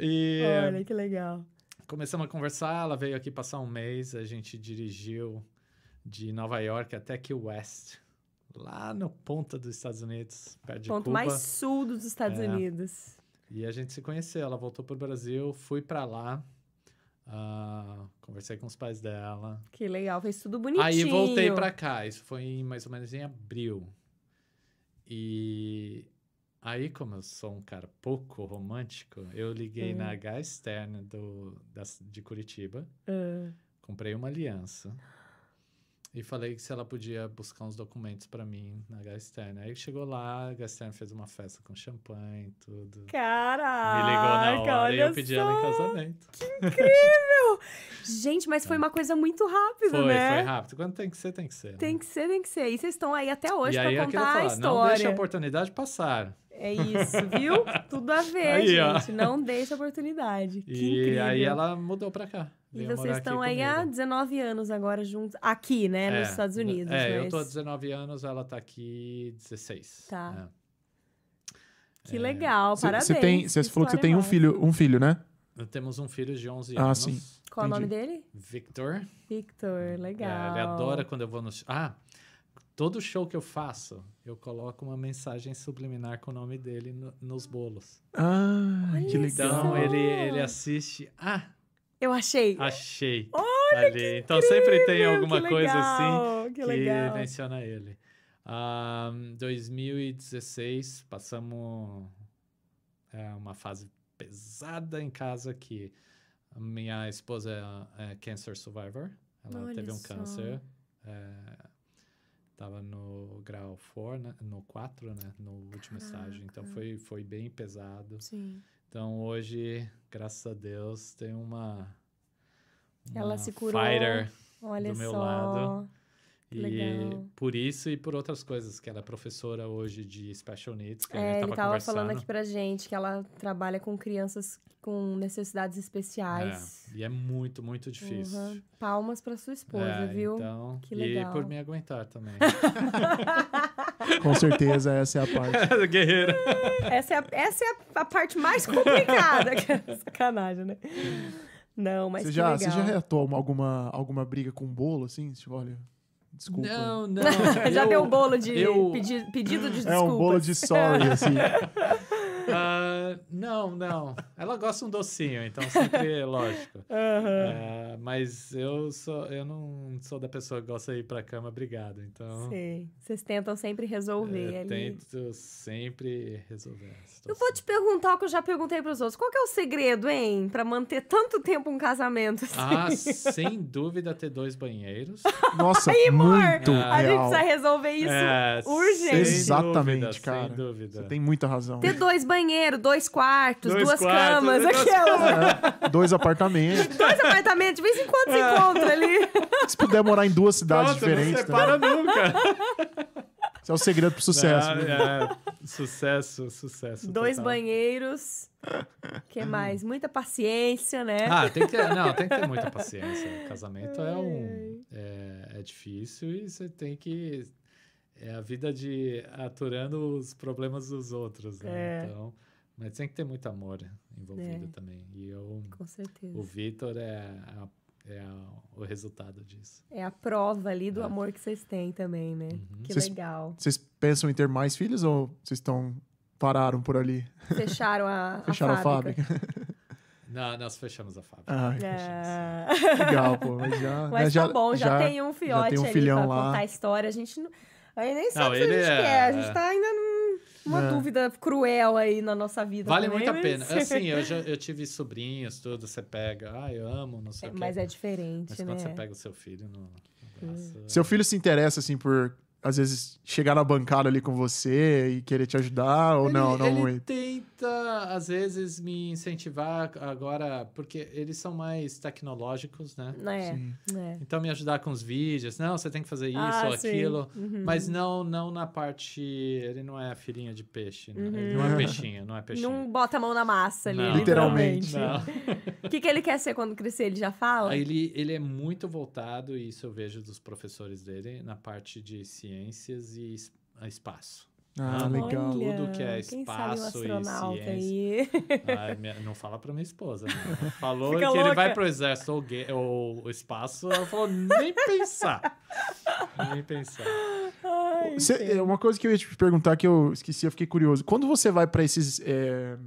E Olha que legal. começamos a conversar. Ela veio aqui passar um mês. A gente dirigiu de Nova York até Key West, lá na ponta dos Estados Unidos, perto de Ponto Cuba. mais sul dos Estados É. Unidos. E a gente se conheceu. Ela voltou pro Brasil, fui pra lá, ah, conversei com os pais dela. Que legal. Fez tudo bonitinho. Aí voltei pra cá. Isso foi em, mais ou menos em abril. E aí, como eu sou um cara pouco romântico, eu liguei Hum. na H externa do, da, de Curitiba. Ah. comprei uma aliança e falei que se ela podia buscar uns documentos pra mim na Gastern. Aí chegou lá, a Gastern fez uma festa com champanhe e tudo. Caraca, Me ligou na hora e olha eu pedi só. ela em casamento. Gente, mas foi uma coisa muito rápida, É. Foi, né? foi rápido. Quando tem que ser, tem que ser. né? Tem que ser, tem que ser. E vocês estão aí até hoje e pra aí é aquilo contar a falar, não história. deixa a oportunidade passar. É isso, viu? Tudo a ver, Aí, ó. gente. Não deixa a oportunidade. Que E incrível. aí ela mudou pra cá. E veio vocês morar estão aí aqui há comigo. 19 anos agora juntos, aqui, né? É, nos Estados Unidos. É, mas... eu tô há 19 anos, ela tá aqui 16. Tá. né? Que É. legal, Você- parabéns. Você tem, você que falou que você história tem um massa. filho, um filho, né? Temos um filho de 11 Ah, anos. sim. Qual é o nome Entendi. dele? Victor. Victor, É, legal. ele adora quando eu vou no. sh- Ah, todo show que eu faço, eu coloco uma mensagem subliminar com o nome dele no- nos bolos. Ah, Olha que legal. Então só. ele, ele assiste. Ah, Eu achei. achei. ali. então Ah, sempre tem alguma que coisa assim legal, Que que legal. menciona ele. Ah, 2016, passamos é, uma fase pesada em casa que a minha esposa é, é cancer survivor. Ela Olha teve um só. câncer. É, tava no grau 4, né? No 4, né? No último estágio. Então Caraca. foi, foi bem pesado. Sim. Então hoje, graças a Deus, tem uma. Ela uma se curou. Fighter Olha Do meu só. lado. Que e legal. por isso e por outras coisas, que ela é professora hoje de Special Needs, que É, a gente ele tava, tava conversando. falando aqui pra gente que ela trabalha com crianças com necessidades especiais. É, e é muito, muito difícil. Uhum. Palmas pra sua esposa, É, viu? Então, Que E legal. por me aguentar também. Com certeza essa é a parte. Guerreira. Essa é a, essa é a- a parte mais complicada. Sacanagem, né? Não, mas você que já, legal. você já reatou uma- alguma, alguma briga com um bolo, assim? Tipo, olha, desculpa. É um Não, não. Já eu- deu o bolo de eu- pedi- pedido de desculpa. É um bolo de sorry, assim. Ah, não, não. Ela gosta de um docinho, então sempre é lógico. É. Ah, mas eu sou, eu não sou da pessoa que gosta de ir pra cama, obrigado. Então, Sim. Vocês tentam sempre resolver eu ali. tento sempre resolver. a Eu vou situação. te perguntar o que eu já perguntei pros outros. Qual que é o segredo, hein? Pra manter tanto tempo um casamento assim? Ah, sem dúvida ter dois banheiros. Nossa, Aí, muito muito A gente real. precisa resolver isso. Ah, É, urgente. sem Exatamente, dúvida, sem cara. dúvida. Você tem muita razão. Ter dois banheiros, dois quartos, Dois duas quartos, camas, duas aquela. É, Dois apartamentos. Dois apartamentos, de vez em quando se É. encontra ali. Se puder morar em duas cidades Nossa, não diferentes, né? separa nunca. Esse é o segredo pro sucesso. Ah, né? é, sucesso, sucesso. Dois total. banheiros. que mais? Muita paciência, né? Hum. Ah, tem que ter, não, tem que ter muita paciência. O casamento é um é, é difícil e você tem que é a vida de aturando os problemas dos outros, né? É. Então, mas tem que ter muito amor envolvido É. também. E eu, Com certeza. o Vitor é, a- é a- o resultado disso. É a prova ali do É. amor que vocês têm também, né? Uhum. Que Vocês- legal. Vocês pensam em ter mais filhos ou vocês estão pararam por ali? Fecharam a, a Fecharam a fábrica. fábrica? Não, nós fechamos a fábrica. Ai, Ah, legal, pô. Mas já, Mas né, tá bom, já, tem um fiote tem um ali filhão pra lá. contar a história. A gente não... Aí nem sabe Não, se a gente ele é- quer. A gente tá ainda num- numa É. dúvida cruel aí na nossa vida. Vale também, muito a mas- pena. Assim, eu, já, eu tive sobrinhos, tudo, você pega, ah, eu amo, não sei É, o quê. mas é diferente, Mas né? quando você pega o seu filho no no braço... Seu filho se interessa, assim, por às vezes chegar na bancada ali com você e querer te ajudar ou Ele- não? Não ele muito. tenta, às vezes, me incentivar agora, porque eles são mais tecnológicos, né? É, Sim. é. Então, me ajudar com os vídeos. Não, você tem que fazer isso Ah, ou sim. aquilo. Uhum. Mas não, não na parte... Ele não é filhinha de peixe, né? Ele Uhum. não é peixinho, não é peixinho. Não bota a mão na massa ali, Não. Literalmente. literalmente. Não. O que, que ele quer ser quando crescer? Ele já fala? Aí Ele, ele é muito voltado, e isso eu vejo dos professores dele, na parte de ciências e es- espaço. Ah, Olha. legal. Tudo que é quem sabe um espaço e astronauta aí. Ai, minha- não fala pra minha esposa. né? Ela Falou Fica que louca. ele vai pro exército ou, gay- ou espaço. Ela falou, nem pensar. nem pensar. Ai, Cê- gente. é uma coisa que eu ia te perguntar que eu esqueci, eu fiquei curioso. Quando você vai para esses, é,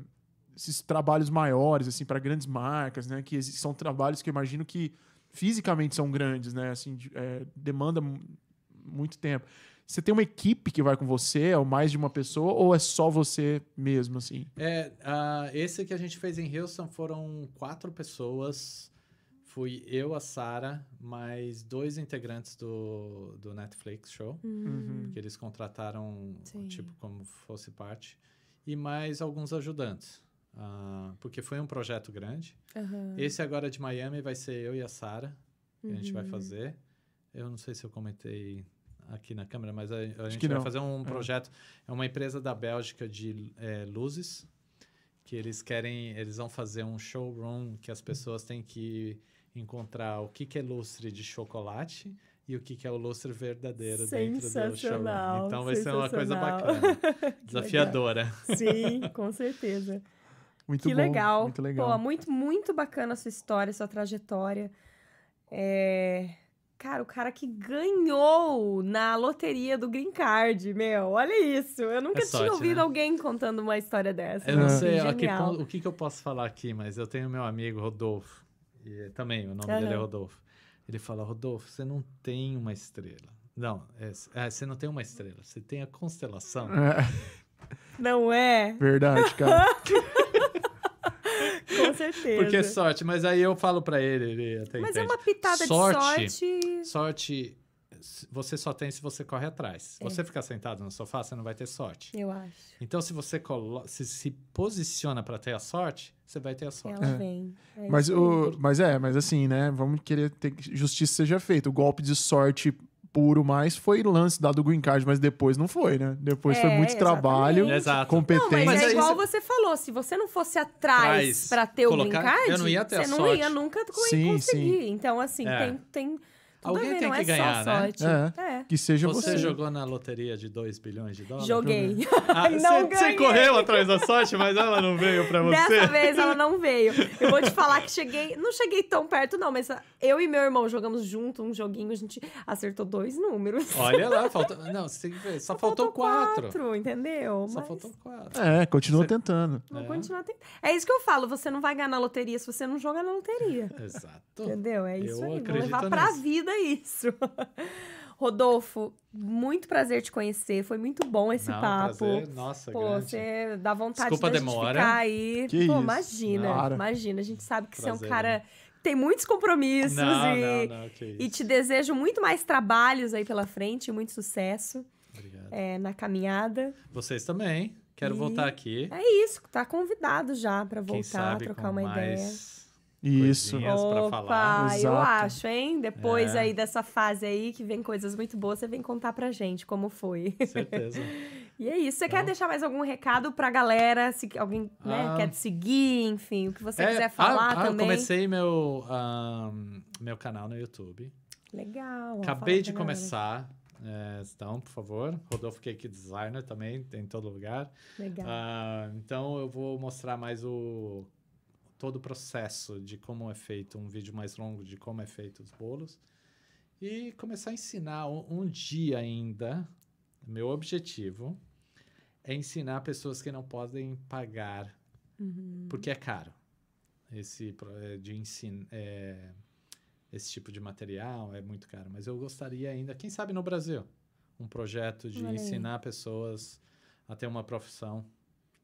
esses trabalhos maiores, assim, para grandes marcas, né? Que exi- são trabalhos que eu imagino que fisicamente são grandes, né? Assim, de- é, demanda mu- muito tempo. Você tem uma equipe que vai com você, ou mais de uma pessoa, ou é só você mesmo, assim? É, ah, esse que a gente fez em Houston foram quatro pessoas. Fui eu, a Sara, mais dois integrantes do, do Netflix show. Hum, Que eles contrataram, Sim. tipo, como fosse parte. E mais alguns ajudantes. ah, porque foi um projeto grande. aham. Esse agora de Miami vai ser eu e a Sara. que A gente vai Uhum. fazer. Eu não sei se eu comentei aqui na câmera, mas a, a que gente vai não. fazer um É. projeto. É uma empresa da Bélgica de eh, luzes que eles querem, eles vão fazer um showroom que as pessoas têm que encontrar o que, que é lustre de chocolate e o que, que é o lustre verdadeiro dentro do showroom. Sensacional, Então vai ser uma coisa sensacional. bacana, Que desafiadora. legal. Sim, com certeza. Muito que bom, legal. Muito legal. Pô, muito, muito bacana a sua história, sua trajetória. É, Cara, o cara que ganhou na loteria do Green Card, meu, olha isso. Eu nunca sorte, tinha ouvido né? alguém contando uma história dessa. Eu não É. sei ó, que Genial. pon- o que, que eu posso falar aqui, mas eu tenho meu amigo Rodolfo, e é- também o nome dele é Aham. Rodolfo. Ele fala: Rodolfo, você não tem uma estrela. Não, é, é, você não tem uma estrela, você tem a constelação. É, Não é? verdade, cara. Com certeza. Porque é sorte, mas aí eu falo pra ele, ele até Mas é entende. uma pitada Sorte. de sorte. Sorte s- você só tem se você corre atrás. Se É. você ficar sentado no sofá, você não vai ter sorte. Eu acho. Então, se você colo- se, se posiciona pra ter a sorte, você vai ter a sorte. Ela vem. É Mas, isso aí. o, mas é, mas assim, né? Vamos querer ter que justiça seja feita. O golpe de sorte puro mais foi lance dado do Green Card, mas depois não foi, né? Depois foi É, muito trabalho, exatamente. Exato. Não, mas, competência. Mas é aí igual você- você falou, se você não fosse atrás Traz, pra ter o green colocar, card, eu não ia ter a você não sorte. ia nunca co- Sim, conseguir. Então, assim, É. tem, tem tudo Alguém a ver, tem não que é ganhar, só né? sorte. É. Que seja Você, você. jogou na loteria de 2 bilhões de dólares? Joguei. Ah, Não você- Você ganhei. correu atrás da sorte, mas ela não veio pra É você. Dessa vez ela não veio. Eu vou te falar que cheguei. Não cheguei tão perto, não, mas eu e meu irmão jogamos junto um joguinho, a gente acertou dois números. Olha lá, faltou. Não, você tem que ver. Só faltou, quatro. entendeu? Só Mas faltou quatro. É, continua Você- tentando. vou É. continuar tentando. É isso que eu falo, você não vai ganhar na loteria se você não jogar na loteria. Exato. Uhum. Entendeu? É isso Eu aí. Vou acredito levar pra nisso. vida isso. Rodolfo, muito prazer te conhecer. Foi muito bom esse Não, papo. prazer. Nossa, Pô, é grande. você dá vontade Desculpa a da gente demora. ficar aí. Que Pô, isso, imagina, claro. imagina. A gente sabe que você é um Prazer, né? cara que tem muitos compromissos Não, e, não, não, que isso. e te desejo muito mais trabalhos aí pela frente, muito sucesso Obrigado. é, na caminhada. Vocês também. Quero E- voltar aqui. É isso, tá convidado já pra Quem voltar, sabe trocar com uma ideia. mais Isso. coisinhas pra falar. Opa, eu Exato. acho, hein? Depois É. aí dessa fase aí que vem coisas muito boas, você vem contar pra gente como foi. Certeza. E é isso. Você quer Então- deixar mais algum recado pra galera? Se alguém né, Ah. quer te seguir, enfim, o que você É, quiser ah, falar ah, Eu também. comecei meu, ahn, meu canal no YouTube. Legal. ó, Acabei fala de pra galera. começar. É, então, por favor, Rodolfo Cake Designer também, tem em todo lugar. Legal. Ah, então eu vou mostrar mais o todo o processo de como é feito um vídeo mais longo de como é feito os bolos e começar a ensinar um, um dia ainda. Meu objetivo é ensinar pessoas que não podem pagar Uhum. porque é caro esse pro- eh, de ensino eh, esse tipo de material é muito caro mas eu gostaria ainda quem sabe no Brasil um projeto de Olha aí. ensinar pessoas a ter uma profissão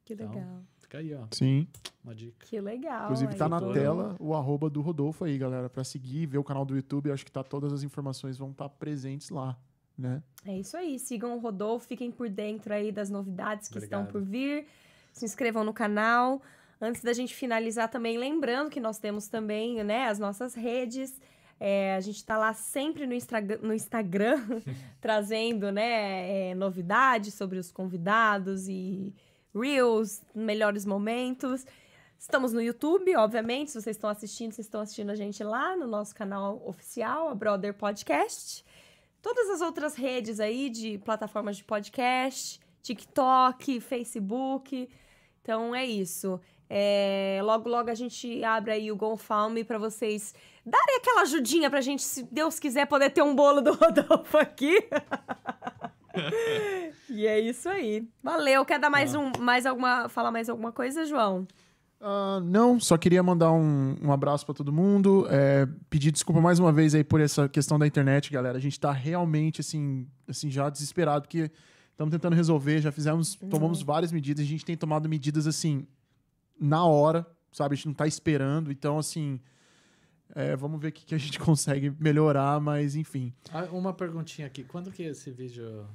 Que Então, legal. fica aí ó Sim. uma dica Que legal. Inclusive tá aí, na pô. tela o arroba do Rodolfo aí, galera, pra seguir, ver o canal do YouTube. Acho que tá todas as informações vão estar presentes lá, né? É isso aí. Sigam o Rodolfo, fiquem por dentro aí das novidades que estão Obrigado. por vir. Se inscrevam no canal. Antes da gente finalizar também, lembrando que nós temos também né, as nossas redes. É, a gente está lá sempre no, Instagram- no Instagram, trazendo né, é, novidades sobre os convidados e reels, melhores momentos. Estamos no YouTube, obviamente. Se vocês estão assistindo, vocês estão assistindo a gente lá no nosso canal oficial, a Brother Podcast. Todas as outras redes aí de plataformas de podcast, TikTok, Facebook. Então é isso. É, logo, logo a gente abre aí o GoFalme pra vocês darem aquela ajudinha pra gente, se Deus quiser, poder ter um bolo do Rodolfo aqui. e é isso aí. Valeu. Quer dar mais Ah. um, mais alguma, falar mais alguma coisa, João? Ah, não, só queria mandar um, um abraço pra todo mundo. É, pedir desculpa mais uma vez aí por essa questão da internet, galera. A gente tá realmente assim, assim já desesperado porque estamos tentando resolver. Já fizemos, tomamos várias medidas. A gente tem tomado medidas assim na hora, sabe? A gente não tá esperando. Então assim, é, vamos ver o que, que a gente consegue melhorar, mas enfim. Ah, uma perguntinha aqui quando que esse vídeo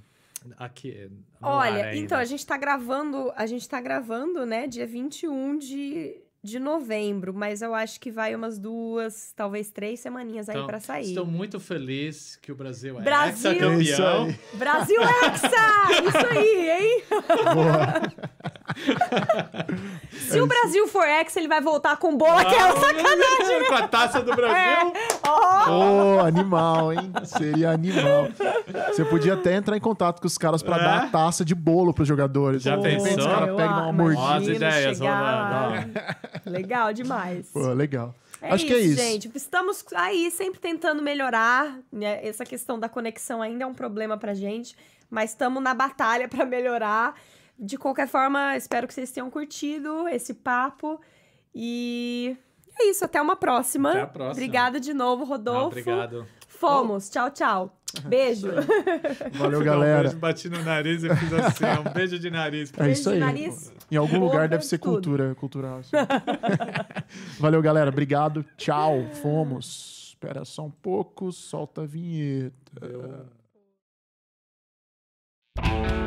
aqui eh, no ar Olha, ainda? então a gente tá gravando, a gente tá gravando, né, dia 21 de, de novembro, mas eu acho que vai umas duas, talvez três semaninhas tá aí Então, pra sair. estou muito feliz que o Brasil é Brasil! hexacampeão. Isso aí. Brasil Hexa! Isso aí, hein? Boa. Se o Brasil for Hexa, ele vai voltar com é bola aquela. sacanagem! Com a taça do Brasil! É. Ah, Ó, Ô, animal, hein? Seria animal. Você podia até entrar em contato com os caras pra É? dar a taça de bolo pros jogadores. Já De pô, repente, pensou? Os caras eu pegam uma a- Ó, as mordida. imagino ideias chegar lá. rolando, Legal demais. Pô, legal. É Acho isso, que é isso. gente. Estamos aí sempre tentando melhorar, né? Essa questão da conexão ainda é um problema pra gente, mas estamos na batalha pra melhorar. De qualquer forma, espero que vocês tenham curtido esse papo e é isso, até uma próxima. Até a próxima. Obrigada de novo, Rodolfo. Não, obrigado. Uhum. Fomos. Tchau, tchau. Beijo. Valeu, Fui dar um galera. beijo, bati no nariz e fiz assim, ó, um beijo de nariz. É isso Beijo aí. de nariz. Em algum Boca lugar deve ser de tudo. cultura, cultural. assim. Valeu, galera. Obrigado. Tchau. Fomos. Espera só um pouco. Solta a vinheta. Eu-